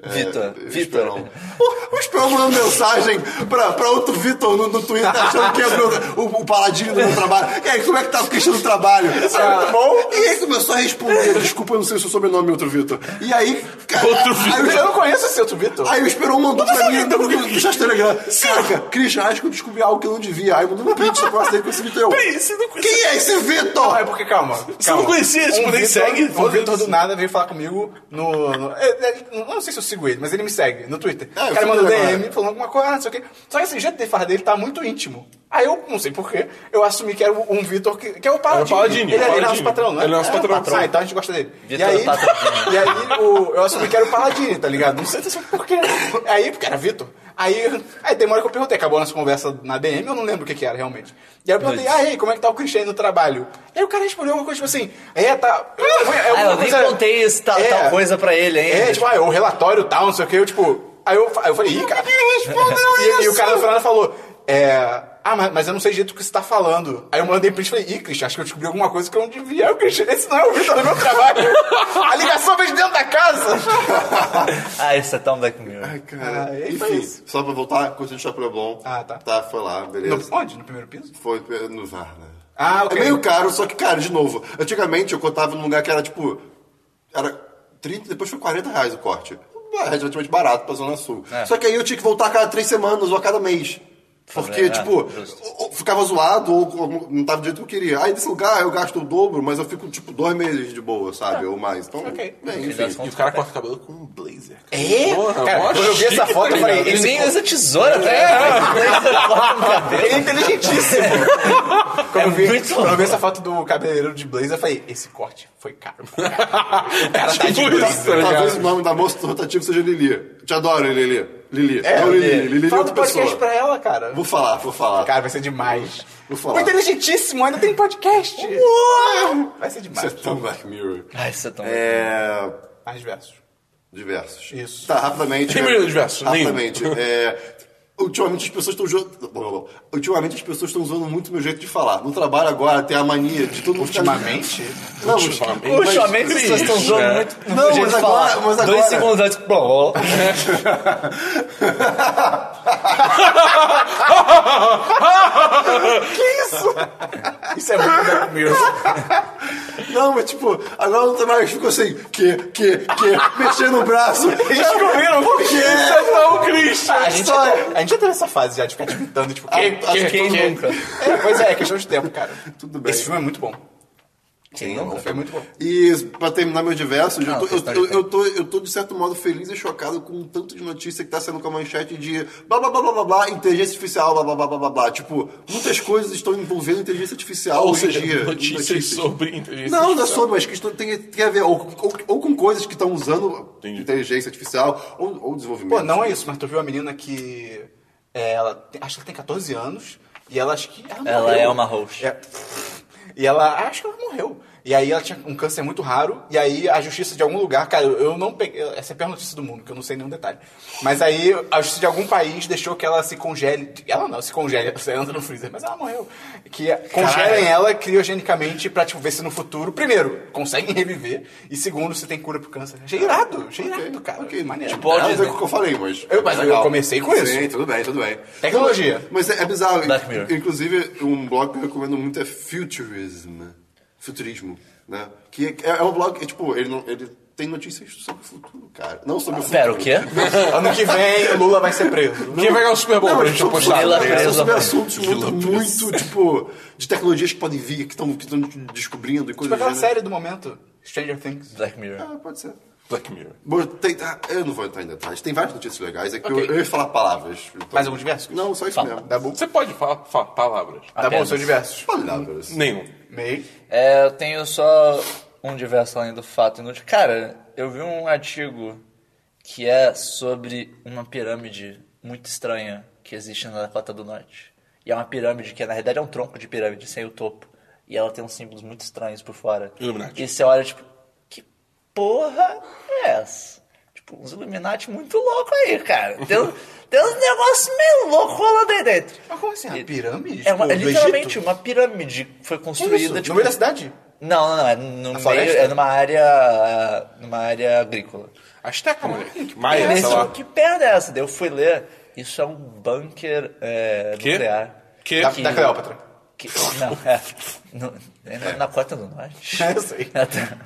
Speaker 2: É,
Speaker 3: Vitor,
Speaker 2: o
Speaker 3: Vitor.
Speaker 2: Esperão. O, o Esperão mandando mensagem pra, pra outro Vitor no, no Twitter achando que é o, meu- o, o paladino do meu trabalho. E aí, como é que tá o questão do trabalho? Ah, E aí começou a responder. Desculpa, eu não sei o seu sobrenome, outro Vitor. E aí, cara.
Speaker 4: Outro
Speaker 2: aí,
Speaker 1: Eu
Speaker 2: o-
Speaker 1: não conheço esse outro Vitor.
Speaker 2: Aí o Esperão mandou pra mim no, no chat do Telegram. Caraca, Christian, acho que eu descobri algo que eu não devia. Aí mandou um print da próxima dele com esse Vitor.
Speaker 4: Peraí, você não conhecia-
Speaker 2: um. Quem é esse
Speaker 1: Não, é
Speaker 2: Vitor?
Speaker 1: porque, calma. calma.
Speaker 4: Você não conhecia, tipo, nem
Speaker 1: Vitor-
Speaker 4: segue,
Speaker 1: Um
Speaker 4: foda-se.
Speaker 1: Vitor do nada veio falar comigo no. no- é, é, eu não sei se eu sigo ele, mas ele me segue no Twitter.
Speaker 2: Ah, eu
Speaker 1: o cara
Speaker 2: sigo
Speaker 1: mandou
Speaker 2: ele
Speaker 1: DM
Speaker 2: agora.
Speaker 1: falando alguma coisa, não sei o quê. Só que assim, o jeito de falar dele tá muito íntimo. Aí eu, não sei porquê, eu assumi que era um Vitor que, que é o Paladino.
Speaker 4: Paladino,
Speaker 1: Ele, ele é
Speaker 4: Paladino.
Speaker 1: nosso patrão, né?
Speaker 4: Ele é nosso
Speaker 1: Era o
Speaker 4: patrão.
Speaker 1: Ah, então a gente gosta dele.
Speaker 3: Vitor
Speaker 1: e aí,
Speaker 3: é patrão.
Speaker 1: e aí o- eu assumi que era o Paladino, tá ligado? Não sei se porquê. Aí, porque era Vitor. Aí, aí tem uma hora que eu perguntei, acabou a nossa conversa na DM, eu não lembro o que, que era realmente. E aí eu perguntei, ah, ei, como é que tá o Christian aí no trabalho? E aí o cara respondeu alguma coisa tipo assim, é, tá. É,
Speaker 3: Ah, eu nem contei isso, tal,
Speaker 1: É.
Speaker 3: tal coisa pra ele ainda.
Speaker 1: É, tipo, ah, o relatório tal, não sei o que, eu tipo. Aí eu, fa- eu falei, ih, cara. E, e o cara no final falou, é. Ah, mas, mas eu não sei jeito que você tá falando. Aí eu mandei print e falei, ih, Christian, acho que eu descobri alguma coisa que eu não devia. Aí o Christian, esse não é o Vitor do meu trabalho. A ligação veio de dentro da casa.
Speaker 3: Ah, isso é tão Black Mirror.
Speaker 2: Ai, cara.
Speaker 1: Ah, e foi
Speaker 2: Enfim,
Speaker 1: isso.
Speaker 2: só pra voltar, curso de Shopping Leblon.
Speaker 1: Ah, tá.
Speaker 2: Tá, foi lá, beleza.
Speaker 1: No, onde? No primeiro piso?
Speaker 2: Foi no Varna.
Speaker 1: Ah, ok.
Speaker 2: É meio caro, só que, cara, de novo, antigamente eu cotava num lugar que era tipo. Era 30, depois foi 40 reais o corte. É Relativamente barato pra Zona Sul.
Speaker 1: É.
Speaker 2: Só que aí eu tinha que voltar a cada três semanas ou a cada mês. Porque,
Speaker 3: É,
Speaker 2: tipo,
Speaker 3: justo.
Speaker 2: ou- ou ficava zoado ou algum- não tava do jeito que eu queria. Aí nesse lugar eu gasto o dobro, mas eu fico, tipo, dois meses de boa, sabe? Ou mais. Então,
Speaker 1: Tá. Ok.
Speaker 2: bem,
Speaker 3: Ele dá
Speaker 2: enfim.
Speaker 3: só-
Speaker 4: E o cara corta o cabelo com um blazer.
Speaker 1: É?
Speaker 4: Porra,
Speaker 1: Cara,
Speaker 4: mó
Speaker 1: quando eu vi
Speaker 4: chique,
Speaker 1: essa foto,
Speaker 4: tá
Speaker 1: eu falei,
Speaker 4: ligado?
Speaker 3: Ele
Speaker 1: esse
Speaker 3: nem usa tesoura, né?
Speaker 1: Ele é inteligentíssimo. quando,
Speaker 3: É
Speaker 1: eu vi,
Speaker 3: muito
Speaker 1: quando eu vi
Speaker 3: louco.
Speaker 1: essa foto do cabeleireiro de blazer, eu falei, esse corte foi caro. pra caralho. O cara tá de
Speaker 4: Tipo isso,
Speaker 1: blazer.
Speaker 4: tá ligado?
Speaker 2: Talvez o nome da moça do rotativo seja Lili. Te adoro, Lili. Lili.
Speaker 1: É,
Speaker 2: É, o Lili. Lili, Lili é
Speaker 1: Fala
Speaker 2: outra
Speaker 1: do podcast
Speaker 2: pessoa.
Speaker 1: pra ela, cara.
Speaker 2: Vou falar, vou falar.
Speaker 1: Cara, vai ser demais.
Speaker 2: Vou falar.
Speaker 1: Foi inteligentíssimo, ainda tem podcast. Vai ser
Speaker 2: Você é
Speaker 1: demais.
Speaker 2: tão Black Mirror.
Speaker 3: Ai, isso é tão...
Speaker 2: É...
Speaker 1: Mais versos.
Speaker 2: Diversos.
Speaker 1: Isso.
Speaker 2: Tá, rapidamente.
Speaker 4: Tem
Speaker 2: é,
Speaker 4: milhão de versos,
Speaker 2: Rapidamente. é, Ultimamente as pessoas estão zoando. Ultimamente as pessoas estão usando muito o meu jeito de falar. No trabalho agora tem a mania de todo mundo. ficar-
Speaker 1: Ultimamente?
Speaker 2: Não,
Speaker 4: Ultimamente.
Speaker 2: mas-
Speaker 3: Ultimamente as pessoas estão usando
Speaker 4: é.
Speaker 3: muito.
Speaker 2: Não,
Speaker 3: podia
Speaker 2: mas
Speaker 3: te
Speaker 2: agora- mas agora-
Speaker 3: Dois segundos antes. Bom,
Speaker 1: Isso é muito Black Mirror.
Speaker 2: Não, mas tipo, agora no trabalho ficou assim, que, que, que, mexendo o braço.
Speaker 1: descobriram. Ah,
Speaker 2: Por quê?
Speaker 4: Não, Christian!
Speaker 1: A gente, já, tá- a gente já teve essa fase já, de ficar gritando, tipo, que,
Speaker 2: acho que
Speaker 3: quem
Speaker 2: todo mundo-
Speaker 3: nunca?
Speaker 1: É, pois é, é questão de tempo, cara.
Speaker 2: Tudo bem.
Speaker 1: Esse filme é muito bom.
Speaker 3: Quem
Speaker 1: É um
Speaker 3: nunca?
Speaker 1: filme muito bom.
Speaker 2: E pra terminar meu diverso, eu,
Speaker 3: Não,
Speaker 2: tô, eu,
Speaker 3: questão de
Speaker 2: eu-
Speaker 3: tempo.
Speaker 2: eu tô, eu tô de certo modo feliz e chocado com o tanto de notícia que tá sendo com a manchete de blá blá blá blá blá, blá inteligência artificial, blá blá blá blá blá blá. Tipo, muitas coisas estão envolvendo inteligência artificial
Speaker 4: Ou
Speaker 2: hoje em
Speaker 4: seja,
Speaker 2: dia.
Speaker 4: notícias sobre inteligência
Speaker 2: Não, não é
Speaker 4: artificial.
Speaker 2: sobre, mas que isto tem, tem a ver ou, ou, ou com coisas que estão usando
Speaker 4: Entendi.
Speaker 2: inteligência artificial ou, ou desenvolvimento.
Speaker 1: Pô, não é isso, mas tu viu a menina que. é, ela tem- acho que ela tem 14 anos e ela acho que. Ela,
Speaker 3: Ela
Speaker 1: morreu.
Speaker 3: é uma host.
Speaker 1: É. e ela. Acho que ela morreu. E aí ela tinha um câncer muito raro, e aí a justiça de algum lugar, cara, eu eu não peguei. Essa é a pior notícia do mundo, que eu não sei nenhum detalhe. Mas aí a justiça de algum país deixou que ela se congele. Ela não, se congele, ela entra no freezer, mas ela morreu. Que congelem ela criogenicamente pra tipo, ver se no futuro, primeiro, conseguem reviver, e segundo, se tem cura pro câncer. Achei irado, achei irado, cara.
Speaker 2: Ok,
Speaker 1: maneiro.
Speaker 2: Tipo, nada a ver
Speaker 3: Disney.
Speaker 2: com o que eu falei, mas.
Speaker 1: Eu- mas eu
Speaker 2: Legal.
Speaker 1: comecei com isso.
Speaker 2: Sim, tudo bem, tudo bem.
Speaker 1: Tecnologia.
Speaker 2: Não, Mas é, é bizarro.
Speaker 3: Black Mirror.
Speaker 2: Inclusive, um blog que eu recomendo muito é Futurism. Futurismo, né? Que é, é um blog que, tipo, ele, não, ele tem notícias sobre o futuro, cara. Não sobre o futuro.
Speaker 3: Ah, Pera, o quê?
Speaker 1: Ano que vem, o Lula vai ser preso.
Speaker 4: Quem vai ganhar o Super Bowl
Speaker 2: Não,
Speaker 4: pra
Speaker 2: mas
Speaker 4: gente
Speaker 2: são
Speaker 4: apostar?
Speaker 3: Lila
Speaker 2: É, sobre-
Speaker 3: Presa,
Speaker 2: são sobre
Speaker 3: mano.
Speaker 2: assuntos muito, muito, tipo, de tecnologias que podem vir, que estão que estão descobrindo e
Speaker 1: Tipo
Speaker 2: coisas
Speaker 1: aquela
Speaker 2: do gênero.
Speaker 1: série do momento, Stranger Things.
Speaker 3: Black Mirror.
Speaker 2: Ah, pode ser.
Speaker 4: Black Mirror.
Speaker 2: Bom, tem- ah, eu não vou entrar em detalhes. Tem várias notícias legais. É que eu, eu ia falar palavras. Então...
Speaker 1: Mais alguns versos?
Speaker 2: Não, só isso
Speaker 3: Fala.
Speaker 2: mesmo.
Speaker 1: Dabu?
Speaker 4: Você pode falar fa- palavras?
Speaker 1: Tá bom,
Speaker 3: Apenas.
Speaker 1: seus diversos.
Speaker 3: Hum,
Speaker 2: Palavras.
Speaker 4: Nenhum.
Speaker 1: Meio.
Speaker 3: É, eu tenho só um diverso além do fato inútil. Cara, eu vi um artigo que é sobre uma pirâmide muito estranha que existe na Dakota do Norte. E é uma pirâmide que, na realidade, é um tronco de pirâmide sem o topo. E ela tem uns símbolos muito estranhos por fora.
Speaker 4: Illuminati.
Speaker 3: E você olha, tipo, que porra é essa? Tipo, uns Illuminati muito louco aí, cara. Tem, um- tem uns negócios meio loucos rolando aí dentro.
Speaker 1: Mas como assim? Uma pirâmide?
Speaker 3: É, uma,
Speaker 1: Tipo,
Speaker 3: é
Speaker 1: do
Speaker 3: literalmente
Speaker 1: Egito?
Speaker 3: uma pirâmide que foi
Speaker 1: Que isso?
Speaker 3: construída.
Speaker 1: No
Speaker 3: tipo,
Speaker 1: meio da cidade?
Speaker 3: não, não, não. É, no meio,
Speaker 1: floresta?
Speaker 3: é numa área. é, numa área agrícola.
Speaker 4: Asteca, moleque.
Speaker 3: Aí
Speaker 4: Maia,
Speaker 3: eles
Speaker 4: sei
Speaker 3: falam,
Speaker 4: lá.
Speaker 3: que perda é essa? Daí eu fui ler. Isso é um bunker é,
Speaker 4: Quê?
Speaker 3: nuclear.
Speaker 4: Quê?
Speaker 1: Da, da Cleópatra.
Speaker 3: que- não, é. no- é na, na Cota do Norte.
Speaker 1: Eu sei.
Speaker 3: Ah, tá.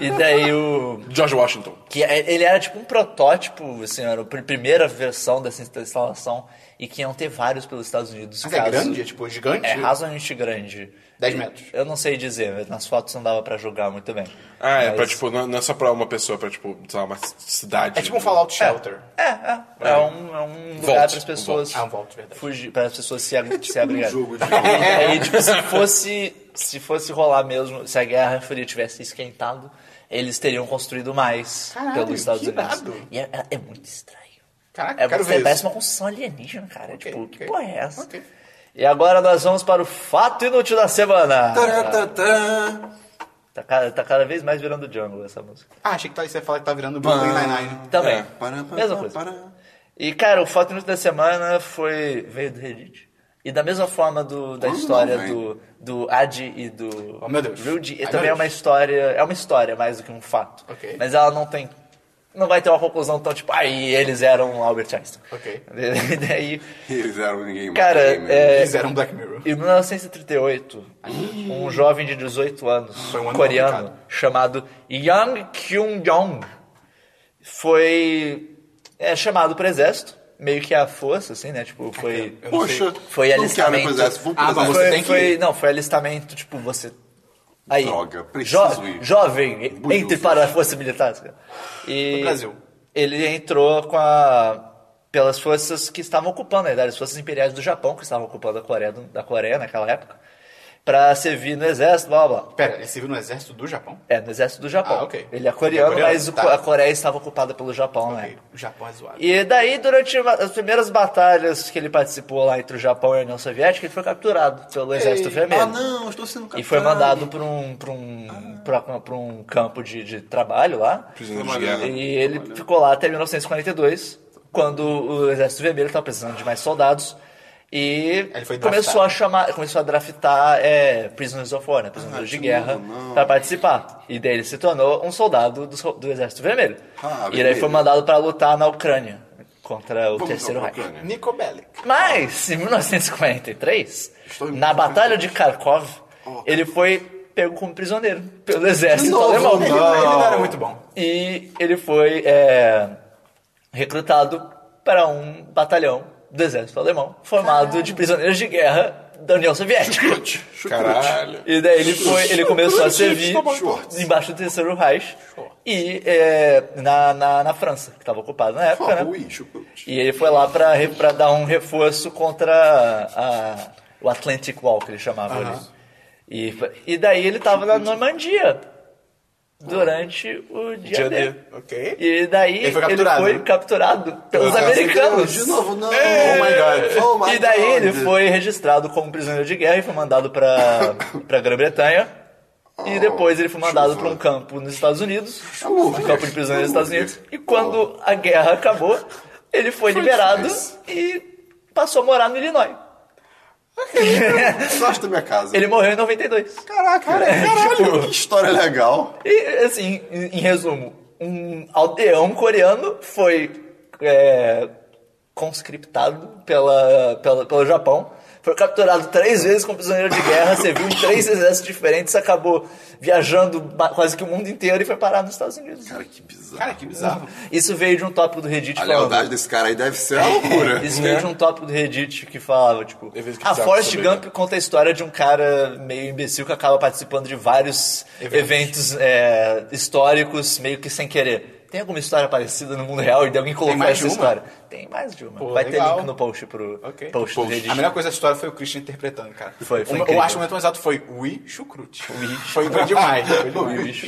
Speaker 3: E daí o.
Speaker 4: George Washington.
Speaker 3: Que é- ele era tipo um protótipo, assim, era a pr- primeira versão dessa instalação. E que iam ter vários pelos Estados Unidos.
Speaker 1: Mas é
Speaker 3: caso-
Speaker 1: grande? É tipo gigante?
Speaker 3: É razoavelmente grande.
Speaker 1: 10 metros.
Speaker 3: Eu não sei dizer, nas fotos não dava pra julgar muito bem.
Speaker 4: Ah, é,
Speaker 3: Mas-
Speaker 4: pra, tipo, não, não é só pra uma pessoa, pra, tipo, sei lá, uma c- cidade.
Speaker 1: É tipo um Fallout Shelter.
Speaker 3: É, é. É um, é um lugar
Speaker 4: Vault,
Speaker 3: para as pessoas.
Speaker 1: um vault. Ah, um vault, verdade.
Speaker 3: Fugir, para as pessoas se,
Speaker 1: É
Speaker 3: ag-
Speaker 1: tipo
Speaker 3: se
Speaker 2: Um
Speaker 3: abrigarem.
Speaker 2: jogo de...
Speaker 3: E aí, tipo, se fosse, se fosse rolar mesmo, se a Guerra Fria tivesse esquentado, eles teriam construído mais
Speaker 1: Caralho,
Speaker 3: pelos Estados
Speaker 1: que
Speaker 3: Unidos.
Speaker 1: irado.
Speaker 3: E é, é- é muito estranho.
Speaker 1: Caraca,
Speaker 3: É,
Speaker 1: quero
Speaker 3: muito-
Speaker 1: ver
Speaker 3: parece
Speaker 1: isso.
Speaker 3: uma construção alienígena, cara.
Speaker 1: Ok,
Speaker 3: tipo, que
Speaker 1: ok.
Speaker 3: porra é essa?
Speaker 1: Ok.
Speaker 3: E agora nós vamos para o fato inútil da semana.
Speaker 2: Taratã.
Speaker 3: Tá, cada- tá cada vez mais virando jungle essa música.
Speaker 1: Ah, achei que tá- você ia falar que tá virando Brooklyn Nine-Nine.
Speaker 3: Também.
Speaker 4: É,
Speaker 2: para, para,
Speaker 3: Mesma coisa.
Speaker 2: para.
Speaker 3: E, cara, o fato inútil da semana foi... veio do Reddit. E da mesma forma do, da
Speaker 2: Quando
Speaker 3: história
Speaker 2: não,
Speaker 3: do, do Adi e do
Speaker 1: Oh, meu Deus.
Speaker 3: Rudy, e
Speaker 1: Ai,
Speaker 3: também
Speaker 1: meu
Speaker 3: é uma
Speaker 1: Deus.
Speaker 3: história, é uma história mais do que um fato.
Speaker 1: Ok.
Speaker 3: Mas ela não tem, não vai ter uma conclusão tão tipo, ai, eles eram Albert Einstein.
Speaker 1: Ok.
Speaker 3: E daí,
Speaker 2: Eles eram ninguém mais.
Speaker 3: Cara,
Speaker 2: ninguém
Speaker 3: é-
Speaker 1: Eles eram Black Mirror.
Speaker 3: em 1938, um jovem de 18 anos,
Speaker 1: Foi um ano
Speaker 3: coreano,
Speaker 1: complicado.
Speaker 3: chamado Yang Kyung-jong, foi é, chamado pro exército, meio que à força, assim, né? Tipo, foi...
Speaker 1: É, eu não
Speaker 2: Poxa,
Speaker 3: Foi
Speaker 2: não quero ir
Speaker 3: alistamento.
Speaker 2: pro exército, vou pro
Speaker 1: Ah, mas
Speaker 2: exército.
Speaker 1: você
Speaker 3: foi,
Speaker 1: tem que
Speaker 3: foi-
Speaker 1: ir.
Speaker 3: Não, foi alistamento, tipo, você. Aí.
Speaker 2: Droga, preciso ir.
Speaker 3: Jovem,
Speaker 2: Muito
Speaker 3: entre
Speaker 2: bom.
Speaker 3: para a Força Militar. sabe? E
Speaker 1: Pro Brasil.
Speaker 3: Ele entrou com a. pelas né? forças que estavam ocupando, na verdade, as forças imperiais do Japão, que estavam ocupando a Coreia, do- da Coreia naquela época, pra servir no exército, blá blá blá.
Speaker 1: Pera, ele serviu no exército do Japão?
Speaker 3: É, no exército do Japão.
Speaker 1: Ah, ok.
Speaker 3: Ele é coreano,
Speaker 1: Ele é coreano,
Speaker 3: mas o-
Speaker 1: tá.
Speaker 3: a Coreia estava ocupada pelo Japão, né?
Speaker 1: O Japão é zoado.
Speaker 3: E daí, durante uma- as primeiras batalhas que ele participou lá entre o Japão e a União Soviética, ele foi capturado pelo Exército Vermelho.
Speaker 2: Ah, não, estou sendo capturado.
Speaker 3: E foi mandado para um, pra um, pra, pra um campo de, de trabalho lá.
Speaker 4: Prisioneiro de guerra.
Speaker 3: E ele ficou lá até 1942, quando o Exército Vermelho estava precisando de mais soldados. E
Speaker 1: Ele foi
Speaker 3: começou
Speaker 1: draftado.
Speaker 3: a chamar, começou a draftar é, prisoneiros of war, né, prisioneiros de guerra, para participar. E daí ele se tornou um soldado do, so- do Exército Vermelho.
Speaker 2: Ah,
Speaker 3: e daí
Speaker 2: vermelho.
Speaker 3: foi mandado para lutar na Ucrânia contra o
Speaker 2: Vamos
Speaker 3: Terceiro
Speaker 2: ao
Speaker 3: Reich.
Speaker 2: Ucrânia.
Speaker 1: Nico Bellic.
Speaker 3: Mas, em 1943,
Speaker 2: Estou
Speaker 3: na
Speaker 2: muito
Speaker 3: Batalha de Kharkov,
Speaker 2: Oh.
Speaker 3: ele foi pego como prisioneiro pelo exército
Speaker 2: novo,
Speaker 3: alemão.
Speaker 1: Ele, ele não era muito bom.
Speaker 3: E ele foi é, recrutado para um batalhão do exército alemão, formado de prisioneiros de guerra da União Soviética.
Speaker 4: Caralho.
Speaker 3: E daí ele, foi, ele começou a servir
Speaker 2: Schwartz.
Speaker 3: embaixo do Terceiro Reich e é, na, na, na França, que estava ocupada na época, né?
Speaker 2: Ui, chupute.
Speaker 3: E ele foi lá pra, re- pra dar um reforço contra a- o Atlantic Wall, que ele chamava ali. E, fa- e daí ele tava na Normandia durante o dia,
Speaker 4: Dia
Speaker 3: D.
Speaker 4: D.
Speaker 1: Ok.
Speaker 3: E daí
Speaker 1: Ele
Speaker 3: ele
Speaker 1: foi
Speaker 3: foi
Speaker 1: capturado,
Speaker 3: capturado,
Speaker 1: né?
Speaker 3: pelos americanos.
Speaker 2: De novo, não.
Speaker 1: my
Speaker 2: Oh my
Speaker 3: e daí
Speaker 2: God.
Speaker 3: ele foi registrado como prisioneiro de guerra e foi mandado pra, pra Grã-Bretanha. E
Speaker 2: Oh,
Speaker 3: depois ele foi mandado pra um campo nos Estados Unidos,
Speaker 2: É
Speaker 3: um campo de prisioneiros nos Estados Unidos. E
Speaker 2: Oh.
Speaker 3: quando a guerra acabou, ele foi liberado e passou a morar no Illinois.
Speaker 2: Só acho da minha casa.
Speaker 3: Ele morreu em 92.
Speaker 2: Caraca, cara, caralho, que história legal.
Speaker 3: E, assim, em, em resumo, um aldeão coreano foi é, conscriptado pela, pela- pelo Japão, foi capturado três vezes como prisioneiro de guerra, serviu em três exércitos diferentes, acabou viajando ba- quase que o mundo inteiro e foi parar nos Estados Unidos.
Speaker 2: Cara, que bizarro.
Speaker 1: Cara, que bizarro.
Speaker 3: Isso veio de um tópico do Reddit
Speaker 2: a
Speaker 3: falando-
Speaker 2: lealdade desse cara aí deve ser uma loucura.
Speaker 3: Isso veio de um tópico do Reddit que falava, tipo,
Speaker 4: Eventos que
Speaker 3: a
Speaker 4: precisava
Speaker 3: Forrest
Speaker 4: saber,
Speaker 3: Gump conta a história de um cara meio imbecil que acaba participando de vários eventos, é, históricos meio que sem querer. Tem alguma história parecida no mundo real e de alguém colocou
Speaker 1: mais
Speaker 3: essa
Speaker 1: de uma?
Speaker 3: história? Tem mais de uma.
Speaker 1: Pô,
Speaker 3: Vai ter
Speaker 1: legal.
Speaker 3: link no post pro
Speaker 1: Ok.
Speaker 3: post,
Speaker 4: Post.
Speaker 3: do Reddit.
Speaker 1: A melhor coisa da história foi o Christian interpretando, cara.
Speaker 3: Foi, foi
Speaker 1: O- Eu
Speaker 3: incrível.
Speaker 1: acho que o momento mais alto foi Ui Chucrute. Foi, foi demais. Foi demais.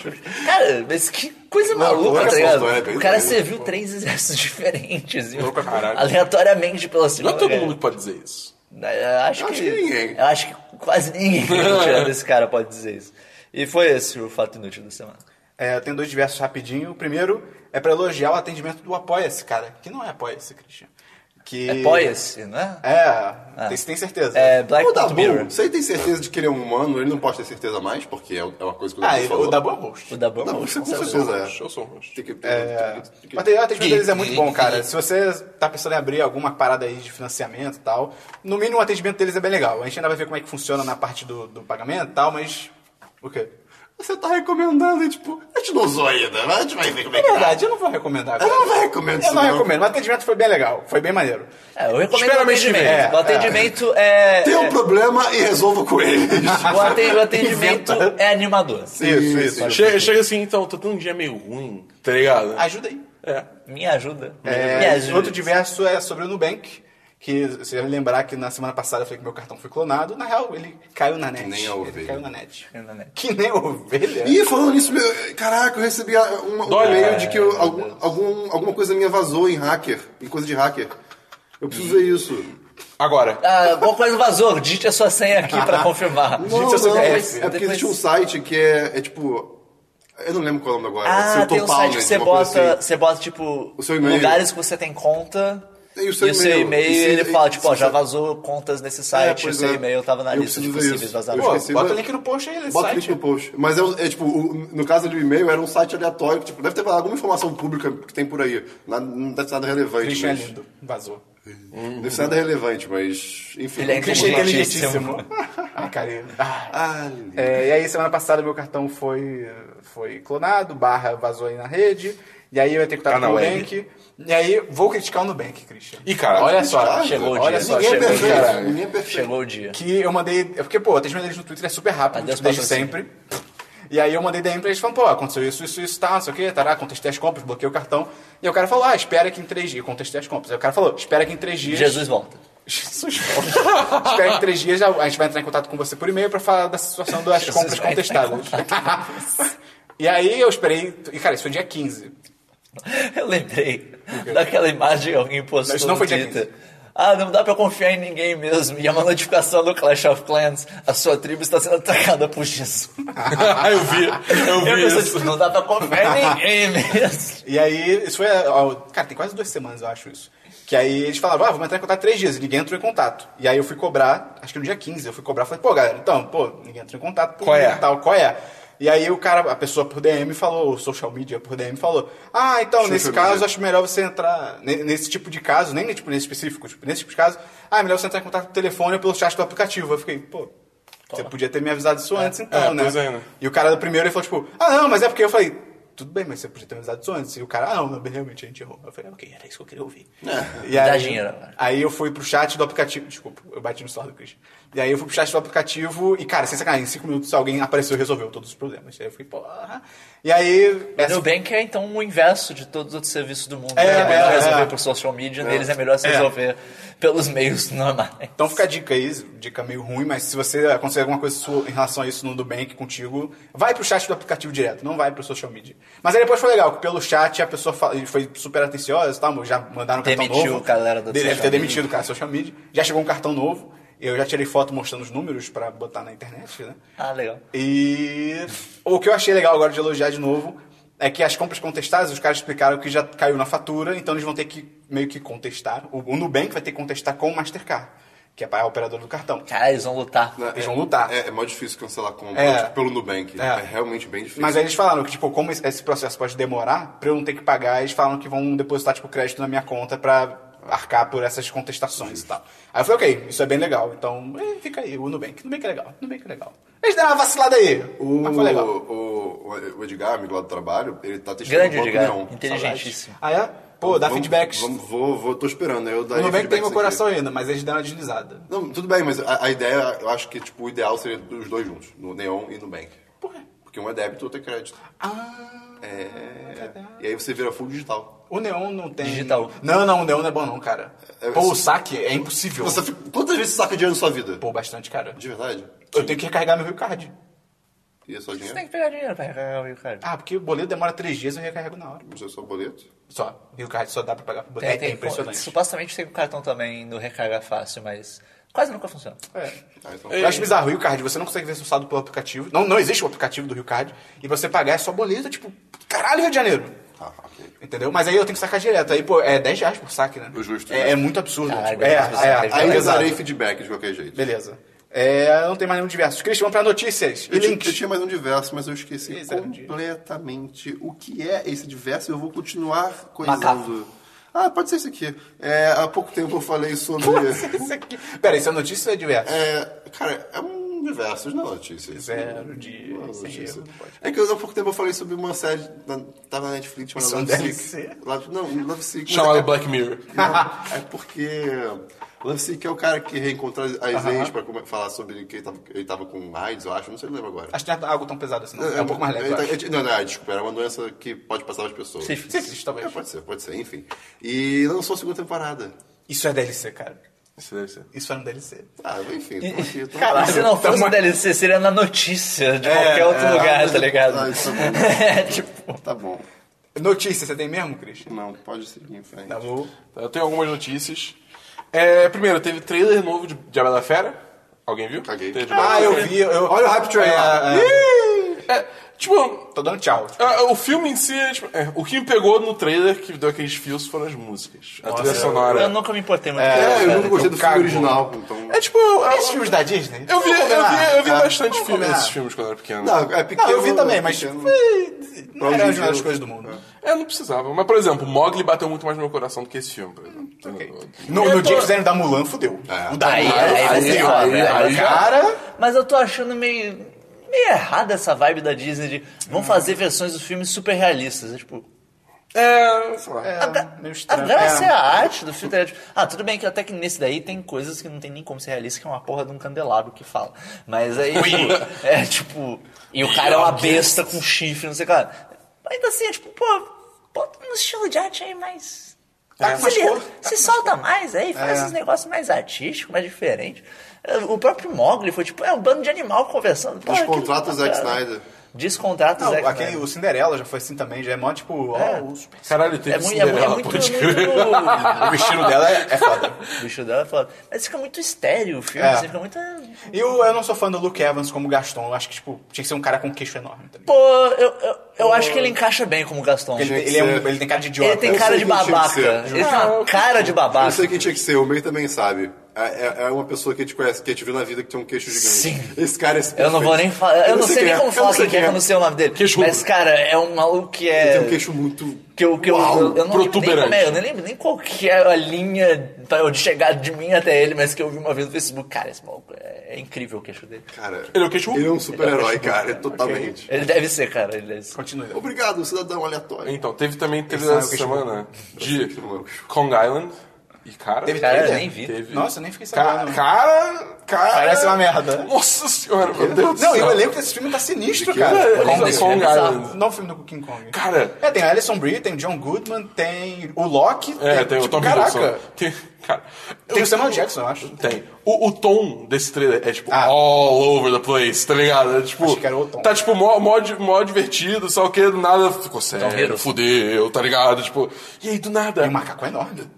Speaker 3: Cara, mas que coisa maluca,
Speaker 2: loucura
Speaker 3: tá
Speaker 2: essa
Speaker 3: ligado?
Speaker 2: história, bem
Speaker 3: O cara
Speaker 2: doido.
Speaker 3: serviu três exércitos diferentes, viu?
Speaker 4: Louco pra caralho.
Speaker 3: aleatoriamente pela
Speaker 4: Não é
Speaker 3: segunda.
Speaker 4: todo
Speaker 3: Guerra.
Speaker 4: mundo que pode dizer isso.
Speaker 3: Né, Eu acho,
Speaker 2: Acho
Speaker 3: que,
Speaker 2: que ninguém.
Speaker 3: Eu acho que quase ninguém tirando esse cara pode dizer isso. E foi esse o fato inútil da semana.
Speaker 1: É, eu tenho dois diversos rapidinho. O primeiro é pra elogiar o atendimento do Apoia-se, cara. Que não é Apoia-se, Christian. Que...
Speaker 3: É Apoia-se, não é?
Speaker 1: É, tem- você tem certeza.
Speaker 3: É
Speaker 2: O
Speaker 3: Black Dot
Speaker 2: Dabu,
Speaker 3: Mirror.
Speaker 2: você tem certeza de que ele é um humano? Ele não pode ter certeza mais, porque é uma coisa que o
Speaker 1: Ah,
Speaker 2: Dabu
Speaker 1: e
Speaker 2: falou.
Speaker 1: o da boa host.
Speaker 3: O da Bamba.
Speaker 2: Não, você com
Speaker 4: Eu
Speaker 2: certeza
Speaker 4: sou um
Speaker 2: é.
Speaker 4: roxo, eu sou um roxo.
Speaker 2: Tem que-
Speaker 1: É,
Speaker 2: tem que-
Speaker 1: mas tem- o atendimento deles é muito bom, cara. Se você tá pensando em abrir alguma parada aí de financiamento e tal, no mínimo o atendimento deles é bem legal. A gente ainda vai ver como é que funciona na parte do, do pagamento e tal, mas. O quê?
Speaker 2: Você tá recomendando, e tipo, a gente não usou ainda, né? A gente vai ver como é
Speaker 1: É
Speaker 2: que tá.
Speaker 1: verdade, eu não vou recomendar
Speaker 3: Ah,
Speaker 1: agora.
Speaker 2: Eu não recomendo
Speaker 1: Eu
Speaker 2: isso,
Speaker 1: não
Speaker 2: não.
Speaker 1: recomendo, mas o atendimento foi bem legal, foi bem maneiro.
Speaker 3: É, eu recomendo o
Speaker 2: um
Speaker 1: Espera mês que
Speaker 3: atendimento.
Speaker 1: vem. É,
Speaker 3: o atendimento é.
Speaker 2: Tem um
Speaker 3: é-
Speaker 2: problema e resolva com ele.
Speaker 3: o aten- o atendimento é animador.
Speaker 1: Isso, isso.
Speaker 4: Chega, chega assim, então, tô tendo um dia meio ruim, tá ligado?
Speaker 1: Ajuda aí.
Speaker 4: É.
Speaker 3: Me ajuda.
Speaker 1: É,
Speaker 3: Me ajuda.
Speaker 1: Outro diverso é sobre o Nubank. Que você deve lembrar que na semana passada eu falei que meu cartão foi clonado. Na real, ele caiu na net.
Speaker 2: nem
Speaker 1: Ele
Speaker 2: a ovelha.
Speaker 1: caiu na net.
Speaker 3: Caiu na net.
Speaker 1: Que nem a ovelha.
Speaker 2: Ih, falando nisso, meu, caraca, eu recebi a- uma- um
Speaker 4: Dói,
Speaker 2: e-mail
Speaker 4: é.
Speaker 2: de que eu- algum- algum- alguma coisa minha vazou em hacker, em coisa de hacker. Eu preciso ver isso.
Speaker 4: Agora,
Speaker 3: Ah, alguma coisa vazou, digite a sua senha aqui pra confirmar.
Speaker 2: Não, não,
Speaker 1: eu sou
Speaker 2: é,
Speaker 3: né?
Speaker 1: depois-
Speaker 2: porque existe um site que é, é tipo. Eu não lembro qual é o nome agora.
Speaker 3: Ah,
Speaker 2: Seu
Speaker 3: tem um
Speaker 2: Topal,
Speaker 3: site
Speaker 2: né,
Speaker 3: que você
Speaker 2: uma coisa
Speaker 3: bota,
Speaker 2: assim.
Speaker 3: você bota, tipo,
Speaker 2: O seu e-mail.
Speaker 3: lugares que você tem conta.
Speaker 2: E o seu e-mail.
Speaker 3: e-mail,
Speaker 2: E se-
Speaker 3: ele fala, tipo,
Speaker 2: se
Speaker 3: ó, já
Speaker 2: você-
Speaker 3: vazou contas nesse site, o
Speaker 2: pois
Speaker 3: seu
Speaker 2: é.
Speaker 3: e-mail tava na
Speaker 2: Eu
Speaker 3: lista de
Speaker 2: preciso ver
Speaker 3: possíveis
Speaker 2: isso.
Speaker 3: vazamentos.
Speaker 1: Pô,
Speaker 2: esqueci,
Speaker 1: bota o
Speaker 2: mas-
Speaker 1: link no post aí,
Speaker 2: Bota o
Speaker 1: site.
Speaker 2: link no post. Mas é, um- é tipo, o- no caso do e-mail, era um site aleatório, que, tipo, deve ter alguma informação pública que tem por aí. Nada- não deve ser nada relevante.
Speaker 1: Christian é
Speaker 2: mas-
Speaker 1: lindo. Vazou.
Speaker 2: Deve ser nada relevante, mas. Enfim.
Speaker 3: Ele é
Speaker 1: Christian é
Speaker 3: inteligentíssimo.
Speaker 1: inteligentíssimo. Ai, cara. ele- Ah.
Speaker 2: Ah, lindo.
Speaker 1: É, e aí, semana passada, meu cartão foi, foi clonado, barra vazou aí na rede. E aí, eu ia ter que estar
Speaker 4: Tá
Speaker 1: com
Speaker 4: na
Speaker 1: o
Speaker 4: web.
Speaker 1: Nubank. E aí, vou criticar o Nubank, Christian.
Speaker 4: Ih, cara,
Speaker 1: olha
Speaker 4: que
Speaker 1: só.
Speaker 2: criticado.
Speaker 3: Chegou o
Speaker 1: olha
Speaker 3: dia.
Speaker 1: só,
Speaker 2: Ninguém é
Speaker 1: chegou,
Speaker 2: perfeito.
Speaker 1: cara.
Speaker 2: Ninguém é perfeito.
Speaker 3: Chegou o dia.
Speaker 1: que eu mandei. Porque, pô, o atendimento deles no Twitter é super rápido,
Speaker 3: Adeus,
Speaker 1: tipo, desde
Speaker 3: patrocínio.
Speaker 1: sempre. E aí eu mandei DM pra eles falando, pô, aconteceu isso, isso, isso, tá, não sei o quê, tará, contestei as compras, bloqueei o cartão. E aí o cara falou, ah, espera que em três dias, contestei as compras. Aí o cara falou, espera que em três dias.
Speaker 3: Jesus volta.
Speaker 1: Suspense. Espero que três dias já- a gente vai entrar em contato com você por e-mail pra falar da situação das compras
Speaker 3: vai entrar
Speaker 1: contestadas. e aí eu esperei. E cara, isso foi dia 15.
Speaker 3: Eu lembrei daquela imagem que alguém postou
Speaker 1: Não, isso não
Speaker 3: no
Speaker 1: foi dia
Speaker 3: Twitter. Ah, não dá pra confiar em ninguém mesmo. E é uma notificação do Clash of Clans. A sua tribo está sendo atacada por Jesus.
Speaker 4: eu vi, eu
Speaker 3: Eu
Speaker 4: vi
Speaker 3: pensei,
Speaker 4: isso.
Speaker 3: tipo, não dá pra confiar em ninguém mesmo.
Speaker 1: E aí, isso foi. ó, cara, tem quase duas semanas, eu acho isso. Que aí eles falavam, ah, vamos entrar em contato três dias. E ninguém entrou em contato. E aí eu fui cobrar, acho que no dia 15, eu fui cobrar. Falei, pô, galera, então, pô, ninguém entrou em contato. Pô,
Speaker 4: Qual é?
Speaker 1: Tal, qual é? E aí o cara, a pessoa por DM falou, o social media por DM falou, ah, então, nesse
Speaker 2: media.
Speaker 1: caso, acho melhor você entrar ne- nesse tipo de caso, nem tipo, nesse específico, tipo, nesse tipo de caso, ah, é melhor você entrar em contato pelo telefone ou pelo chat do aplicativo. Eu fiquei, pô,
Speaker 3: Tá
Speaker 1: você podia ter me avisado isso antes, então,
Speaker 4: É,
Speaker 1: né?
Speaker 4: pois é, né?
Speaker 1: E o cara do primeiro ele falou, tipo, ah, não, mas é porque eu falei, tudo bem, mas você podia ter me avisado isso antes. E o cara, ah, não, mas realmente a gente errou. Eu falei, ah, ok, era isso que eu queria ouvir. E
Speaker 3: É, Dá
Speaker 1: aí,
Speaker 3: dinheiro agora.
Speaker 1: aí eu fui pro chat do aplicativo, desculpa, eu bati no store do Christian. E aí eu fui pro chat do aplicativo e, cara, sem sacanagem, em cinco minutos alguém apareceu e resolveu todos os problemas. Aí eu fiquei, porra. E aí...
Speaker 3: O Nubank é então o inverso de todos os outros serviços do mundo.
Speaker 1: É,
Speaker 3: né? É melhor
Speaker 1: é,
Speaker 3: resolver
Speaker 1: é.
Speaker 3: por social media, deles é melhor se resolver pelos meios normais.
Speaker 1: Então fica a dica aí, dica meio ruim, mas se você acontecer alguma coisa sua em relação a isso no Nubank contigo, vai pro chat do aplicativo direto, não vai pro social media. Mas aí depois foi legal, que pelo chat a pessoa fa- e foi super atenciosa e tal, já mandaram um cartão
Speaker 3: Demitiu
Speaker 1: novo.
Speaker 3: a galera do
Speaker 1: Deve
Speaker 3: social
Speaker 1: ter
Speaker 3: media.
Speaker 1: demitido o cara do social media. Já chegou um cartão novo, eu já tirei foto mostrando os números pra botar na internet, né?
Speaker 3: Ah, legal.
Speaker 1: E o que eu achei legal agora de elogiar de novo é que as compras contestadas, os caras explicaram que já caiu na fatura, então eles vão ter que meio que contestar. O, o Nubank vai ter que contestar com o Mastercard, que é a operadora do cartão.
Speaker 3: Cara, eles vão lutar.
Speaker 1: Eles vão lutar.
Speaker 2: É, é mais difícil cancelar compra
Speaker 1: É.
Speaker 2: tipo, pelo Nubank.
Speaker 1: É.
Speaker 2: É. realmente bem difícil.
Speaker 1: Mas aí eles falaram que, tipo, como esse esse processo pode demorar, pra eu não ter que pagar, eles falaram que vão depositar, tipo, crédito na minha conta pra arcar por essas contestações e tal. Aí eu falei, ok, isso é bem legal. Então, eh, fica aí, o Nubank. Nubank é legal, Nubank é legal. Eles deram uma vacilada aí,
Speaker 2: O,
Speaker 1: mas foi legal.
Speaker 2: o- o Edgar, amigo lá do trabalho, ele tá testando
Speaker 3: Grande,
Speaker 2: o Banco
Speaker 3: Edgar.
Speaker 2: Neon.
Speaker 3: Inteligentíssimo.
Speaker 1: Ah, é? Pô, dá
Speaker 2: Vamos-
Speaker 1: feedbacks.
Speaker 2: Vamos, vou, vou, tô esperando. né? Eu
Speaker 1: O
Speaker 2: daria
Speaker 1: Nubank tem
Speaker 2: feedbacks
Speaker 1: meu
Speaker 2: aqui.
Speaker 1: coração ainda, mas eles deram uma deslizada.
Speaker 2: Não, tudo bem, mas a, a ideia, eu acho que tipo, o ideal seria os dois juntos, no Neon e no Bank.
Speaker 1: Por quê?
Speaker 2: Porque um é débito, outro é crédito.
Speaker 1: Ah,
Speaker 2: É. E aí você vira full digital.
Speaker 1: o Neon não tem.
Speaker 3: Digital.
Speaker 1: Não, não, o Neon não é bom, não, cara.
Speaker 2: É,
Speaker 1: Pô, o
Speaker 2: isso-
Speaker 1: saque é impossível.
Speaker 2: Você fica- quantas vezes você saca dinheiro na sua vida?
Speaker 1: Pô, bastante, cara.
Speaker 2: De verdade?
Speaker 1: Eu tenho que recarregar meu Rio Card.
Speaker 2: E é só
Speaker 3: Você
Speaker 2: dinheiro?
Speaker 3: tem que pegar dinheiro pra recarregar o Rio Card.
Speaker 1: Ah, porque o boleto demora três dias e eu recarrego na hora.
Speaker 2: Não sei se é só boleto.
Speaker 1: Só. Rio Card só dá pra pagar pro
Speaker 3: Tem,
Speaker 1: boleto. É,
Speaker 3: tem,
Speaker 1: é impressionante.
Speaker 3: Supostamente tem o cartão também no recarga fácil, mas quase nunca funciona.
Speaker 1: É.
Speaker 2: Ah, então-
Speaker 1: Eu acho bizarro, o Rio Card, você não consegue ver seu saldo pelo aplicativo. Não, não existe o aplicativo do Rio Card. E pra você pagar é só boleto, tipo, caralho, Rio de Janeiro.
Speaker 2: Ah, ok.
Speaker 1: Entendeu? Mas aí eu tenho que sacar direto. Aí, pô, é 10 reais por saque, né?
Speaker 2: O justo,
Speaker 1: É,
Speaker 2: né?
Speaker 1: é muito absurdo.
Speaker 3: Caralho,
Speaker 1: tipo, é,
Speaker 3: mas você
Speaker 1: é,
Speaker 3: perdeu.
Speaker 1: é,
Speaker 2: Aí eu
Speaker 1: pesado.
Speaker 2: darei feedback de qualquer jeito.
Speaker 1: Beleza. É, não tem mais nenhum diverso. Christian, vamos pra notícias e
Speaker 2: Eu tinha, eu
Speaker 1: links.
Speaker 2: tinha mais um diverso, mas eu esqueci
Speaker 1: Esse era um dia.
Speaker 2: completamente o que é esse diverso. Eu vou continuar coisando. Ah, pode ser isso aqui. É, há pouco tempo eu falei sobre.
Speaker 1: Isso aqui. Pera, isso é notícia ou é diverso?
Speaker 2: É, cara, é um universo, não é notícia.
Speaker 1: Zero de.
Speaker 2: Não é
Speaker 1: sem
Speaker 2: notícia.
Speaker 1: erro, não pode.
Speaker 2: É que eu, há pouco tempo eu falei sobre uma série. Na, tava na Netflix, mas
Speaker 1: Isso
Speaker 2: Love
Speaker 1: deve
Speaker 2: Sick.
Speaker 1: ser.
Speaker 2: Love- Não, Love Sick.
Speaker 4: Chamado Black Mirror.
Speaker 2: Não, é porque Love Sick é o cara que reencontra as ex pra come- falar sobre que ele tava, ele tava com AIDS, eu acho, não sei, não lembro agora.
Speaker 1: Acho que não é algo tão pesado assim, não. É um pouco mais leve.
Speaker 2: Ele
Speaker 1: eu
Speaker 2: tá-
Speaker 1: acho.
Speaker 2: ele- Não, não, desculpa, era uma doença que pode passar as pessoas.
Speaker 3: Sim.
Speaker 1: Sim, sim,
Speaker 2: É,
Speaker 1: talvez.
Speaker 2: pode ser, pode ser, enfim. E lançou a segunda temporada.
Speaker 1: Isso é DLC, cara.
Speaker 4: Isso deve ser.
Speaker 1: Isso era um DLC.
Speaker 2: Ah, enfim, tô aqui, tô
Speaker 1: Caralho.
Speaker 3: Se não fosse
Speaker 1: Então,
Speaker 3: um DLC, seria na notícia de qualquer outro
Speaker 2: aqui.
Speaker 3: lugar,
Speaker 2: Ah,
Speaker 3: tá ligado?
Speaker 2: Ah, isso tá bom.
Speaker 3: é, tipo...
Speaker 2: Tá bom.
Speaker 1: Notícia, você tem mesmo, Christian?
Speaker 2: Não, pode seguir em frente.
Speaker 1: Tá bom.
Speaker 4: Eu tenho algumas notícias. É, primeiro, teve trailer novo de, de A Bela Fera. Alguém viu?
Speaker 2: Caguei.
Speaker 4: Teve de Bela
Speaker 1: Ah,
Speaker 4: Fera.
Speaker 1: eu vi. Eu...
Speaker 2: Olha o hype train lá.
Speaker 1: É, é.
Speaker 4: É, tipo,
Speaker 1: Tô dando tchau.
Speaker 4: Ah, o filme em si, é, tipo, é, o que me pegou no trailer que deu aqueles fios foram as músicas. a trilha sonora.
Speaker 3: Eu nunca me importei muito. com
Speaker 2: É,
Speaker 3: ela,
Speaker 2: eu
Speaker 3: cara.
Speaker 2: nunca gostei do
Speaker 1: cago.
Speaker 2: filme original, então...
Speaker 4: É tipo, eu,
Speaker 1: Esses
Speaker 4: eu,
Speaker 1: filmes da Disney?
Speaker 4: eu vi, eu vi, eu vi
Speaker 2: Ah,
Speaker 4: bastante
Speaker 1: vamos
Speaker 4: filme,
Speaker 1: combinar.
Speaker 4: esses filmes quando eu era pequeno.
Speaker 2: Não, é pequeno...
Speaker 1: Não, eu vi também, mas.
Speaker 2: pequeno.
Speaker 1: foi- Não era
Speaker 2: Pra
Speaker 1: uma
Speaker 2: hoje em
Speaker 1: das
Speaker 2: dia,
Speaker 1: coisas do mundo.
Speaker 4: É, não precisava. Mas, por exemplo, Mogli bateu muito mais no meu coração do que esse filme, por
Speaker 1: Hum,
Speaker 4: exemplo.
Speaker 1: No, no dia que fizeram da Mulan, fudeu. O da
Speaker 3: Aí,
Speaker 1: Mulan,
Speaker 3: aí,
Speaker 4: aí,
Speaker 3: você
Speaker 4: aí,
Speaker 3: foda,
Speaker 4: aí,
Speaker 3: né?
Speaker 4: aí,
Speaker 1: cara.
Speaker 3: Mas eu tô achando meio, meio errada essa vibe da Disney de vamos fazer versões do filme super realistas. É, tipo,
Speaker 4: É, sei lá.
Speaker 3: a, gra-
Speaker 1: meio
Speaker 3: a
Speaker 1: estranho.
Speaker 3: graça
Speaker 1: É.
Speaker 3: é a arte do filme. tá ligado? Ah, tudo bem que até que nesse daí tem coisas que não tem nem como ser realista, que é uma porra de um candelabro que fala. Mas aí, tipo, é tipo. E o cara é uma besta com chifre, não sei o que lá. Ainda assim, é tipo, pô, bota um estilo de arte aí mais. Tá
Speaker 4: mas,
Speaker 3: se,
Speaker 4: pô,
Speaker 3: se solta mais É. aí, faz uns negócios mais artísticos, mais diferentes. É, O próprio Mogli foi tipo, é um bando de animal conversando. Pô,
Speaker 2: Descontrata o
Speaker 3: aquilo-
Speaker 2: Zack Snyder.
Speaker 3: Descontrata o
Speaker 1: Não,
Speaker 3: Zack
Speaker 1: aquele,
Speaker 3: Snyder.
Speaker 1: o Cinderela já foi assim também, já é mó tipo, ó,
Speaker 3: É.
Speaker 1: o super-
Speaker 4: Caralho, teve
Speaker 3: É muito, é muito, é muito,
Speaker 4: pode crer.
Speaker 3: muito-
Speaker 1: o vestido dela é, é foda.
Speaker 3: O bicho dela fala. Mas fica muito estéreo o filme,
Speaker 1: É.
Speaker 3: você fica muito.
Speaker 1: E o- eu não sou fã do Luke Evans como Gaston, eu acho que tipo, tinha que ser um cara com queixo enorme também.
Speaker 3: Pô, eu, eu, eu acho que ele encaixa bem como Gaston.
Speaker 1: Ele,
Speaker 3: Ele,
Speaker 1: ele é um- ele tem cara de idiota.
Speaker 3: tem
Speaker 2: eu
Speaker 3: cara
Speaker 2: sei
Speaker 3: de
Speaker 2: quem tinha que
Speaker 3: babaca.
Speaker 2: ser.
Speaker 3: Ele tem uma cara de
Speaker 2: Eu sei
Speaker 3: babaca.
Speaker 2: quem tinha que ser, o meio também sabe. É, é- é uma pessoa que a gente conhece, que a gente viu na vida que tem um queixo gigante.
Speaker 3: Sim.
Speaker 2: Esse cara é esse
Speaker 3: Eu não vou nem falar. Eu, não sei, nem como falar quem é, que eu não sei o nome dele.
Speaker 4: Queixo
Speaker 3: Mas,
Speaker 4: rubro.
Speaker 3: cara, é um maluco que é.
Speaker 2: Tem um queixo muito.
Speaker 3: Que eu, que eu,
Speaker 2: Uau,
Speaker 3: eu, eu não lembro nem
Speaker 4: protuberante.
Speaker 3: como é, eu nem lembro nem qual que é a linha pra eu chegar de mim até ele, mas que eu vi uma vez no Facebook. Cara, esse maluco é, é incrível o queixo dele.
Speaker 2: Cara,
Speaker 4: Ele é o queixo-
Speaker 2: Ele é um super-herói, cara, totalmente.
Speaker 3: Ele deve ser, cara, ele deve ser.
Speaker 1: Continue.
Speaker 2: Obrigado, cidadão aleatório.
Speaker 4: Então, teve também teve
Speaker 1: Esse é o
Speaker 4: essa
Speaker 1: queixo
Speaker 4: semana de
Speaker 1: é
Speaker 2: bom.
Speaker 4: Kong Island. E cara.
Speaker 1: Teve-
Speaker 3: Cara, eu
Speaker 1: Ele é.
Speaker 3: nem vi.
Speaker 4: teve-
Speaker 1: Nossa, eu nem fiquei
Speaker 4: Cara,
Speaker 1: sabendo.
Speaker 4: cara, cara.
Speaker 1: Parece uma merda.
Speaker 4: Nossa senhora, meu Deus do
Speaker 1: Não,
Speaker 4: céu.
Speaker 1: e o elenco desse filme tá sinistro, cara.
Speaker 4: É,
Speaker 3: Kong
Speaker 4: Kong,
Speaker 3: desse filme é bizarro.
Speaker 4: Island.
Speaker 1: Não o filme do King Kong.
Speaker 4: Cara.
Speaker 1: É, tem a Alison Brie, tem o John Goodman, tem o Loki.
Speaker 4: É, tem o
Speaker 1: tipo,
Speaker 4: Tom
Speaker 1: Caraca.
Speaker 4: Hiddleston. É. Tem, cara,
Speaker 1: Tem o Samuel Jackson, eu acho.
Speaker 4: Tem. O, o tom desse trailer é tipo
Speaker 1: Ah.
Speaker 4: all over the place, tá ligado? É, tipo,
Speaker 1: Acho que era o tom.
Speaker 4: Tá tipo mó, mó, di- mó divertido, só que do nada ficou sério,
Speaker 3: Hiddleston.
Speaker 4: fudeu, tá ligado? Tipo, e aí do nada.
Speaker 1: Tem um macaco enorme.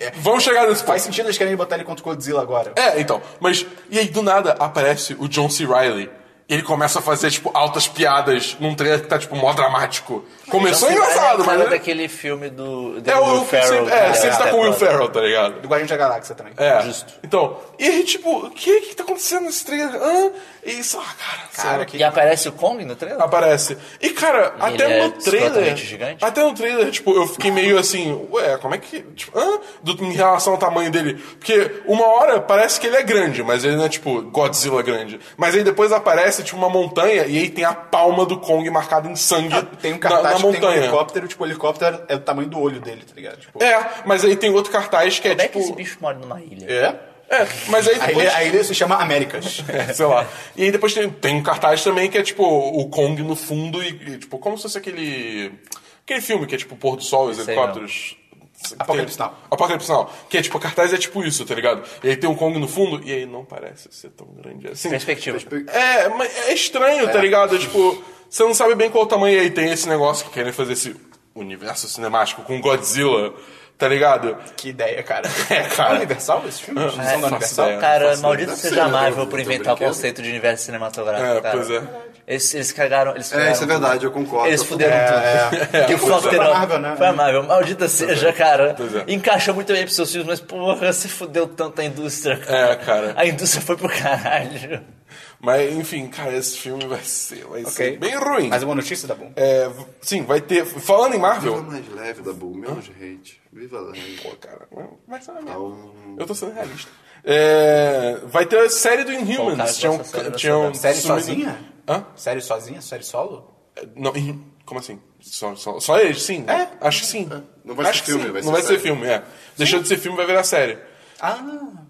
Speaker 1: É,
Speaker 4: Vamos chegar nesse
Speaker 1: Faz
Speaker 4: ponto.
Speaker 1: sentido eles querem botar ele contra o Godzilla agora.
Speaker 4: É, então. Mas, e aí do nada aparece o John C. Riley. E ele começa a fazer, tipo, altas piadas num trailer que tá, tipo, mó dramático. Começou
Speaker 3: Então,
Speaker 4: engraçado,
Speaker 3: é o cara
Speaker 4: mas. né?
Speaker 3: daquele filme do. do
Speaker 4: É o.
Speaker 3: Will Ferrell,
Speaker 4: sempre- É,
Speaker 3: né?
Speaker 4: sempre tá com o Will
Speaker 3: Step Brother.
Speaker 4: Ferrell, tá ligado?
Speaker 1: Do Guardião da Galáxia também.
Speaker 4: É.
Speaker 3: Justo.
Speaker 4: Então, e aí, tipo, o que que tá acontecendo nesse trailer? Hã? E isso, ah, cara, sério.
Speaker 1: que-
Speaker 3: E aparece o Kong no trailer?
Speaker 4: Aparece. E, cara,
Speaker 3: ele
Speaker 4: até
Speaker 3: é
Speaker 4: no trailer.
Speaker 3: escrotamente gigante?
Speaker 4: Até no trailer, tipo, eu fiquei meio assim, ué, como é que. Tipo, hã? Do- em relação ao tamanho dele. Porque uma hora parece que ele é grande, mas ele não é, tipo, Godzilla grande. Mas aí depois aparece, tipo, uma montanha e aí tem a palma do Kong marcada em sangue
Speaker 1: Tem um
Speaker 4: na,
Speaker 1: cartaz
Speaker 4: na
Speaker 1: que tem um
Speaker 4: montanha.
Speaker 1: helicóptero, tipo, o helicóptero é do tamanho do olho dele, tá ligado? Tipo,
Speaker 4: é, mas aí tem outro cartaz que é,
Speaker 3: Como é que
Speaker 4: tipo.
Speaker 3: esse bicho mora numa ilha?
Speaker 1: é.
Speaker 4: É, mas aí
Speaker 1: Aí,
Speaker 4: depois.
Speaker 1: ele- aí ele se chama Américas.
Speaker 4: É, sei lá. E aí depois tem, tem um cartaz também que é tipo o Kong no fundo e, e, tipo, como se fosse aquele. Aquele filme que é tipo Pôr do Sol, os
Speaker 3: Sei
Speaker 4: helicópteros.
Speaker 1: Apocalipse
Speaker 4: Tem-
Speaker 1: Now.
Speaker 4: Apocalipse Now. Que é tipo, o cartaz é tipo isso, tá ligado? E aí tem um Kong no fundo e aí não parece ser tão grande assim.
Speaker 3: Perspectiva.
Speaker 4: É, mas é estranho, tá ligado? É, Tipo, você não sabe bem qual o tamanho e aí tem esse negócio que querem fazer esse universo cinemático com Godzilla, tá ligado?
Speaker 1: que ideia, cara.
Speaker 4: É, cara.
Speaker 1: É Universal esse filme? Eles não
Speaker 3: É,
Speaker 1: são da
Speaker 4: faço
Speaker 1: Universal?
Speaker 4: ideia.
Speaker 3: Cara,
Speaker 4: Nossa,
Speaker 3: maldito
Speaker 2: deve
Speaker 3: seja a
Speaker 2: ser, né,
Speaker 3: Marvel
Speaker 2: do-
Speaker 3: por
Speaker 2: do
Speaker 3: inventar o
Speaker 2: brinquedo.
Speaker 3: conceito de universo cinematográfico,
Speaker 4: É,
Speaker 3: cara.
Speaker 4: pois é.
Speaker 3: Eles, eles cagaram, eles
Speaker 2: É,
Speaker 3: cagaram
Speaker 2: isso é verdade, eu concordo.
Speaker 3: Eles fuderam tudo.
Speaker 1: é.
Speaker 3: E o flop
Speaker 1: Foi
Speaker 3: terão-
Speaker 1: a Marvel, né?
Speaker 3: Foi a Marvel. Maldita seja, cara.
Speaker 4: Pois é.
Speaker 3: Encaixou muito bem pros seus filmes, mas porra, se fudeu tanto a indústria.
Speaker 4: É, cara.
Speaker 3: A indústria foi pro caralho.
Speaker 4: Mas enfim, cara, esse filme vai ser, vai
Speaker 1: Ok.
Speaker 4: ser bem ruim.
Speaker 1: Mas é uma notícia, tá bom?
Speaker 4: É, v- sim, vai ter. Falando em
Speaker 2: Viva
Speaker 4: Marvel.
Speaker 2: um mais leve, Dabu, menos
Speaker 4: Ah.
Speaker 2: hate. Viva leve.
Speaker 4: Pô, cara, mas não é
Speaker 2: Dá
Speaker 4: mesmo.
Speaker 2: um-
Speaker 4: Eu tô sendo realista. É, vai ter a série do
Speaker 3: Pô, cara,
Speaker 4: Inhumans. um
Speaker 3: eu
Speaker 4: Tinham.
Speaker 3: gosto da série,
Speaker 4: tinham
Speaker 3: eu gosto
Speaker 1: Série
Speaker 4: sumido-
Speaker 1: sozinha?
Speaker 4: Hã?
Speaker 1: Série sozinha? Série solo?
Speaker 4: É, Não, in- como assim? Só, só, só eles, sim.
Speaker 1: É?
Speaker 4: Acho que sim.
Speaker 2: Não vai ser
Speaker 4: Acho que
Speaker 2: filme,
Speaker 4: sim.
Speaker 2: vai
Speaker 4: Não
Speaker 2: ser
Speaker 4: vai ser
Speaker 2: série.
Speaker 4: filme, é. Deixou de ser filme, vai virar série.
Speaker 1: Ah,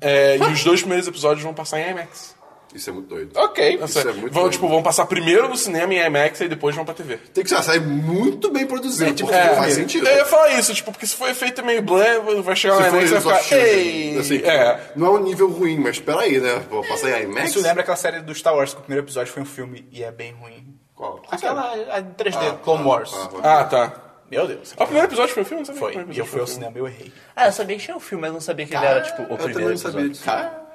Speaker 4: É, e os dois primeiros episódios vão passar em IMAX.
Speaker 2: Isso é muito doido.
Speaker 4: Ok.
Speaker 2: Isso é muito
Speaker 4: vão,
Speaker 2: doido.
Speaker 4: tipo, vão passar primeiro no cinema em IMAX e depois vão pra TV.
Speaker 2: Tem que ser uma série muito bem produzida,
Speaker 1: tipo,
Speaker 2: porque
Speaker 1: é,
Speaker 2: não faz sentido.
Speaker 4: Eu ia falar isso, tipo, porque se for efeito meio blé, vai chegar
Speaker 2: Se for
Speaker 4: lá e vai
Speaker 2: Heroes of
Speaker 4: ficar. Ei!
Speaker 2: Shield, assim,
Speaker 4: é.
Speaker 2: não é um nível ruim, mas peraí, né? Pô, passar em IMAX?
Speaker 1: isso lembra aquela série do Star Wars que o primeiro episódio foi um filme e é bem ruim.
Speaker 2: Qual? é?
Speaker 1: Aquela é a 3D, Clone Wars.
Speaker 4: Ah, tá.
Speaker 1: Meu Deus.
Speaker 4: Ah, O primeiro episódio foi o filme? Não sabia
Speaker 1: Foi.
Speaker 4: que o primeiro
Speaker 1: E eu
Speaker 4: episódio
Speaker 1: fui ao
Speaker 4: foi
Speaker 1: cinema
Speaker 4: o
Speaker 1: e eu errei.
Speaker 3: Ah, eu sabia que tinha um filme, mas não sabia que ele era, tipo, o
Speaker 2: Eu também
Speaker 3: primeiro
Speaker 2: não sabia
Speaker 3: episódio.
Speaker 2: disso.
Speaker 1: Cara,
Speaker 4: filme.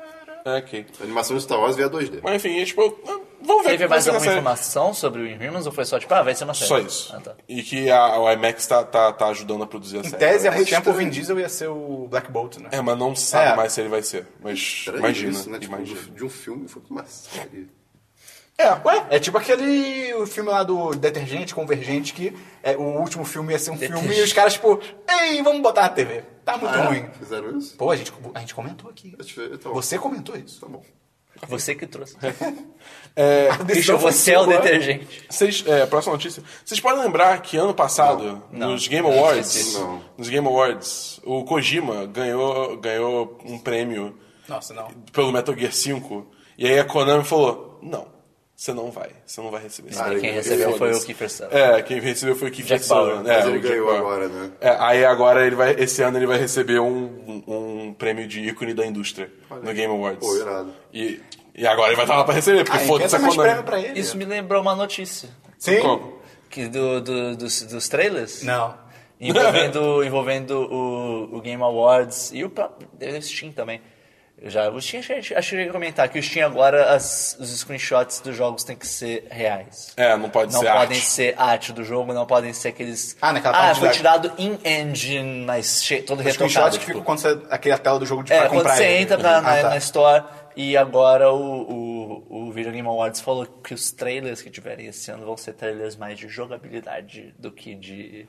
Speaker 4: É, ok.
Speaker 2: A animação de Star Wars via 2D.
Speaker 4: Mas enfim, é, tipo, ah, vamos ver. o
Speaker 3: Teve
Speaker 4: que
Speaker 3: mais
Speaker 4: vai ser na
Speaker 3: alguma
Speaker 4: série.
Speaker 3: informação sobre o Inhumans ou foi só, tipo, ah, vai ser uma série?
Speaker 4: Só isso.
Speaker 3: Ah, tá.
Speaker 4: E que a, o IMAX tá, tá, tá ajudando a produzir a
Speaker 1: em
Speaker 4: série.
Speaker 1: tese, há muito
Speaker 2: estranho.
Speaker 1: tempo o é Vin Diesel ia ser o Black Bolt, né?
Speaker 4: É, mas não sabe
Speaker 1: É.
Speaker 4: mais se ele vai ser. Mas
Speaker 2: Peraí,
Speaker 4: imagina,
Speaker 2: isso, né? Tipo,
Speaker 4: imagina.
Speaker 2: de um filme foi pra uma série.
Speaker 1: É, ué. É tipo aquele o filme lá do Detergente, Convergente, que é, o último filme ia ser um filme e os caras, tipo, ei, vamos botar na TV. Tá muito
Speaker 3: Ah.
Speaker 1: ruim.
Speaker 2: Fizeram isso? Tá
Speaker 1: Pô, a gente, a gente comentou aqui.
Speaker 2: Eu te- eu tô-
Speaker 1: Você comentou isso.
Speaker 2: Tá bom.
Speaker 3: Você que trouxe.
Speaker 4: É,
Speaker 3: Bicho, você é o detergente.
Speaker 4: Vocês, é, próxima notícia. Vocês podem lembrar que ano passado,
Speaker 3: Não.
Speaker 4: nos
Speaker 3: Não,
Speaker 4: Game
Speaker 3: não
Speaker 4: Awards,
Speaker 3: esqueci.
Speaker 2: Não.
Speaker 4: nos Game Awards, o Kojima ganhou, ganhou um prêmio
Speaker 1: Nossa, não.
Speaker 4: pelo Metal Gear 5. E aí a Konami falou: não, Você não vai. Você não vai receber isso.
Speaker 3: Aí
Speaker 2: Ah,
Speaker 3: quem
Speaker 2: eu-
Speaker 3: recebeu foi o
Speaker 4: foda-se.
Speaker 3: Kiefer Sutherland.
Speaker 4: É, quem recebeu foi o Kiefer
Speaker 3: Jack Bauer.
Speaker 4: Sutherland. É,
Speaker 2: Mas ele
Speaker 4: o Jack
Speaker 2: ganhou
Speaker 4: Bauer.
Speaker 2: agora, né?
Speaker 4: É, aí agora ele vai. Esse ano ele vai receber um, um, um prêmio de ícone da indústria no Game Awards.
Speaker 2: Pô, irado.
Speaker 4: E, e agora ele vai estar lá pra receber, porque
Speaker 1: Ah,
Speaker 3: então
Speaker 4: foda-se
Speaker 1: inventa
Speaker 3: é
Speaker 4: a
Speaker 1: mais
Speaker 4: Konami.
Speaker 1: prêmio pra ele.
Speaker 3: Isso me lembrou uma notícia
Speaker 1: Sim?
Speaker 4: Como?
Speaker 3: que do, do- dos, dos trailers.
Speaker 1: Não.
Speaker 3: Envolvendo, envolvendo o, o Game Awards e o próprio o Steam também. Eu Já, o Steam, acho que- acho que eu ia comentar que o Steam agora as- os screenshots dos jogos têm que ser reais.
Speaker 4: É, não pode
Speaker 3: Não
Speaker 4: ser
Speaker 3: podem
Speaker 4: arte.
Speaker 3: ser arte do jogo, não podem ser aqueles.
Speaker 1: Ah, naquela
Speaker 3: Ah,
Speaker 1: parte
Speaker 3: foi
Speaker 1: da-
Speaker 3: tirado in engine, mas che- todo
Speaker 1: Os screenshots
Speaker 3: retocado.
Speaker 1: que
Speaker 3: tipo.
Speaker 1: ficam quando você. Aquele a tela do jogo de
Speaker 3: É,
Speaker 1: pra
Speaker 3: quando
Speaker 1: comprar
Speaker 3: você
Speaker 1: ele.
Speaker 3: entra pra- na,
Speaker 1: Ah, tá.
Speaker 3: na Store e agora o, o, o Video Game Awards falou que os trailers que tiverem esse ano vão ser trailers mais de jogabilidade do que de.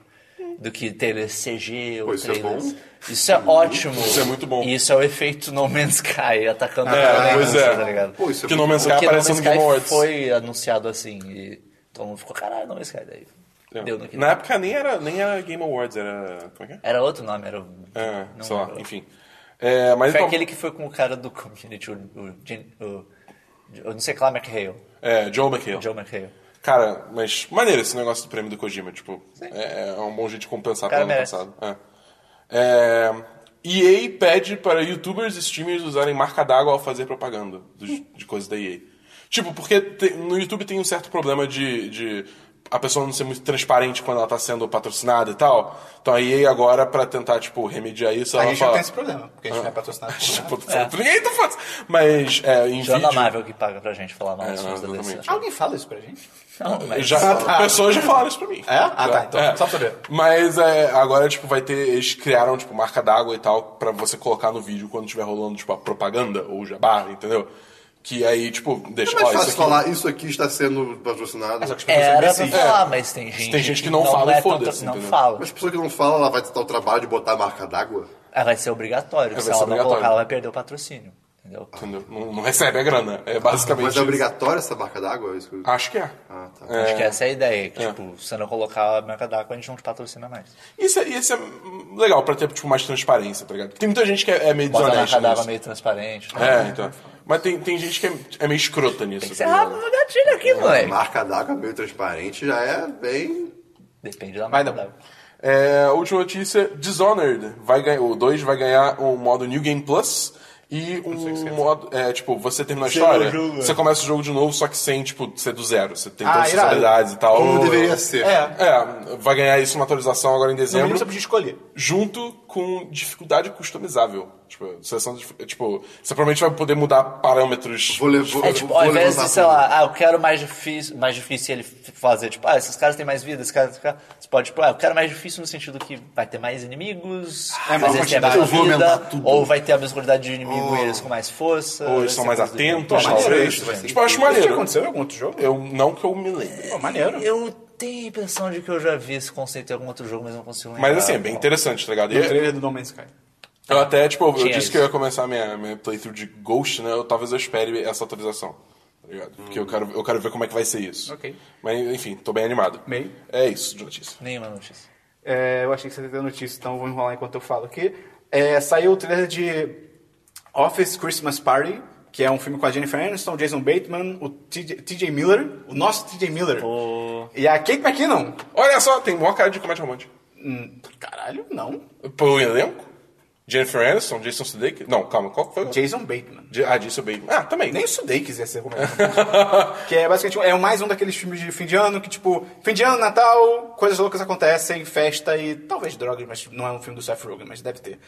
Speaker 3: Do que trailers CG ou
Speaker 2: Pô, isso é
Speaker 3: trailers.
Speaker 2: bom.
Speaker 3: Isso é ótimo.
Speaker 4: Isso é muito bom.
Speaker 3: E isso é o efeito No Man's Sky atacando a
Speaker 4: É,
Speaker 3: cara da
Speaker 4: pois
Speaker 3: indústria,
Speaker 4: é.
Speaker 3: tá ligado?
Speaker 2: Pô, isso é
Speaker 4: Que o No Man's Sky
Speaker 3: Porque No Man's
Speaker 4: apareceu no Game
Speaker 3: Sky
Speaker 4: Awards.
Speaker 3: foi anunciado assim e todo mundo ficou, caralho, No Man's Sky daí.
Speaker 4: É.
Speaker 3: Deu no que
Speaker 4: Na época nem era, nem era Game Awards, era. Como é que é?
Speaker 3: Era outro nome, era. o-
Speaker 4: É,
Speaker 3: não
Speaker 4: sei lá,
Speaker 3: lembro.
Speaker 4: enfim. É, mas
Speaker 3: Foi
Speaker 4: então,
Speaker 3: aquele que foi com o cara do community, o. o, Jin- o- eu não sei, Clara McHale.
Speaker 4: é, Joe McHale.
Speaker 3: Joe McHale.
Speaker 4: Cara, mas maneiro esse negócio do prêmio do Kojima, tipo, é, é um bom jeito de compensar
Speaker 3: O cara
Speaker 4: pelo ano
Speaker 3: merece.
Speaker 4: passado. É. É, EA pede para youtubers e streamers usarem marca d'água ao fazer propaganda dos-
Speaker 3: Hum.
Speaker 4: de coisas da EA. Tipo, porque te- no YouTube tem um certo problema de, de a pessoa não ser muito transparente quando ela tá sendo patrocinada e tal. Então a EA agora, pra tentar, tipo, remediar isso,
Speaker 1: A
Speaker 4: ela
Speaker 1: gente não
Speaker 4: fala...
Speaker 1: tem esse problema, porque a
Speaker 3: Ah.
Speaker 1: gente não é patrocinado por nada.
Speaker 4: Tipo,
Speaker 3: É.
Speaker 4: ninguém tá fazendo... Mas, é, em
Speaker 3: Tirando a
Speaker 4: vídeo...
Speaker 3: Marvel que paga pra gente falar mal
Speaker 4: É,
Speaker 3: dos filmes da DC.
Speaker 4: exatamente.
Speaker 1: Alguém fala isso pra gente?
Speaker 3: Não, mas...
Speaker 4: Já, Pessoas já falaram isso pra mim.
Speaker 1: tá. É? Ah, tá, então,
Speaker 4: É.
Speaker 1: só pra saber.
Speaker 4: Mas é, agora, tipo, vai ter. Eles criaram, tipo, marca d'água e tal, pra você colocar no vídeo quando estiver rolando, tipo, a propaganda ou o jabá, entendeu? Que aí, tipo,
Speaker 2: É
Speaker 4: deixa.
Speaker 2: mais
Speaker 4: ó, isso
Speaker 2: fácil
Speaker 4: aqui-
Speaker 2: falar, isso aqui está sendo patrocinado.
Speaker 1: Só que as pessoas
Speaker 3: Era pra
Speaker 1: decidem.
Speaker 3: falar, mas tem gente,
Speaker 4: É. Tem gente que não fala e
Speaker 3: é tão-
Speaker 4: foda-se,
Speaker 3: Não
Speaker 4: entendeu?
Speaker 3: fala.
Speaker 2: Mas a pessoa que não fala, ela vai ter o trabalho de botar a marca d'água?
Speaker 3: Ah, vai ser obrigatório.
Speaker 4: É,
Speaker 3: Se
Speaker 4: vai
Speaker 3: ela não
Speaker 4: ser
Speaker 3: colocar,
Speaker 4: obrigatório.
Speaker 3: ela vai perder o patrocínio. Entendeu?
Speaker 4: Entendeu? Não, não recebe a grana. É basicamente.
Speaker 2: Mas é obrigatório essa marca d'água? Isso que eu-
Speaker 4: isso. Acho que é.
Speaker 2: Ah, tá.
Speaker 3: Acho que essa é a ideia. Que, Tipo, se não colocar a marca d'água, a gente não te patrocina mais.
Speaker 4: Isso é, isso é legal pra ter, tipo, mais transparência, tá ligado? Porque Tem muita gente que é, é meio
Speaker 3: Bota a
Speaker 4: desonesta.
Speaker 3: marca d'água
Speaker 4: nisso.
Speaker 3: meio transparente.
Speaker 4: É, então. Mas tem, tem gente que é, é meio escrota nisso.
Speaker 3: Você
Speaker 4: tá
Speaker 3: errava
Speaker 4: ligado?
Speaker 3: no gatilho aqui, moleque.
Speaker 2: Marca d'água meio transparente já é bem.
Speaker 3: Depende da
Speaker 1: Vai
Speaker 3: marca
Speaker 1: dar-
Speaker 3: d'água.
Speaker 4: É, última notícia: Dishonored. Vai ganhar, o 2 vai ganhar um modo New Game Plus. E um modo. É, tipo, você terminou a história, você começa o jogo de novo, só que sem, tipo, ser do zero. Você tem
Speaker 1: Ah,
Speaker 4: todas as
Speaker 1: irado.
Speaker 4: habilidades e tal.
Speaker 2: Como deveria ser.
Speaker 1: É,
Speaker 4: É, vai ganhar isso uma atualização agora em
Speaker 1: no mínimo
Speaker 4: dezembro,
Speaker 1: você podia escolher.
Speaker 4: junto com dificuldade customizável. Tipo, seleção de, tipo, você provavelmente vai poder mudar parâmetros.
Speaker 2: Vou, le- vou,
Speaker 3: É tipo,
Speaker 2: vou
Speaker 3: ao invés
Speaker 2: levantar
Speaker 3: de, sei
Speaker 2: tudo.
Speaker 3: lá, ah, eu quero mais difícil, mais difícil ele f- fazer, tipo, ah, esses caras têm mais vida, esses caras, esses caras- você pode, tipo, ah, eu quero mais difícil no sentido que vai ter mais inimigos,
Speaker 1: é
Speaker 3: mas
Speaker 1: uma
Speaker 3: eles têm a
Speaker 1: quantidade,
Speaker 3: mesma
Speaker 2: eu vou
Speaker 3: vida,
Speaker 2: aumentar tudo.
Speaker 3: ou vai ter a mesma quantidade de inimigo e eles com mais força.
Speaker 4: Ou eles
Speaker 3: vai
Speaker 4: são
Speaker 3: ser
Speaker 4: mais
Speaker 3: coisa do-
Speaker 4: atentos,
Speaker 1: Pô, maneiro
Speaker 4: talvez.
Speaker 1: isso, vai ser
Speaker 4: Tipo, eu acho
Speaker 1: Isso já
Speaker 4: maneiro.
Speaker 1: aconteceu em algum outro jogo?
Speaker 4: Eu, não que eu me lembre.
Speaker 1: Pô, maneiro.
Speaker 3: Eu tenho a impressão de que eu já vi esse conceito em algum outro jogo, mas não consigo lembrar.
Speaker 4: Mas assim, é bem interessante, tá ligado?
Speaker 1: O
Speaker 4: E-
Speaker 1: trailer do No Man's Sky. É.
Speaker 4: Eu até, tipo, eu
Speaker 3: Tinha
Speaker 4: disse
Speaker 3: isso.
Speaker 4: que eu ia começar minha, minha playthrough de Ghost, né? Eu, talvez eu espere essa atualização. Tá ligado? Porque eu quero, eu quero ver como é que vai ser isso.
Speaker 1: Hum. Ok.
Speaker 4: Mas, enfim, tô bem animado.
Speaker 1: Meio.
Speaker 4: É isso de notícia.
Speaker 3: Nenhuma notícia.
Speaker 1: É, eu achei que você ia ter notícia, então vou enrolar enquanto eu falo aqui. É, saiu o trailer de Office Christmas Party, que é um filme com a Jennifer Aniston, Jason Bateman, o TJ, TJ Miller, o nosso TJ Miller. E a Kate McKinnon.
Speaker 4: Olha só, tem maior cara de comédia romântica.
Speaker 1: Hum, caralho, não.
Speaker 4: Pelo elenco? Jennifer Aniston, Jason Sudeikis... Não, calma, qual que foi?
Speaker 1: Jason Bateman.
Speaker 4: Ja- Ah, Jason Bateman. Ah, também.
Speaker 1: Nem estudei que ia ser comédia. que é basicamente é mais um daqueles filmes de fim de ano que, tipo, fim de ano, Natal, coisas loucas acontecem, festa e talvez drogas, mas não é um filme do Seth Rogen, mas deve ter.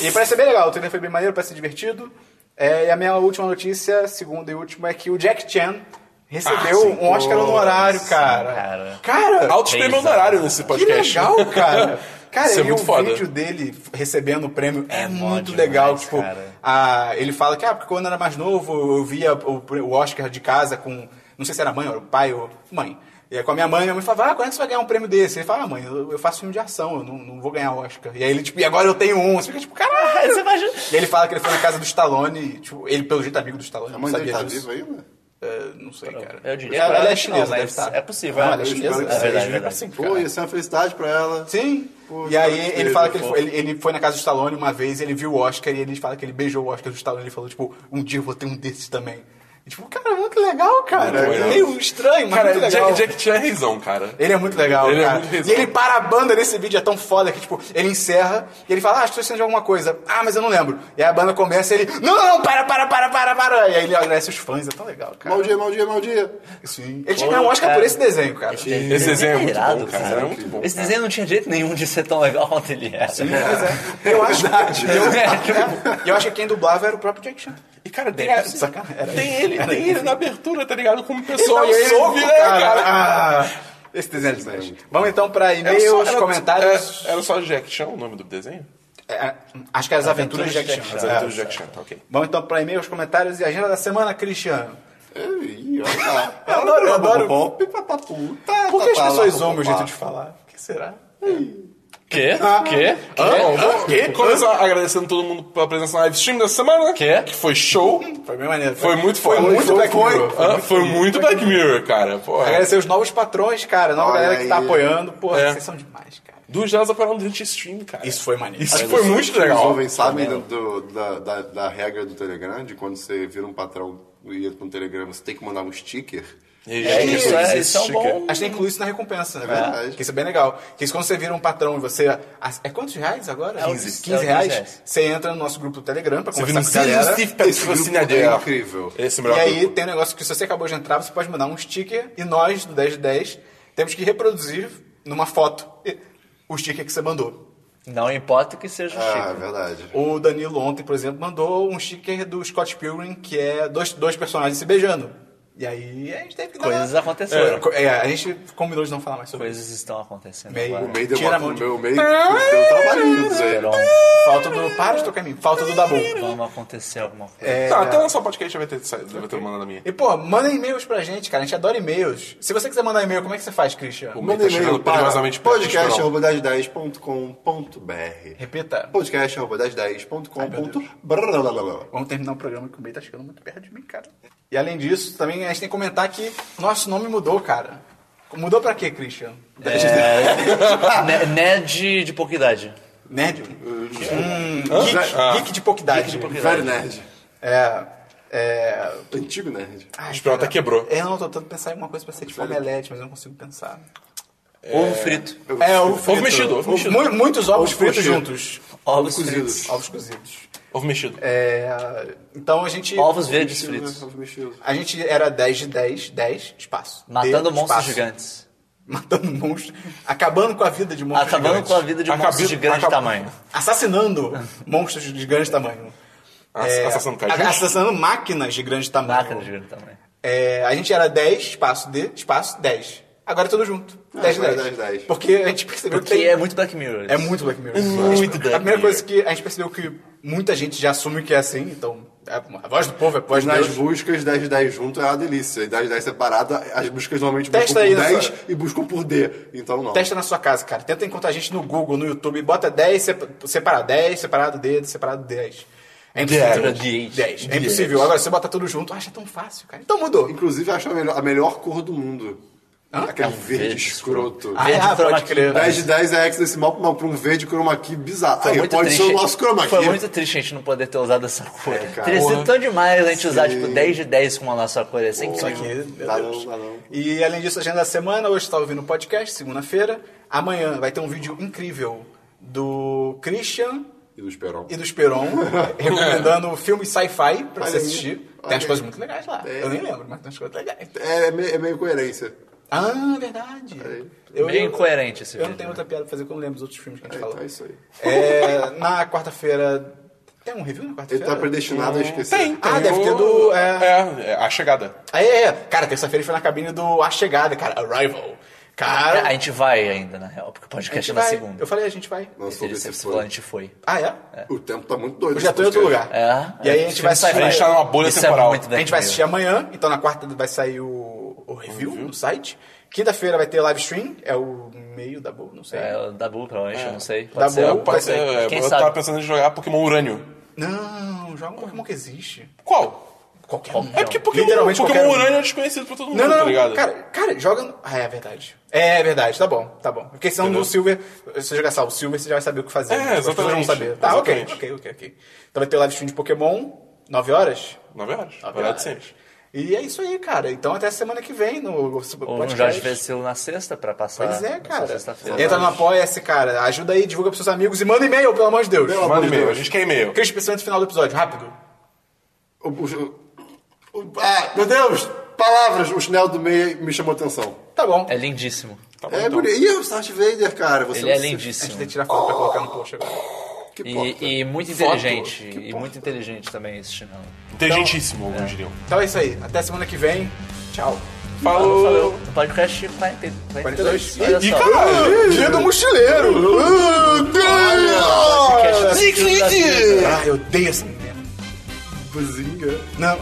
Speaker 1: E parece ser bem legal, o trailer foi bem maneiro, parece ser divertido. É, e a minha última notícia, segunda e última, é que o Jack Chan recebeu
Speaker 4: Ah, sim.
Speaker 1: um Oscar honorário, cara.
Speaker 3: cara.
Speaker 1: Cara,
Speaker 4: Altos prêmios honorários nesse
Speaker 1: que
Speaker 4: podcast.
Speaker 1: legal, cara. Cara,
Speaker 4: Isso é
Speaker 1: eu vi
Speaker 4: muito
Speaker 1: um
Speaker 4: foda.
Speaker 1: vídeo dele recebendo o prêmio, é,
Speaker 3: É mó
Speaker 1: muito
Speaker 3: demais,
Speaker 1: legal. Tipo,
Speaker 3: cara.
Speaker 1: ah, ele fala que ah, porque quando eu era mais novo, eu via o, o Oscar de casa com. Não sei se era mãe, ou pai, ou mãe. E aí com a minha mãe, minha mãe falava, ah, quando é que você vai ganhar um prêmio desse? Ele fala, ah, mãe, eu, eu faço filme de ação, eu não, não vou ganhar Oscar. E aí ele, tipo, e agora eu tenho um. Você fica tipo, caralho.
Speaker 3: Você imagina...
Speaker 1: E ele fala que ele foi na casa do Stallone, e, tipo, ele pelo jeito é amigo do Stallone,
Speaker 2: A
Speaker 1: não
Speaker 2: mãe dele
Speaker 1: sabia
Speaker 2: tá
Speaker 1: disso.
Speaker 2: viva ainda?
Speaker 1: É, não sei, cara.
Speaker 3: Eu diria
Speaker 1: Ela,
Speaker 3: que
Speaker 1: ela é
Speaker 3: não,
Speaker 1: chinesa,
Speaker 3: mas
Speaker 1: deve estar.
Speaker 3: é
Speaker 1: Não,
Speaker 3: possível, né?
Speaker 1: ela é
Speaker 3: Eu
Speaker 1: chinesa,
Speaker 2: espero que
Speaker 1: é
Speaker 2: seja,
Speaker 1: verdade,
Speaker 3: é
Speaker 1: verdade.
Speaker 3: verdade.
Speaker 2: Pô, ia ser uma felicidade pra ela.
Speaker 1: Sim.
Speaker 2: Pô,
Speaker 1: e aí
Speaker 2: cara, que
Speaker 1: ele fala que ele,
Speaker 2: fofo.
Speaker 1: foi, ele, ele foi na casa do Stallone uma vez, ele viu o Oscar e ele fala que ele beijou o Oscar do Stallone. Ele falou, tipo, um dia eu vou ter um desses também. E, tipo, cara, muito legal, cara.
Speaker 4: Muito legal.
Speaker 1: Meio estranho, mas
Speaker 4: Cara,
Speaker 1: muito legal.
Speaker 4: Jack, Jack Chan é risão, cara.
Speaker 1: Ele é muito legal,
Speaker 4: Ele é
Speaker 1: cara.
Speaker 4: muito risado.
Speaker 1: e ele para a banda nesse vídeo, é tão foda que, tipo, ele encerra e ele fala, ah, estou sendo alguma coisa. Ah, mas eu não lembro. E aí a banda começa e ele, não, não, não, para, para, para, para, para. E aí ele agradece os fãs, é tão legal, cara.
Speaker 2: Mal dia, mal dia, mal dia.
Speaker 1: Sim. Ele tinha que ganhar um Oscar
Speaker 3: Cara.
Speaker 1: por esse desenho, cara.
Speaker 4: Esse desenho é muito
Speaker 3: irado,
Speaker 4: bom, cara.
Speaker 3: cara.
Speaker 4: É muito bom.
Speaker 3: Esse desenho não tinha jeito nenhum de ser tão legal quanto ele era. Sim,
Speaker 1: Pois é. Eu acho, eu,
Speaker 3: É, tipo,
Speaker 1: e eu acho que quem dublava era o próprio Jack Chan.
Speaker 4: E, cara, tem,
Speaker 3: Bem
Speaker 4: a-
Speaker 3: possível.
Speaker 1: Saca? Era
Speaker 4: tem ele, tem ele na abertura, tá ligado? Como pessoa,
Speaker 1: Então,
Speaker 4: eu soube, né, cara?
Speaker 1: Ah, esse desenho é demais. Vamos então pra
Speaker 4: Era
Speaker 1: e-mails,
Speaker 4: só- era-
Speaker 1: comentários.
Speaker 4: Era, era só Jack Chan o nome do desenho?
Speaker 1: É, acho que era as aventuras de Jack Chan.
Speaker 4: As
Speaker 1: É.
Speaker 4: aventuras de Jack Chan, tá ok.
Speaker 1: Vamos então pra e-mails, comentários e agenda da semana, Cristiano.
Speaker 2: É, Ih, olha lá. Tá
Speaker 1: Eu adoro, eu adoro.
Speaker 2: Bom, pipa pra puta,
Speaker 1: Por que as
Speaker 2: papá,
Speaker 1: pessoas
Speaker 2: tá lá,
Speaker 1: zoam meu
Speaker 2: papá.
Speaker 1: jeito de falar? O que será?
Speaker 3: Quê?
Speaker 4: Ah.
Speaker 3: Quê? Ah,
Speaker 4: Bom, vou
Speaker 1: quê?
Speaker 4: começar agradecendo todo mundo pela presença na live stream dessa semana,
Speaker 3: Quê?
Speaker 4: que foi show.
Speaker 1: Foi bem maneiro.
Speaker 4: Foi muito foda.
Speaker 1: muito
Speaker 4: Foi-
Speaker 1: Black
Speaker 4: foi-
Speaker 1: Mirror.
Speaker 4: Ah, Foi muito Black Mirror, cara. Porra.
Speaker 1: Agradecer os novos patrões, cara, a nova
Speaker 2: Olha
Speaker 1: galera que tá
Speaker 2: aí.
Speaker 1: apoiando. Pô,
Speaker 4: É.
Speaker 1: vocês são demais, cara.
Speaker 4: Duas delas aparecem durante o stream, cara.
Speaker 1: Isso foi maneiro.
Speaker 4: Isso
Speaker 1: Olha
Speaker 4: foi
Speaker 1: só.
Speaker 4: muito
Speaker 2: Os
Speaker 4: legal.
Speaker 2: jovens sabem do- do- da, da, da regra do Telegram, de quando você vira um patrão e entra no Telegram, você tem que mandar um sticker.
Speaker 3: É isso, é, eles são bons.
Speaker 1: A gente tem que incluir isso na recompensa, né?
Speaker 2: Verdade.
Speaker 1: Que isso é bem legal. Que isso quando você vira um patrão e você. É quantos reais agora?
Speaker 3: É
Speaker 1: 15.
Speaker 3: 15
Speaker 1: reais.
Speaker 3: reais.
Speaker 1: Você entra no nosso grupo do Telegram pra
Speaker 4: Você viu
Speaker 1: conversar
Speaker 4: no
Speaker 1: com a galera.
Speaker 4: Steve
Speaker 2: Esse grupo é incrível.
Speaker 4: Esse é o
Speaker 1: E
Speaker 4: melhor
Speaker 1: aí
Speaker 4: grupo.
Speaker 1: tem um negócio que se você acabou de entrar, você pode mandar um sticker e nós, do 10 de 10, temos que reproduzir numa foto e- o sticker que você mandou.
Speaker 3: Não importa que seja o
Speaker 2: Ah, é
Speaker 3: Chico.
Speaker 2: verdade.
Speaker 1: O Danilo ontem, por exemplo, mandou um sticker do Scott Pilgrim, que é dois, dois personagens se beijando. E aí a gente teve que dar...
Speaker 3: Coisas
Speaker 1: É,
Speaker 3: aconteceram.
Speaker 1: co- é, a gente combinou de não falar mais sobre isso.
Speaker 3: Coisas estão acontecendo
Speaker 1: Meio-
Speaker 2: O
Speaker 3: agora.
Speaker 2: meio deu
Speaker 1: Tira a
Speaker 2: uma,
Speaker 1: mão de-
Speaker 2: meu meio deu trabalhinho disso aí.
Speaker 3: Esperon,
Speaker 1: Falta do... Para de tocar em mim. Falta do Dabu.
Speaker 3: Vamos acontecer alguma coisa.
Speaker 4: Tá, até lançar o podcast vai ter saído, deve ter mandado a minha.
Speaker 1: E, pô, manda e-mails pra gente, cara. A gente adora e-mails. Se você quiser mandar e-mail, como é que você faz, Christian?
Speaker 4: Pô,
Speaker 2: Manda
Speaker 4: Tá chegando
Speaker 2: e-mail para
Speaker 4: perigosamente perto, Esperon.
Speaker 2: podcast.com.br
Speaker 1: Repita.
Speaker 2: podcast.com.br
Speaker 1: Vamos terminar o programa que o meio tá chegando muito perto de mim, cara. E além disso, também a gente tem que comentar que nosso nome mudou, cara. Mudou pra quê, Christian? É.
Speaker 3: Ne- Ned Né, de pouca idade.
Speaker 1: Nerd? Hum, geek, geek de pouca idade.
Speaker 2: Velho nerd.
Speaker 1: É. É.
Speaker 2: Antigo nerd.
Speaker 1: Ai,
Speaker 4: O Esperon até
Speaker 1: cara.
Speaker 4: quebrou.
Speaker 1: Eu não tô tentando pensar em alguma coisa pra ser tipo omelete, mas eu não consigo pensar.
Speaker 3: Ovo frito.
Speaker 1: É, ovo frito.
Speaker 4: mexido, ovo mexido.
Speaker 1: Mu- Muitos ovos
Speaker 2: Ovo
Speaker 1: fritos
Speaker 2: cozido.
Speaker 1: juntos.
Speaker 3: Ovos
Speaker 2: cozidos.
Speaker 3: fritos.
Speaker 1: Ovos cozidos.
Speaker 4: Ovo mexido.
Speaker 1: É, então a gente.
Speaker 3: Ovos verdes fritos.
Speaker 1: A gente era 10 de 10, 10, espaço.
Speaker 3: Matando
Speaker 1: D,
Speaker 3: monstros
Speaker 1: espaço.
Speaker 3: gigantes.
Speaker 1: Matando monstros. Acabando com a vida de monstros
Speaker 3: Acabando
Speaker 1: gigantes.
Speaker 3: com a vida de monstros
Speaker 4: Acabou-
Speaker 3: de grande
Speaker 4: acabou-
Speaker 3: tamanho.
Speaker 1: Assassinando monstros de grande tamanho. É,
Speaker 4: Ass- assassinando cajus?
Speaker 1: a- assassinando máquinas de grande tamanho.
Speaker 3: Máquina de grande tamanho.
Speaker 1: É, a gente era 10, espaço D, espaço 10. Agora é tudo junto. 10 de
Speaker 2: agora
Speaker 1: 10.
Speaker 2: é 10, 10.
Speaker 1: Porque a gente percebeu
Speaker 3: Porque
Speaker 1: que tem...
Speaker 3: é muito Black Mirror.
Speaker 1: É muito Black Mirror.
Speaker 3: Muito
Speaker 1: a
Speaker 3: Black
Speaker 1: primeira
Speaker 3: Mirror.
Speaker 1: coisa que a gente percebeu que muita gente já assume que é assim, então é, a voz do povo é a voz
Speaker 2: Mas
Speaker 1: de
Speaker 2: nas
Speaker 1: Deus.
Speaker 2: buscas 10 10 junto é uma delícia. E 10 10 separada, as buscas normalmente
Speaker 1: Testa
Speaker 2: buscam
Speaker 1: aí
Speaker 2: por
Speaker 1: na
Speaker 2: 10
Speaker 1: sua-
Speaker 2: e buscam por D. Então não.
Speaker 1: Testa na sua casa, cara. Tenta encontrar a gente no Google, no YouTube. Bota 10, sepa- separa 10, separado D, separado 10. É impossível.
Speaker 3: Dez. Dez.
Speaker 1: 10. É impossível. Agora, se você botar tudo junto, acha tão fácil, cara. Então mudou.
Speaker 2: Inclusive, eu acho a melhor, a melhor cor do mundo. Aquele
Speaker 3: É um
Speaker 2: verde,
Speaker 3: verde
Speaker 2: escroto.
Speaker 1: Ah,
Speaker 3: Verde
Speaker 1: ah,
Speaker 3: chroma
Speaker 1: pode
Speaker 3: key.
Speaker 1: crer.
Speaker 2: 10 de 10 é hexadecimal pra, uma- pra um verde chroma key bizarro.
Speaker 3: Foi
Speaker 2: Aí,
Speaker 3: muito
Speaker 2: pode
Speaker 3: triste.
Speaker 2: ser o nosso chroma key.
Speaker 3: Foi muito triste a gente não poder ter usado essa cor.
Speaker 1: É,
Speaker 2: cara.
Speaker 3: Teria sido
Speaker 4: Porra.
Speaker 3: tão demais a gente usar, tipo, 10 de 10 com a nossa cor. É sempre
Speaker 1: Só que, meu
Speaker 2: Dá
Speaker 1: Deus.
Speaker 2: não, dá não.
Speaker 1: E além disso, agenda da semana, hoje está ouvindo o podcast, segunda-feira. Amanhã vai ter um vídeo incrível do Christian
Speaker 2: E do Esperon.
Speaker 1: e do Esperon recomendando filmes sci-fi pra você
Speaker 2: Olha aí.
Speaker 1: assistir.
Speaker 2: Olha
Speaker 1: Tem umas
Speaker 2: aí.
Speaker 1: coisas muito legais lá.
Speaker 2: Tem.
Speaker 1: Eu nem lembro, mas tem umas coisas legais.
Speaker 2: É, é meio, é meio coerência.
Speaker 1: Ah, verdade.
Speaker 3: Bem É, incoerente esse
Speaker 1: Eu não
Speaker 3: vídeo,
Speaker 1: tenho
Speaker 3: né? tá
Speaker 1: outra piada pra fazer quando lembro dos outros filmes que a
Speaker 2: É,
Speaker 1: gente
Speaker 2: então
Speaker 1: falou.
Speaker 2: é isso aí.
Speaker 1: É, na quarta-feira. Tem um review na
Speaker 2: Ele
Speaker 1: quarta-feira?
Speaker 2: tá predestinado a esquecer.
Speaker 4: Tem, tem.
Speaker 1: Ah, deve ter
Speaker 4: o-
Speaker 1: do-
Speaker 4: É, é, a chegada.
Speaker 1: Ah, é, é. Cara, terça-feira ele foi na cabine do A Chegada, cara. Arrival. Cara.
Speaker 3: A gente vai ainda, na real, porque o
Speaker 1: a
Speaker 3: podcast
Speaker 1: gente
Speaker 3: é na
Speaker 1: vai.
Speaker 3: segunda.
Speaker 1: Eu falei, a gente vai.
Speaker 2: Não soube
Speaker 3: Ele
Speaker 2: se
Speaker 3: sempre se fala, a
Speaker 2: foi.
Speaker 3: gente foi.
Speaker 1: Ah, é?
Speaker 2: O tempo tá muito doido.
Speaker 1: Eu já tô em outro lugar.
Speaker 3: É?
Speaker 1: E aí a gente vai
Speaker 3: sair.
Speaker 1: assistir.
Speaker 4: A gente tá numa bolha
Speaker 3: Isso
Speaker 4: temporal.
Speaker 3: É muito
Speaker 1: A
Speaker 3: Black
Speaker 1: gente vai
Speaker 3: Mirror.
Speaker 1: assistir amanhã, então na quarta vai sair o, o review no site. Quinta-feira vai ter live stream, é o meio da boa, não sei.
Speaker 3: É, o Dabu, provavelmente, eu não sei. Pode
Speaker 1: Dabu.
Speaker 3: ser.
Speaker 4: É,
Speaker 1: Ou vai
Speaker 4: pode ser.
Speaker 1: sair.
Speaker 4: é,
Speaker 3: Quem
Speaker 4: eu
Speaker 3: sabe?
Speaker 4: tava pensando em jogar Pokémon Urânio.
Speaker 1: Não, joga um Pokémon que existe.
Speaker 4: Qual?
Speaker 1: Qualquer um.
Speaker 4: É porque Pokémon,
Speaker 1: Literalmente
Speaker 4: Pokémon
Speaker 1: qualquer um.
Speaker 4: Urânio é desconhecido pra todo mundo,
Speaker 1: Não, não,
Speaker 4: tá
Speaker 1: não.
Speaker 4: ligado?
Speaker 1: cara, cara, joga. no- Ah, é verdade. É verdade, tá bom, tá bom. Porque senão
Speaker 4: Entendeu?
Speaker 1: no Silver, se você jogar só o Silver, você já vai saber o que fazer.
Speaker 4: É,
Speaker 1: As pessoas
Speaker 4: exatamente,
Speaker 1: vão saber. Tá, ok,
Speaker 4: exatamente.
Speaker 1: ok, ok, ok. Então vai ter o live stream de Pokémon, 9 horas?
Speaker 4: 9 horas.
Speaker 1: 9
Speaker 4: Horário de sempre.
Speaker 1: E é isso aí, cara. Então até semana que vem no
Speaker 3: Ou no Jorge Vecilo na sexta pra passar.
Speaker 1: Pois é,
Speaker 3: passar
Speaker 1: cara.
Speaker 3: Sexta-feira.
Speaker 1: Entra no Apoia-se, cara. Ajuda aí, divulga pros seus amigos e manda e-mail, pelo amor de Deus.
Speaker 2: Pelo amor
Speaker 4: Manda um
Speaker 2: de
Speaker 4: e-mail, a
Speaker 2: Deus.
Speaker 4: gente quer e-mail.
Speaker 1: Cris, pensando no final do episódio, rápido.
Speaker 2: O- o- o- ah, meu Deus! Palavras, o chinelo do meio me chamou atenção.
Speaker 1: Tá bom.
Speaker 3: É lindíssimo.
Speaker 4: Tá bom,
Speaker 2: é
Speaker 4: então.
Speaker 2: bonito. E o Darth Vader, cara? Você
Speaker 3: Ele é
Speaker 2: você-
Speaker 1: A gente
Speaker 3: lindíssimo.
Speaker 1: tem que tirar foto pra colocar no post agora.
Speaker 2: Que porta.
Speaker 3: E, e muito
Speaker 4: Foto.
Speaker 3: inteligente.
Speaker 4: Que
Speaker 3: E
Speaker 4: porta.
Speaker 3: muito inteligente também esse chinelo.
Speaker 4: Inteligentíssimo, alguns diriam.
Speaker 1: Então é isso aí. Até semana que vem. Tchau.
Speaker 4: Falou.
Speaker 3: No podcast 40 e- 42.
Speaker 1: 42.
Speaker 3: Olha
Speaker 4: Ih,
Speaker 3: só.
Speaker 4: caralho.
Speaker 1: Dia
Speaker 2: é
Speaker 1: do mochileiro.
Speaker 3: Podcast do Filho da Puta.
Speaker 4: É.
Speaker 1: Ah, eu odeio essa menina.
Speaker 2: Buzinga.
Speaker 1: Não.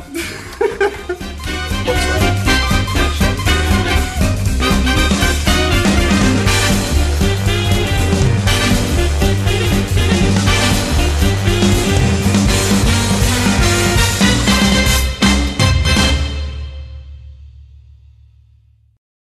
Speaker 5: It's like